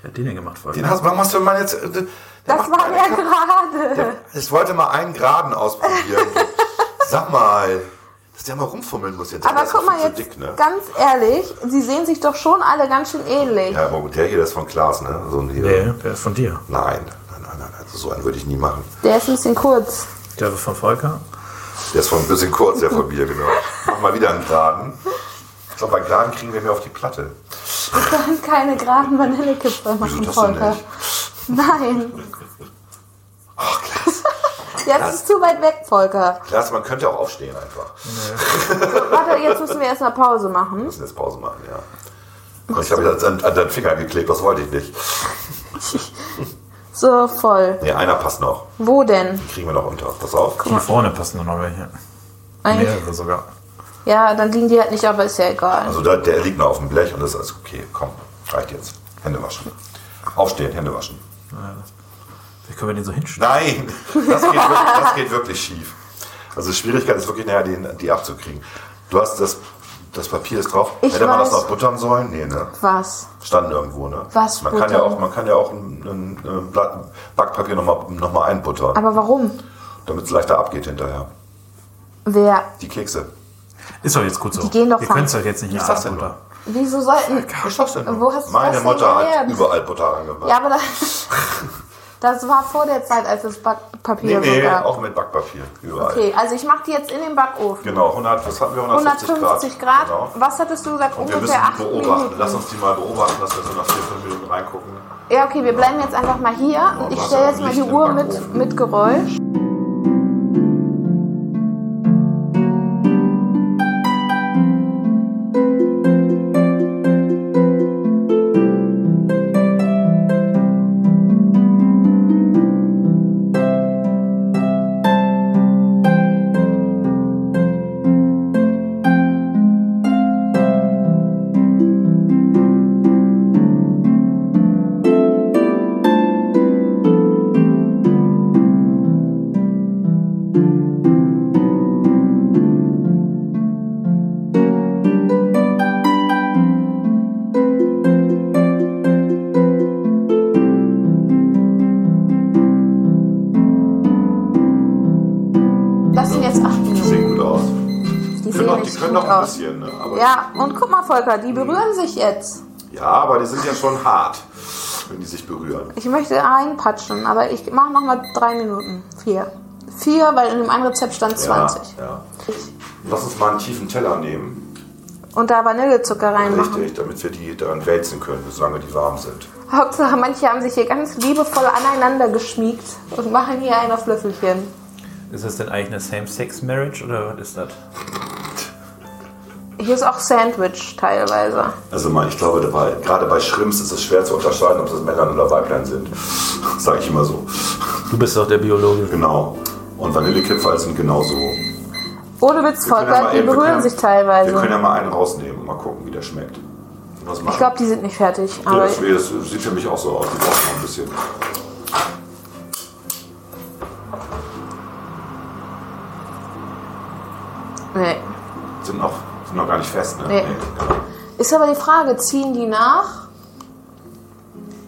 wer hat den denn gemacht, Folge?
Den hast, warum hast du mal jetzt... äh,
Das war der gerade.
Ich wollte mal einen Geraden ausprobieren. Sag mal, dass der mal rumfummeln muss jetzt.
Aber
Der ist
guck
doch
mal
viel
jetzt,
zu dick, ne?
ganz ehrlich, sie sehen sich doch schon alle ganz schön ähnlich.
Ja, aber der hier, der ist von Klaas, ne? So ein hier.
Nee, der ist von dir.
Nein, nein, nein, nein. Also so einen würde ich nie machen.
Der ist ein bisschen kurz.
Der ist von Volker.
Der ist von ein bisschen kurz, der von mir, genau. Mach mal wieder einen Geraden. Ich glaube, bei Geraden kriegen wir mehr auf die Platte.
Wir können keine geraden Vanillekipferl
Wieso
machen,
das denn
Volker.
nicht?
Nein.
Ach, Klaas.
Jetzt ist zu weit weg, Volker.
Klaas, man könnte auch aufstehen einfach. Wir
Warte, jetzt müssen wir erstmal Pause machen.
müssen jetzt Pause machen, ja. Und ich habe jetzt an, an deinen Finger geklebt, das wollte ich nicht.
So, voll.
Nee, einer passt noch.
Wo denn?
Den kriegen wir noch unter. Pass auf.
Hier vorne passen noch welche.
Eigentlich,
Mehrere sogar.
ja, dann liegen die halt nicht, aber ist ja egal.
Also da, der liegt noch auf dem Blech und das ist alles okay. Komm, reicht jetzt. Hände waschen. Aufstehen, Hände waschen.
Wie können wir den so hinstellen?
Nein, das geht wirklich, das geht wirklich schief. Also die Schwierigkeit ist wirklich, nachher den, die abzukriegen. Du hast das, das Papier ist drauf.
Ich
Hätte man das
weiß.
noch buttern sollen? Nee, ne?
Was?
Stand irgendwo, ne?
Was
man kann ja
buttern?
auch, Man kann ja auch ein, ein, ein Blatt Backpapier nochmal noch mal einbuttern,
Aber warum?
damit es leichter abgeht hinterher.
Wer?
Die Kekse.
Ist doch jetzt gut so.
Die gehen doch
Ihr
von-
könnt es doch jetzt nicht
Ich
mehr
sag's ja
runter.
Wieso sollten.
Was sagst du denn?
Wo hast du
Meine
das denn
Mutter hat
gelernt?
überall Butter angemacht.
Ja, aber das, das war vor der Zeit, als es
nee,
Backpapier so
nee,
gab.
auch mit Backpapier. Überall.
Okay, also ich mache die jetzt in den Backofen.
Genau, 100, was hatten wir? 150,
150 Grad.
Genau.
Was hattest du gesagt?
Und wir müssen
Ungefähr
die
8
beobachten.
Minuten.
Lass uns die mal beobachten, dass wir so nach 4, 5 Minuten reingucken.
Ja, okay, wir bleiben jetzt einfach mal hier und ich
was
stelle jetzt
ein
mal die
Genau, Licht im
Uhr mit,
Backofen.
mit Geräusch. Das sind jetzt 8
Die
Minuten.
sehen gut aus. Die,
Die
können
sehen
noch, die
richtig
können
gut
noch ein
aus.
bisschen, Hm. ne? Aber,
Ja, und guck mal, Volker, die berühren sich jetzt.
ja, aber die sind ja schon hart, wenn die sich berühren.
Ich möchte reinpatschen, aber ich mache nochmal 3 Minuten. 4. 4, weil in dem anderen Rezept stand 20.
Ja, ja. Lass uns mal einen tiefen Teller nehmen.
Und da Vanillezucker reinmachen.
Richtig, damit wir die dann wälzen können, solange die warm sind.
Hauptsache, manche haben sich hier ganz liebevoll aneinander geschmiegt und machen hier ein auf Löffelchen.
Ist das denn eigentlich eine Same-Sex-Marriage oder was ist das?
Hier ist auch Sandwich teilweise.
Also mal, ich glaube, dabei, gerade bei Schrimps ist es schwer zu unterscheiden, ob das Männlein oder Weiblein sind. Sage ich immer so.
Du bist doch der Biologe.
Genau. Und Vanillekipferl sind genauso.
Ohne Witz,
Wir können ja
Volker,
mal-
die
wir
berühren
können ja-
sich teilweise.
Wir können ja mal einen rausnehmen und mal gucken, wie der schmeckt. Was
Ich glaube, die sind nicht fertig.
Ja,
Aber
das, das sieht für mich auch so aus. Die brauchen noch ein bisschen.
nee.
Sind noch, sind noch gar nicht fest, ne?
Nee.
genau.
Ist aber die Frage, ziehen die nach?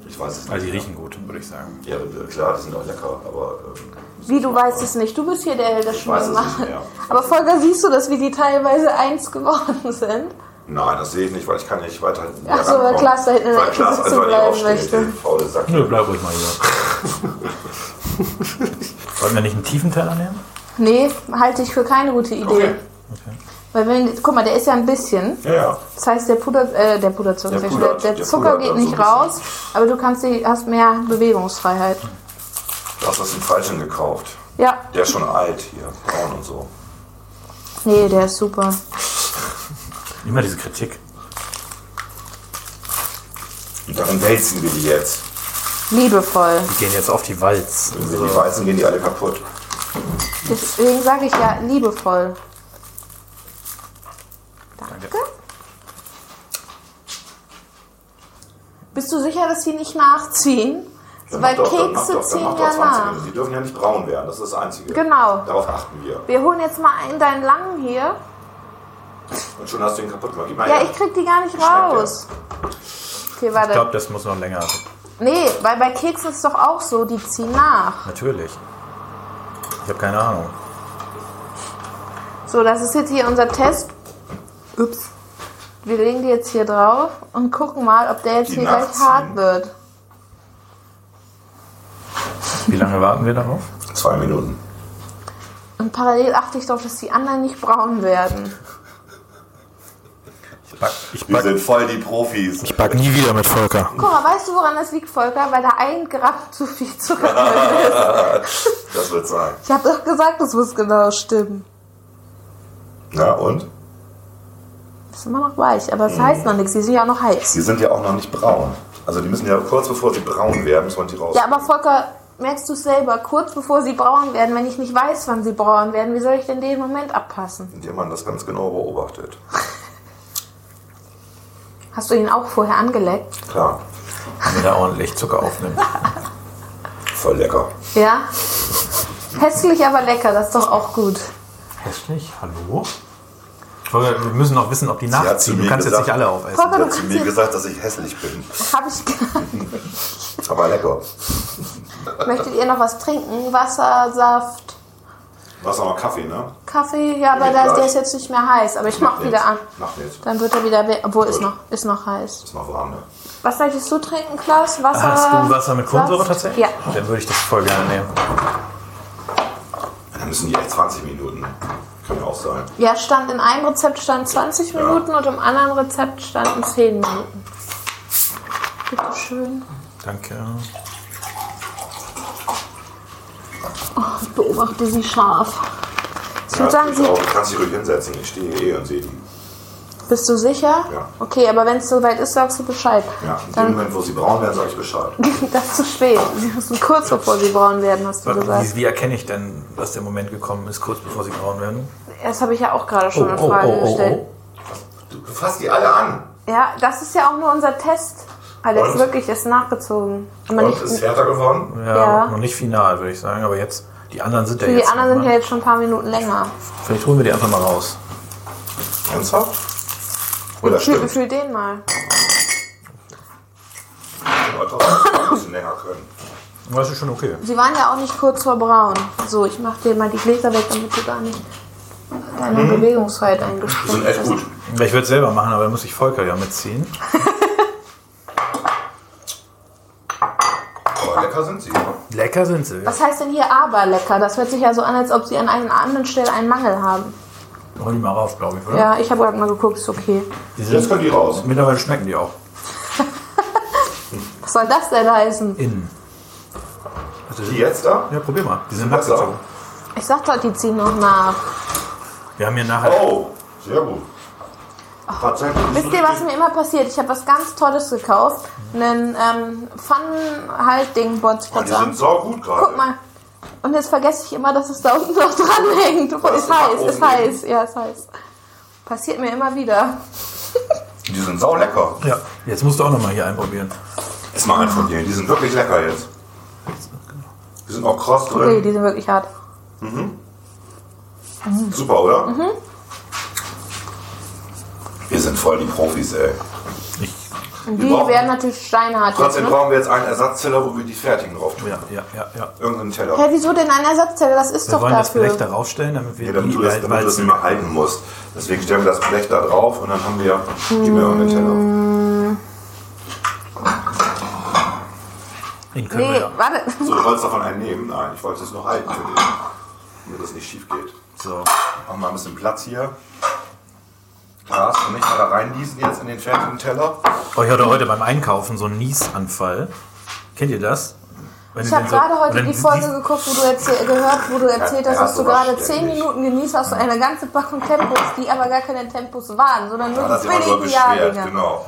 Ich weiß es nicht.
Also die riechen gut, würde ich sagen.
Ja, äh, klar, die sind auch lecker, aber ähm,
Wie, du weißt es nicht. Du bist hier der, der das schon
weiß es
gemacht
nicht mehr.
hat. Aber Volker, siehst du, dass wir die teilweise eins geworden sind?
nein, das sehe ich nicht, weil ich kann nicht weiter hinten
Ach so, weil
rankommen.
Klaas da hinten in der
Weil
Ecke
Klaas
sitzen
einfach nicht
bleiben
aufsteht,
möchte.
der faule Sack.
Nö, bleib ruhig mal hier. Wollen wir nicht einen tiefen Teller nehmen?
Nee, halte ich für keine gute Idee.
Okay.
Weil wenn, guck mal, der ist ja ein bisschen.
Ja, ja.
Das heißt, der Puder, äh, der Puderzucker,
Der
der,
Puder-
der,
der
Zucker
Puder
geht
dann so
nicht
ein
raus, aber du kannst die, hast mehr Bewegungsfreiheit.
Du hast das den Falschen gekauft.
Ja,
Der ist schon alt hier, braun und so.
Nee, der ist super.
Immer diese Kritik.
Und darin wälzen wir die jetzt.
Liebevoll.
Die gehen jetzt auf die Walz.
Wenn wir die weißen, gehen die alle kaputt.
Deswegen sage ich ja liebevoll. Danke. Bist du sicher, dass die nicht nachziehen?
Dann
Weil
macht doch- dann macht
Kekse
doch- dann
ziehen
macht
ja
doch 20
nach.
Minuten. Die dürfen ja nicht braun werden, das ist das Einzige.
Genau.
Darauf achten wir.
Wir holen jetzt mal einen deinen langen hier.
Und schon hast du ihn kaputt gemacht. Gib mal
Ja,
her.
ich krieg die gar nicht
Schmeckt
raus. Okay,
Ich
warte.
glaube, das muss noch länger.
Nee, weil bei Keksen ist es doch auch so, die ziehen nach.
Natürlich. Ich habe keine Ahnung.
So, das ist jetzt hier unser Test. Ups. Wir legen die jetzt hier drauf und gucken mal, ob der jetzt
Die
hier gleich
nachziehen.
hart wird.
Wie lange warten wir darauf?
Zwei Minuten.
Und parallel achte ich darauf, dass die anderen nicht braun werden.
Ich back, ich
Wir sind voll die Profis.
back nie wieder mit Volker.
Guck mal, weißt du, woran das liegt, Volker? Weil da ein Gramm zu viel Zucker drin ist.
Das wird sein.
Ich habe doch gesagt, das muss genau stimmen.
Na und?
Ist immer noch weich, aber
Mhm.
es heißt noch nichts. Die sind ja auch noch heiß.
Die sind ja auch noch nicht braun. Also die müssen ja kurz bevor sie braun werden, muss man die raus.
Ja, aber Volker, merkst du es selber? Kurz bevor sie braun werden, wenn ich nicht weiß, wann sie braun werden, wie soll ich denn den Moment abpassen?
Indem man das ganz genau beobachtet.
Hast du ihn auch vorher angeleckt?
Klar,
Wenn er ordentlich Zucker aufnimmt.
voll lecker.
Ja. Hässlich, aber lecker. Das ist doch auch gut.
Hässlich? Hallo? Volker, wir müssen noch wissen, ob die
hat
nachziehen.
zu
Du
mir
kannst jetzt
gesagt-
nicht alle aufessen.
Volker,
Sie
du
hat zu
kannst
mir
jetzt...
gesagt, dass ich hässlich bin.
Hab ich gesagt.
Aber lecker.
Möchtet ihr noch was trinken? Wasser, Saft,
Du hast nochmal Kaffee, ne?
Kaffee? Ja, aber
Nee,
da ist,
gleich.
der ist jetzt nicht mehr heiß. Aber ich mach wieder an.
Mach nichts.
Dann wird er wieder... we- Obwohl, ist
Gut.
noch, ist noch heiß.
Ist noch warm, ne?
Was möchtest du trinken, Klaus? Wasser?
Hast du Wasser mit Kohlensäure
Saft?
tatsächlich?
Ja.
Dann würde ich das voll gerne nehmen.
Dann müssen die echt 20 Minuten. Kann ja auch sein.
Ja, stand in einem Rezept stand 20 Minuten und im anderen Rezept standen 10 Minuten. Bitte schön.
Danke.
Ich beobachte sie scharf. Ich
Ja,
würde sagen,
ich auch.
sie,
Du kannst dich ruhig hinsetzen. Ich stehe hier eh und sehe die.
bist du sicher?
Ja.
Okay, aber wenn es soweit ist, sagst du Bescheid.
Ja, in dem
Dann
Moment, wo sie braun werden, sage ich Bescheid.
das ist zu spät. Sie müssen kurz bevor sie braun werden, hast du gesagt.
Wie, wie erkenne ich denn, dass der Moment gekommen ist, kurz bevor sie braun werden?
Oh,
Das habe ich ja auch gerade schon in Frage gestellt.
Du fasst die alle an.
Ja, das ist ja auch nur unser Test. Alex
Und?
wirklich ist nachgezogen. Aber
Und
nicht-
ist härter geworden?
Ja,
Ja.
noch nicht final, würde ich sagen. Aber jetzt, die anderen sind ja
die
jetzt.
anderen sind
noch,
ja
ne?
jetzt schon ein paar Minuten länger.
Vielleicht holen wir die einfach mal raus.
Ernsthaft? Oder
Fühl,
Oh, stimmt?
fühl den mal.
Die Leute auch ein bisschen länger können.
Das ist schon okay.
Sie waren ja auch nicht kurz vor braun. So, ich mach dir mal die Gläser weg, damit du gar nicht deine Bewegungsfreiheit
Die
eingeschränkt
sind Mhm. echt gut.
Ich würde es selber machen, aber da muss ich Volker ja mitziehen.
Aber lecker sind sie.
Lecker sind sie.
Was heißt denn hier aber lecker? Das hört sich ja so an, als ob sie an einer anderen Stelle einen Mangel haben.
Hol die mal rauf, glaube ich, oder?
Ja, ich habe gerade mal geguckt, ist okay.
Die
Jetzt
sind,
können die raus.
mittlerweile schmecken die auch.
Was soll das denn heißen?
Innen. Also,
Die jetzt da?
ja, probier mal. Die sind
Besser.
nachgezogen.
Ich sag doch, die ziehen noch nach.
Wir haben hier nachher.
Oh, sehr gut. Tatsächlich.
Wisst ihr, was mir immer passiert? Ich habe was ganz Tolles gekauft. Einen ähm, Pfannen-Halt-Ding, wollte ich
Oh,
gerade
die sind
sagen.
so gut gerade.
Guck mal. Und jetzt vergesse ich immer, dass es da unten noch dran hängt. Obwohl,
Was?
ist heiß,
Oben
ist heiß. Ja, ist heiß. Passiert mir immer wieder.
Die sind sau lecker.
Ja, jetzt musst du auch nochmal hier einprobieren.
Ist mal ein von denen. Die sind wirklich lecker jetzt. Die sind auch kross
Okay,
drin.
die sind wirklich hart.
Super, oder? Wir sind voll die Profis, ey.
Ich,
Und
Wir
die
brauchen-
werden natürlich steinhart jetzt,
Trotzdem
ne?
brauchen wir jetzt einen Ersatzteller, wo wir die fertigen drauf tun.
ja, ja, ja, ja.
Irgendeinen Teller.
Hä, wieso denn ein Ersatzteller? Das ist
Wir
doch
wollen das Blech da
dafür.
raufstellen, damit wir
Ja, damit
die
du das, damit du das
Walzen.
nicht mehr halten musst. Deswegen stellen wir das Blech da drauf und dann haben wir die mir einen Teller.
Den können
Nee,
wir ja.
warte.
So, du wolltest davon einen nehmen? Nein, ich wollte es noch halten für dich. Damit das nicht schief geht.
So.
Machen wir ein bisschen Platz hier. Glas und nicht mal da reingießen jetzt in den fertigen Teller.
Oh, ich hatte heute beim Einkaufen so einen Niesanfall. Kennt ihr das? Wenn
Ich
du
habe
denn so-
gerade heute
wenn
die
du
Folge
siehst-
geguckt, wo du erzähl, gehört, wo du erzählt
Ja,
hast,
ja,
dass du
sowas
gerade
stört
zehn
mich.
Minuten genießt hast du eine ganze Packung Tempos, die aber gar keine Tempos waren, sondern nur
Hat er
die
sich immer drüber
billigen
beschwert,
Jahrgänge.
genau.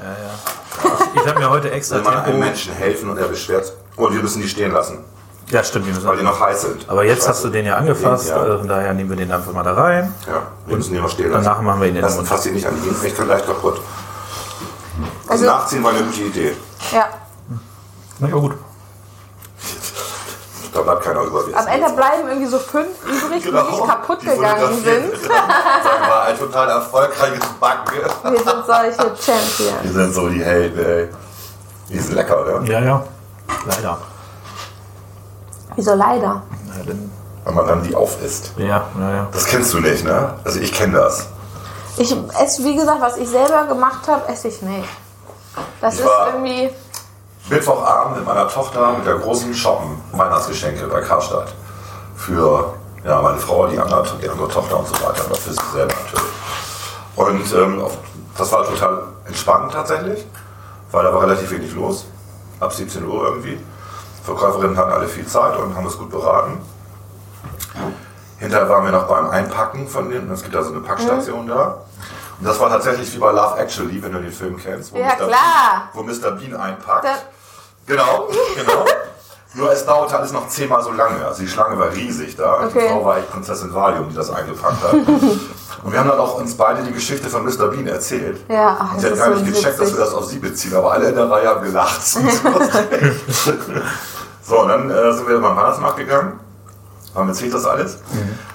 Ich habe mir heute extra
Will man einem
Tempo.
Menschen helfen und er beschwert sich. Und wir müssen die stehen lassen,
Ja, stimmt, wir müssen
weil die noch heiß sind.
Aber jetzt hast du den ja angefasst,
Ja.
äh, von daher nehmen wir den einfach mal da rein.
Ja, wir müssen die noch stehen lassen.
Danach machen wir ihn in den
Lassen
Mund.
fasst ihn nicht an, die gehen echt leicht kaputt. Also
Also-
nachziehen war eine gute Idee.
Ja.
Na ja, gut.
Da bleibt keiner über.
Am Ende bleiben irgendwie so fünf übrig, die
Genau.
nicht kaputt gegangen sind.
war ein total erfolgreiches Backen.
Wir sind solche Champions.
Wir sind so die Helden, ey. Die sind lecker, oder?
Ja, ja. Leider.
Wieso
Ja,
leider?
dann,
Wenn man dann die aufisst.
ja, ja, ja.
Das kennst du nicht, ne? Also ich kenne das.
Ich esse, wie gesagt, was ich selber gemacht habe, esse ich nicht. Das
Ich
ist
war-
irgendwie.
Mittwochabend mit meiner Tochter mit der großen Shoppen Weihnachtsgeschenke bei Karstadt. Für ja, meine Frau, die andere, die andere Tochter und so weiter, aber für sich selber natürlich. Und ähm, auf, das war total entspannt tatsächlich, weil da war relativ wenig los. Ab 17 Uhr irgendwie. Verkäuferinnen hatten alle viel Zeit und haben uns gut beraten. Hinterher waren wir noch beim Einpacken von denen. Es gibt da so eine Packstation
Mhm.
da. Und das war tatsächlich wie bei Love Actually, wenn du den Film kennst. wo
Ja,
Mr.
klar.
Bean, wo Mr. Bean einpackt.
Da-
Genau, genau. Nur es dauerte alles noch zehnmal so lange. Also die Schlange war riesig da. Die
Okay.
Frau war echt Prinzessin Valium, die das eingepackt hat. Und wir haben dann auch uns beide die Geschichte von Mr. Bean erzählt.
Ja, ach,
Und sie hat
das
gar
ist
nicht
so
gecheckt, dass wir
witzig.
das auf sie beziehen, aber alle in der Reihe haben gelacht. so, und dann äh, sind wir beim Weihnachtsmarkt gegangen. Haben erzählt das alles?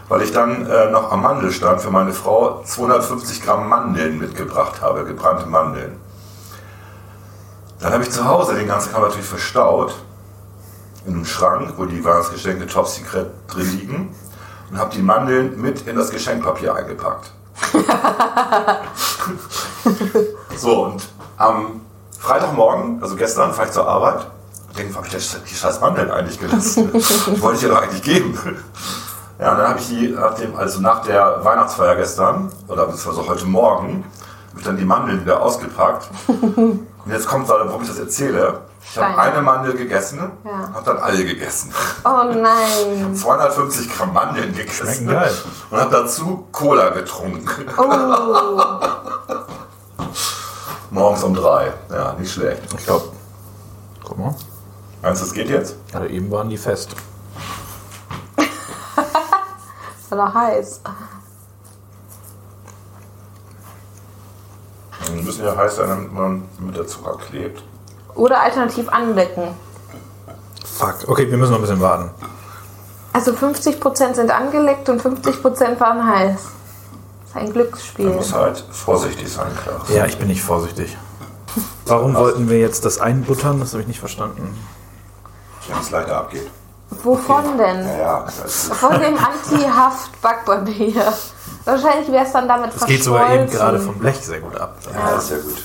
Weil ich dann äh, noch am Mandelstand für meine Frau 250 Gramm Mandeln mitgebracht habe, gebrannte Mandeln. Dann habe ich zu Hause den ganzen Kram natürlich verstaut. In einem Schrank, wo die Weihnachtsgeschenke Top Secret drin liegen. Und habe die Mandeln mit in das Geschenkpapier eingepackt. so, und am Freitagmorgen, also gestern, fahre ich zur Arbeit. und Denke, wo habe ich denn die scheiß Mandeln eigentlich gelassen? Die wollte ich dir doch eigentlich geben. Ja, und dann habe ich die, nach dem, also nach der Weihnachtsfeier gestern, oder beziehungsweise heute Morgen, habe ich dann die Mandeln wieder ausgepackt und jetzt kommt gerade, warum ich das erzähle. Ich habe
Stein.
eine Mandel gegessen,
Ja.
habe dann alle gegessen.
Oh nein.
250 Gramm Mandeln gegessen
Schmecken geil.
und habe dazu Cola getrunken.
Oh.
Morgens um drei. Ja, nicht schlecht.
Ich glaube. Guck mal.
Meinst du, es geht jetzt?
Also eben waren die fest.
Ist ja noch heiß.
Die müssen ja heiß sein, damit, man, damit der Zucker klebt.
Oder alternativ anlecken.
Fuck. Okay, wir müssen noch ein bisschen warten.
Also 50% sind angeleckt und 50% waren heiß. Das ist ein
Man
Glücksspiel.
muss halt vorsichtig sein, klar.
Ja, ich bin nicht vorsichtig. Warum wollten wir jetzt das einbuttern? Das habe ich nicht verstanden.
Wenn es leider abgeht.
Wovon
Ja,
denn?
ja. Das ist
Von dem Anti-Haft-Backpapier. Wahrscheinlich wäre es dann damit
Das geht sogar eben
verschmolzen.
gerade vom Blech sehr gut ab.
ja, ist ja gut.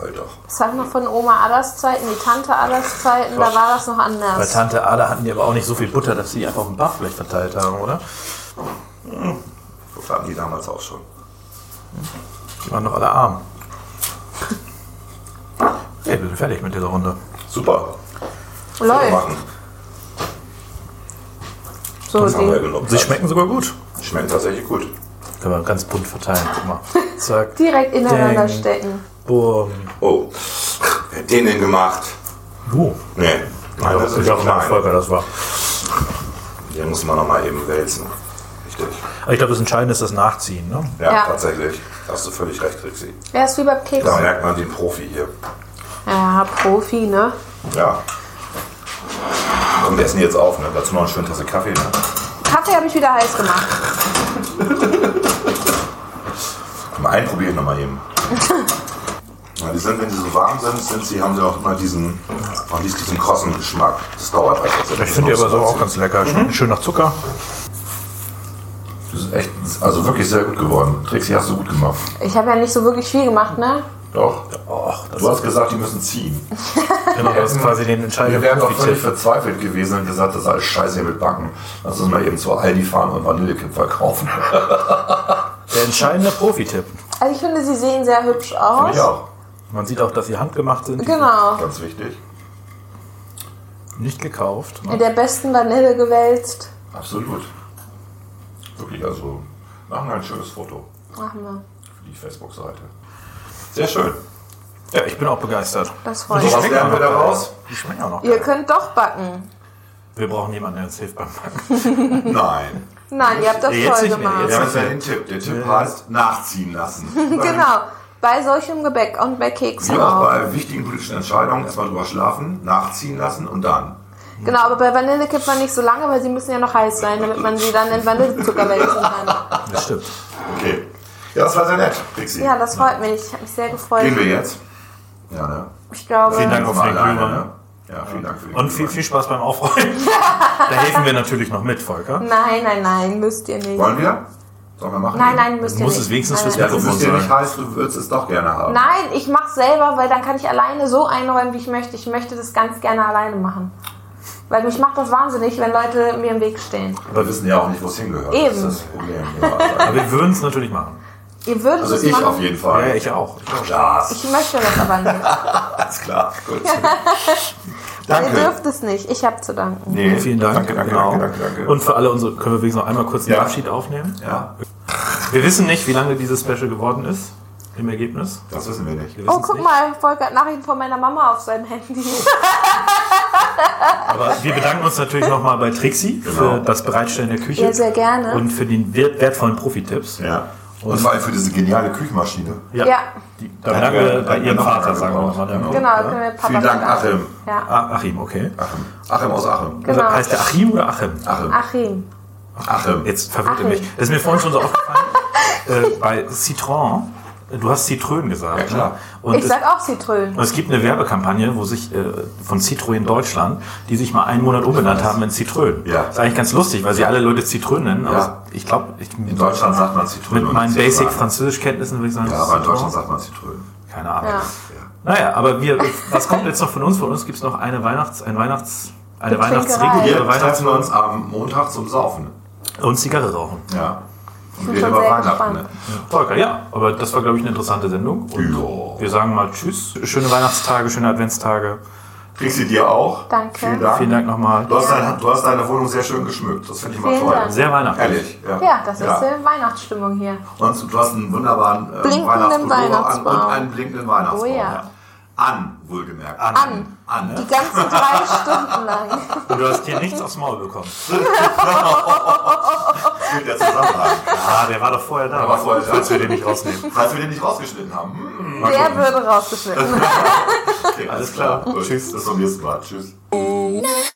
Halt doch.
Das hat noch von Oma Adas Zeiten, die Tante Adas Zeiten, da war das noch
Bei
anders.
Tante Ada hatten die aber auch nicht so viel Butter, dass sie die einfach auf dem Backblech verteilt haben, oder?
Das hatten die damals auch schon.
Die waren doch alle arm. Okay, wir sind fertig mit dieser Runde.
Super.
Läuft.
Machen.
So,
Das haben wir
die,
genug.
Sie schmecken sogar gut.
Schmeckt tatsächlich gut.
Können wir ganz bunt verteilen. Guck mal. Zack.
direkt ineinander
Ding.
stecken.
Boom.
Oh, wer hat den denn gemacht?
Du.
Nee. Nein, das ist
ich
nicht
auch mal
klein.
Erfolger, das war.
Den muss man nochmal eben wälzen. Richtig.
Aber ich glaube, das Entscheidende ist das Nachziehen. Ne?
Ja,
Ja.
tatsächlich. Da Hast du völlig recht, Rixi.
Ja, ist wie beim Keks.
Da merkt man den Profi hier.
Ja, Profi, ne?
Ja. Komm, wir essen jetzt auf, ne? Dazu noch eine schöne Tasse Kaffee. Ne?
Kaffee habe ich wieder heiß gemacht.
Mal einen probiere ich nochmal eben. Ja, die sind, wenn sie so warm sind, sind sie, haben sie auch immer diesen, auch nicht diesen krossen Geschmack. Das dauert halt tatsächlich.
Ich finde die aber so auch ganz lecker. Schmecken schön nach Zucker.
Das ist echt, also wirklich sehr gut geworden. Trixi, hast du gut gemacht.
Ich habe ja nicht so wirklich viel gemacht, ne?
Doch. du hast gesagt, die müssen ziehen.
Genau, das ist quasi den
Wir
entscheidenden
wären doch völlig
Profitipp.
verzweifelt gewesen und gesagt, das ist alles scheiße hier mit Backen. Lass uns mal eben zu Aldi fahren und Vanillekipferl kaufen.
Der entscheidende Profitipp.
Also ich finde, sie sehen sehr hübsch aus.
Ich auch.
Man sieht auch, dass sie handgemacht sind.
Genau.
Ganz wichtig.
Nicht gekauft.
In der besten Vanille gewälzt.
Absolut. Wirklich, also machen wir ein schönes Foto
Machen wir.
für die Facebook-Seite. Sehr schön.
Ja, ich bin auch begeistert.
Das freut
Die
mich.
Schmecken
schmecken auch
wir da
noch
raus?
geil. Die schmecken auch noch.
Ihr
geil.
könnt doch backen.
Wir brauchen jemanden, der uns hilft beim Backen.
Nein.
Nein, ihr habt das
Nee, jetzt
toll
nicht mehr,
gemacht.
Wir haben jetzt ja den Tipp. Der Tipp heißt nachziehen lassen.
Genau. Bei solchem Gebäck und bei Keksen
Wie auch
auch.
bei wichtigen politischen Entscheidungen erstmal drüber schlafen, nachziehen lassen und dann.
Genau, aber bei Vanille kippt man nicht so lange, weil sie müssen ja noch heiß sein, damit man sie dann in Vanillezucker wälzen kann.
Das stimmt.
Okay. Ja, das war sehr nett, Pixi.
Ja, das freut mich. Ich habe mich sehr
Gehen
gefreut.
wir jetzt. Ja, ne?
Ich glaube,
Vielen Dank
Jetzt
auf
mal
den
alleine,
Glühwein.
ne? Ja, vielen Dank für den
Und viel,
Glühwein.
viel Spaß beim Aufräumen. da helfen wir natürlich noch mit, Volker.
nein, nein, nein, müsst ihr nicht.
Wollen wir? Sollen wir machen?
Nein, nein, müsst ihr
Muss
nicht.
es wenigstens
nein,
fürs
Ja,
nein.
du
Mikrofon
bist ja
sein.
nicht heiß, du würdest es doch gerne haben.
nein, ich mach's selber, weil dann kann ich alleine so einräumen, wie ich möchte. Ich möchte das ganz gerne alleine machen. Weil mich macht das wahnsinnig, wenn Leute mir im Weg stehen.
Aber wir wissen ja auch nicht, wo es hingehört. Das ist
Eben.
das Problem. Ja, also-
Aber wir würden es natürlich machen.
Ihr würdet
also
es
ich
machen.
auf jeden Fall.
Ja, ich auch.
Klar,
Ich möchte das aber nicht.
alles klar. Gut.
Ihr
Danke.
dürft es nicht. Ich habe zu danken.
Nee,
Vielen Dank.
Danke, danke,
Genau.
danke, danke, danke.
Und für alle unsere, können wir wenigstens noch einmal kurz den
Ja.
Abschied aufnehmen.
ja,
Wir wissen nicht, wie lange dieses Special geworden ist im Ergebnis.
das wissen wir nicht. Oh,
Wir
Oh,
wissen's
guck
nicht.
mal, Volker hat Nachrichten von meiner Mama auf seinem Handy.
Aber wir bedanken uns natürlich nochmal bei Trixie für das Bereitstellen der Küche.
Ja, sehr gerne.
Und für den wert- wertvollen Profi-Tipps.
Ja. Und vor allem für diese geniale Küchenmaschine.
Ja.
Die, da bedanken wir bei Ihrem Vater, sagen wir mal.
Genau.
Genau, können wir Papa
Vielen Dank,
sagen.
Achim.
Ja,
Ah, Achim, okay. Also
Achim. Achim aus Achim.
genau.
Heißt der Achim oder Achim?
Achim.
Achim.
Achim.
Jetzt verwirrt ihr
Achim.
mich. Das ist mir vorhin schon so aufgefallen. äh, bei Citron, du hast Zitrön gesagt.
Ja, klar.
Ne? Und
Ich
es-
sag auch Zitrönen.
Und Es gibt eine Werbekampagne, wo sich äh, von Citroën Deutschland, die sich mal einen Monat umbenannt haben in Citroën.
Ja.
Das ist eigentlich ganz lustig, weil sie alle Leute Citroën nennen. Aber
Ja.
ich glaube, ich,
In Deutschland sagt man Zitronen.
mit
und
meinen
Zitronen.
Basic-Französischkenntnissen würde ich sagen,
Ja,
das ist
aber in Deutschland
Citroën.
sagt man Zitronen.
keine Ahnung.
Ja.
Naja, aber wir, was kommt jetzt noch von uns? Von uns gibt es noch eine Weihnachts, ein Weihnachts, eine
Getränkerei.
Weihnachtsregel,
Wir
ihre
treffen uns
Weihnachts
am Montag zum Saufen.
und Zigarre rauchen.
Ja. Und
bin
reden
schon
über
sehr
Weihnachten. Ne?
gespannt.
Volker, ja, aber das war, glaube ich, eine interessante Sendung. Und
Ja.
wir sagen mal Tschüss, schöne Weihnachtstage, schöne Adventstage.
Kriegst du dir auch?
Danke.
Vielen Dank.
Vielen Dank nochmal.
Du, hast deine, du hast deine Wohnung sehr schön geschmückt. Das finde ich mal
Vielen
toll.
Dank.
Sehr Weihnachten.
Ehrlich, ja.
Ja, das ist die Weihnachtsstimmung hier.
Und du hast einen wunderbaren äh,
Blinkenden
Weihnachtspullover an
Weihnachtsbaum.
und einen blinkenden Weihnachtsbaum.
Oh ja.
An, wohlgemerkt.
An.
An. ne?
Die ganzen drei Stunden lang.
Und du hast hier nichts aufs Maul bekommen.
Fehlt der Zusammenhang.
Ah, der war doch vorher da.
war vorher da.
Falls wir den nicht rausnehmen.
Falls wir den nicht rausgeschnitten haben. Hm.
Der würde rausgeschnitten.
Okay, alles klar. Gut.
Tschüss.
Bis zum nächsten Mal. Tschüss.